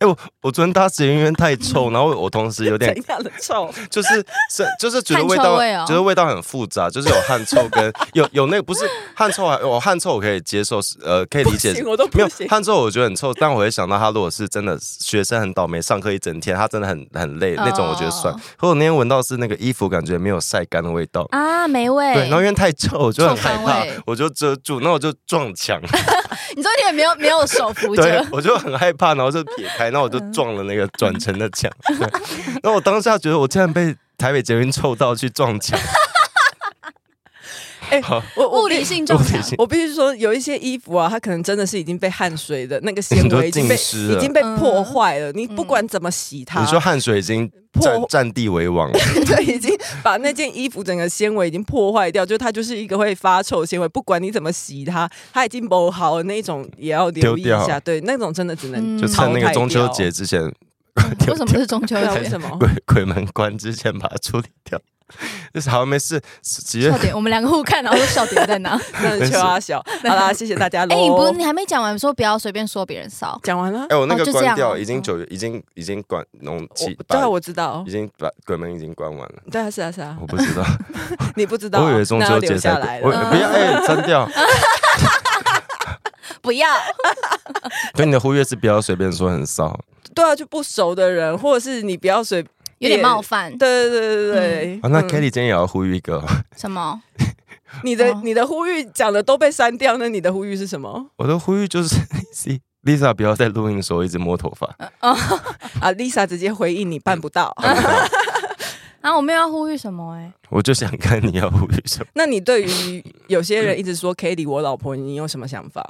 [SPEAKER 2] 哎，我我昨天搭捷运因为太臭，然后我同时有 点
[SPEAKER 1] 怎样的臭，
[SPEAKER 2] 就是是就是觉得味
[SPEAKER 3] 汗臭
[SPEAKER 2] 道，
[SPEAKER 3] 味哦
[SPEAKER 2] 觉得味道很复杂，就是有汗臭跟有有那个不是汗臭还有汗臭我可以接受，是呃可以理解
[SPEAKER 1] 不。行我都不
[SPEAKER 2] 没有
[SPEAKER 1] 行
[SPEAKER 2] 汗臭，我觉得很臭，但我会想到他如果是真的学生很倒霉，上课一整天，他真的很很累
[SPEAKER 3] 哦
[SPEAKER 2] 那种，我觉得算。或者那天闻到是那个衣服感觉没有晒干的味道，
[SPEAKER 3] 啊，没味。
[SPEAKER 2] 对，然后因为太臭，我就很害
[SPEAKER 3] 臭
[SPEAKER 2] 怕
[SPEAKER 3] 酸味，
[SPEAKER 2] 我就遮住，那我就撞墙，
[SPEAKER 3] 你昨天没有没有手扶
[SPEAKER 2] 对
[SPEAKER 3] 着，
[SPEAKER 2] 我就很害怕，然后就撇开，那我就
[SPEAKER 1] 嗯
[SPEAKER 2] 撞了那个转乘的墙， 那我当下觉得我竟然被台北捷运臭到去 撞墙。
[SPEAKER 1] 我我
[SPEAKER 3] 物理性中
[SPEAKER 2] 物
[SPEAKER 3] 奖
[SPEAKER 2] 理，性
[SPEAKER 1] 我必须说，有一些衣服啊，它可能真的是已经被汗水的那个纤
[SPEAKER 2] 你都
[SPEAKER 1] 维已经被
[SPEAKER 2] 浸湿了
[SPEAKER 1] 已经
[SPEAKER 3] 嗯
[SPEAKER 1] 被破坏了，你不管怎么洗它，
[SPEAKER 2] 你说汗水已经占
[SPEAKER 1] 破
[SPEAKER 2] 占地为王了，
[SPEAKER 1] 对，已经把那件衣服整个纤维已经破坏掉，就它就是一个会发臭的纤维，不管你怎么洗它，它已经磨好了那一种，也要留意一
[SPEAKER 2] 丢
[SPEAKER 1] 下。
[SPEAKER 2] 掉
[SPEAKER 1] 对，那种真的只能
[SPEAKER 3] 嗯
[SPEAKER 2] 就趁那个中秋节之前，
[SPEAKER 3] 为什么是中秋
[SPEAKER 1] 对啊，为
[SPEAKER 3] 节？
[SPEAKER 1] 什么？
[SPEAKER 2] 鬼鬼门关之前把它处理掉。就是好，没事，几月
[SPEAKER 3] 笑点，我们两个互看，然后说笑点在 哪？
[SPEAKER 1] 那是秋阿 小。好啦，谢谢大家喽。
[SPEAKER 3] 哎，你不，你还没讲完，说不要随便说别人骚。
[SPEAKER 1] 讲完了？
[SPEAKER 2] 哎，我那
[SPEAKER 3] 哦
[SPEAKER 2] 个
[SPEAKER 3] 就这
[SPEAKER 2] 关
[SPEAKER 3] 样
[SPEAKER 2] 掉，
[SPEAKER 3] 哦
[SPEAKER 2] 已经九月，已经已经关农
[SPEAKER 1] 嗯我
[SPEAKER 2] 七
[SPEAKER 1] 对
[SPEAKER 2] 八
[SPEAKER 1] 啊，，我知道
[SPEAKER 2] 已。经把鬼门已经关完了。
[SPEAKER 1] 对啊，是啊，是啊，
[SPEAKER 2] 我不知道，
[SPEAKER 1] 你不知道啊，
[SPEAKER 2] 我以为中
[SPEAKER 1] 那要
[SPEAKER 2] 秋
[SPEAKER 1] 留
[SPEAKER 2] 节
[SPEAKER 1] 下
[SPEAKER 2] 才
[SPEAKER 1] 来，
[SPEAKER 2] 我
[SPEAKER 1] 了。
[SPEAKER 2] 不要哎，删 掉。
[SPEAKER 3] 不要，
[SPEAKER 2] 可你的忽略是不要随便说很骚，
[SPEAKER 1] 对啊，就不熟的人，或者是你不要随
[SPEAKER 3] 有点冒犯。
[SPEAKER 1] 对对对对对
[SPEAKER 2] 啊。那
[SPEAKER 1] 嗯
[SPEAKER 2] Kelly 今天也要呼吁一个哦，
[SPEAKER 3] 什么？
[SPEAKER 1] 你的
[SPEAKER 3] 哦
[SPEAKER 1] 你的呼吁讲的都被删掉，那你的呼吁是什么
[SPEAKER 2] 我的呼吁就是 Lisa Lisa 不要在录音的时候一直摸头 发。
[SPEAKER 1] 啊？Lisa 直接回应你办不到。
[SPEAKER 3] 啊然后啊我们要呼吁什么？哎，
[SPEAKER 2] 我就想看你要呼吁什么。
[SPEAKER 1] 那你对于有些人一直说 k a t i e 我老婆，你有什么想法？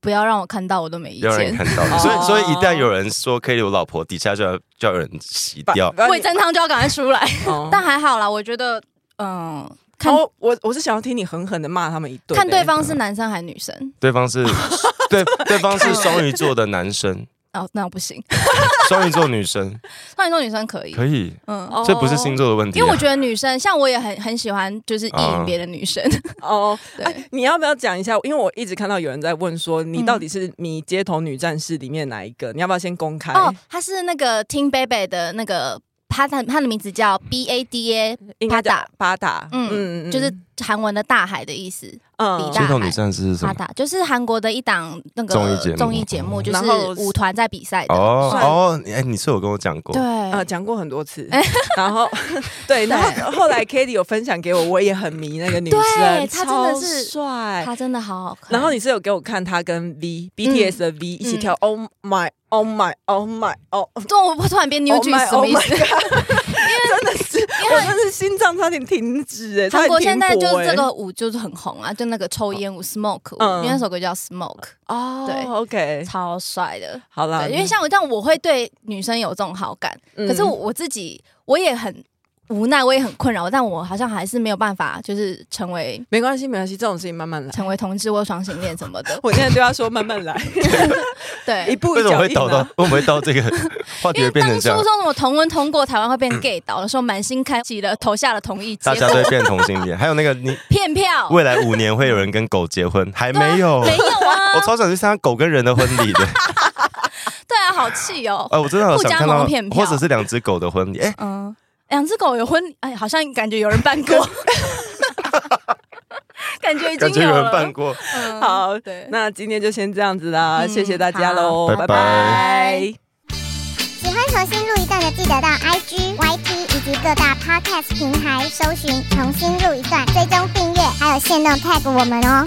[SPEAKER 3] 不要让我看到，我都没意
[SPEAKER 2] 不要让人
[SPEAKER 3] 见。
[SPEAKER 2] 看到
[SPEAKER 1] 哦
[SPEAKER 2] 你。所以，所以一旦有人说可以留老婆，底下就要就要有人洗掉。
[SPEAKER 1] 把
[SPEAKER 3] 味噌汤就要赶快 出来。
[SPEAKER 1] 哦
[SPEAKER 3] 但还好啦，我觉得，嗯，看
[SPEAKER 1] 哦，我我是想要听你狠狠的骂他们一顿、
[SPEAKER 3] 看对
[SPEAKER 1] 欸
[SPEAKER 3] 方是男生还是女生。
[SPEAKER 2] 对方 是对，对方是双鱼座的男生，
[SPEAKER 3] 哦，那不行，
[SPEAKER 2] 双鱼座女生
[SPEAKER 3] 那你说女生可以，
[SPEAKER 2] 可以，
[SPEAKER 3] 嗯，
[SPEAKER 1] 哦
[SPEAKER 2] 这不是星座的问题、
[SPEAKER 3] 因为我
[SPEAKER 2] 啊。
[SPEAKER 3] 觉得女生，像我也很很喜欢，就是意淫别的女生。
[SPEAKER 2] 啊
[SPEAKER 1] 哦。
[SPEAKER 3] 对，
[SPEAKER 1] 你要不要讲一下？因为我一直看到有人在问说，你
[SPEAKER 3] 嗯
[SPEAKER 1] 到底是迷街头女战士里面哪一个？你要不要先公开？
[SPEAKER 3] 哦，她是那个听贝贝的那个，她的她的名字叫 B A D A，
[SPEAKER 1] 应该叫
[SPEAKER 3] 八大
[SPEAKER 1] 八大，
[SPEAKER 3] 嗯，就是韩文的大海的意思。
[SPEAKER 1] 嗯
[SPEAKER 3] 比
[SPEAKER 2] 街
[SPEAKER 3] 大
[SPEAKER 2] 头女战士是什
[SPEAKER 3] 八
[SPEAKER 2] 么？
[SPEAKER 3] 大就是韩国的一档那个
[SPEAKER 2] 综艺节目
[SPEAKER 3] 综艺节目，
[SPEAKER 1] 哦
[SPEAKER 3] 就
[SPEAKER 1] 然后
[SPEAKER 3] 是舞团在比赛的。哦
[SPEAKER 2] 哦
[SPEAKER 1] 算
[SPEAKER 2] 哦，你哎，你是有跟我讲过
[SPEAKER 3] 对，，
[SPEAKER 1] 啊，讲过很多次，
[SPEAKER 3] 哎
[SPEAKER 1] 然 后对，然后后来 k a t i e 有分享给我，我也很迷那个女
[SPEAKER 3] 对
[SPEAKER 1] 生，
[SPEAKER 3] 她真的
[SPEAKER 1] 超
[SPEAKER 3] 是
[SPEAKER 1] 帅，
[SPEAKER 3] 她真的好好看。
[SPEAKER 1] 然后你是有给我看他跟 V BTS
[SPEAKER 3] 嗯
[SPEAKER 1] 的 V 一起跳 Oh my Oh my Oh my Oh，
[SPEAKER 3] 哦对，我突然变 New
[SPEAKER 1] Oh my,
[SPEAKER 3] Jeans 什么意
[SPEAKER 1] oh my
[SPEAKER 3] 思？
[SPEAKER 1] 真的是， 我真的是心脏差点停止哎、欸，
[SPEAKER 3] 韩国
[SPEAKER 1] 差点停
[SPEAKER 3] 现在就
[SPEAKER 1] 泊
[SPEAKER 3] 是
[SPEAKER 1] 欸
[SPEAKER 3] 这个舞就是很红啊，就那个抽烟舞 Smoke
[SPEAKER 1] 嗯
[SPEAKER 3] 舞，因为那首歌叫 Smoke，
[SPEAKER 1] 哦，
[SPEAKER 3] 对
[SPEAKER 1] o k
[SPEAKER 3] 超帅的。
[SPEAKER 1] 好啦，
[SPEAKER 3] 对，因为像我这样，我会对女生有这种好感，
[SPEAKER 1] 嗯
[SPEAKER 3] 可是我我自己我也很无奈，我也很困扰，但我好像还是没有办法，就是成为
[SPEAKER 1] 没关系没关系，这种事情慢 慢来。
[SPEAKER 3] 成为同志或双性恋什么的
[SPEAKER 1] 。我现在对他说慢慢来，一
[SPEAKER 3] 对，
[SPEAKER 1] 步
[SPEAKER 2] 为
[SPEAKER 1] 一
[SPEAKER 2] 什么
[SPEAKER 1] 脚
[SPEAKER 2] 会
[SPEAKER 1] 印、
[SPEAKER 2] 导到
[SPEAKER 1] 啊。
[SPEAKER 2] 为什么会到这个话题 会
[SPEAKER 3] 因为
[SPEAKER 2] 变成
[SPEAKER 3] 当初
[SPEAKER 2] 这样
[SPEAKER 3] 说？什么同婚通过台湾会变 gay 岛的时候，满心开启了投下了同意，结
[SPEAKER 2] 大家
[SPEAKER 3] 果
[SPEAKER 2] 都会变同性恋，还有那个你
[SPEAKER 3] 骗票
[SPEAKER 2] 未来五年会有人跟狗结 婚，还
[SPEAKER 3] 对啊
[SPEAKER 2] 没有，
[SPEAKER 3] 没有啊？
[SPEAKER 2] 我超想去参加狗跟人的婚礼的。
[SPEAKER 3] 对啊，好气哦。
[SPEAKER 2] 哎，我真的好想看
[SPEAKER 3] 互加
[SPEAKER 2] 到
[SPEAKER 3] 盟骗，票
[SPEAKER 2] 或者是两只狗的婚礼。哎，
[SPEAKER 3] 嗯，两只狗有婚礼，哎，好像感觉有人办 过，感觉已经
[SPEAKER 2] 感觉有
[SPEAKER 3] 了
[SPEAKER 2] 人办过。
[SPEAKER 3] 嗯
[SPEAKER 1] 好
[SPEAKER 3] 对，
[SPEAKER 1] 那今天就先这样子啦，
[SPEAKER 3] 嗯
[SPEAKER 1] 谢谢大家喽，
[SPEAKER 2] 好
[SPEAKER 1] 拜
[SPEAKER 2] 拜拜
[SPEAKER 1] 拜
[SPEAKER 4] 喜欢重新录一段的，记得到 IG、YT 以及各大 Podcast 平台搜寻“重新录一段”，追踪订阅，还有限定 tag 我们哦。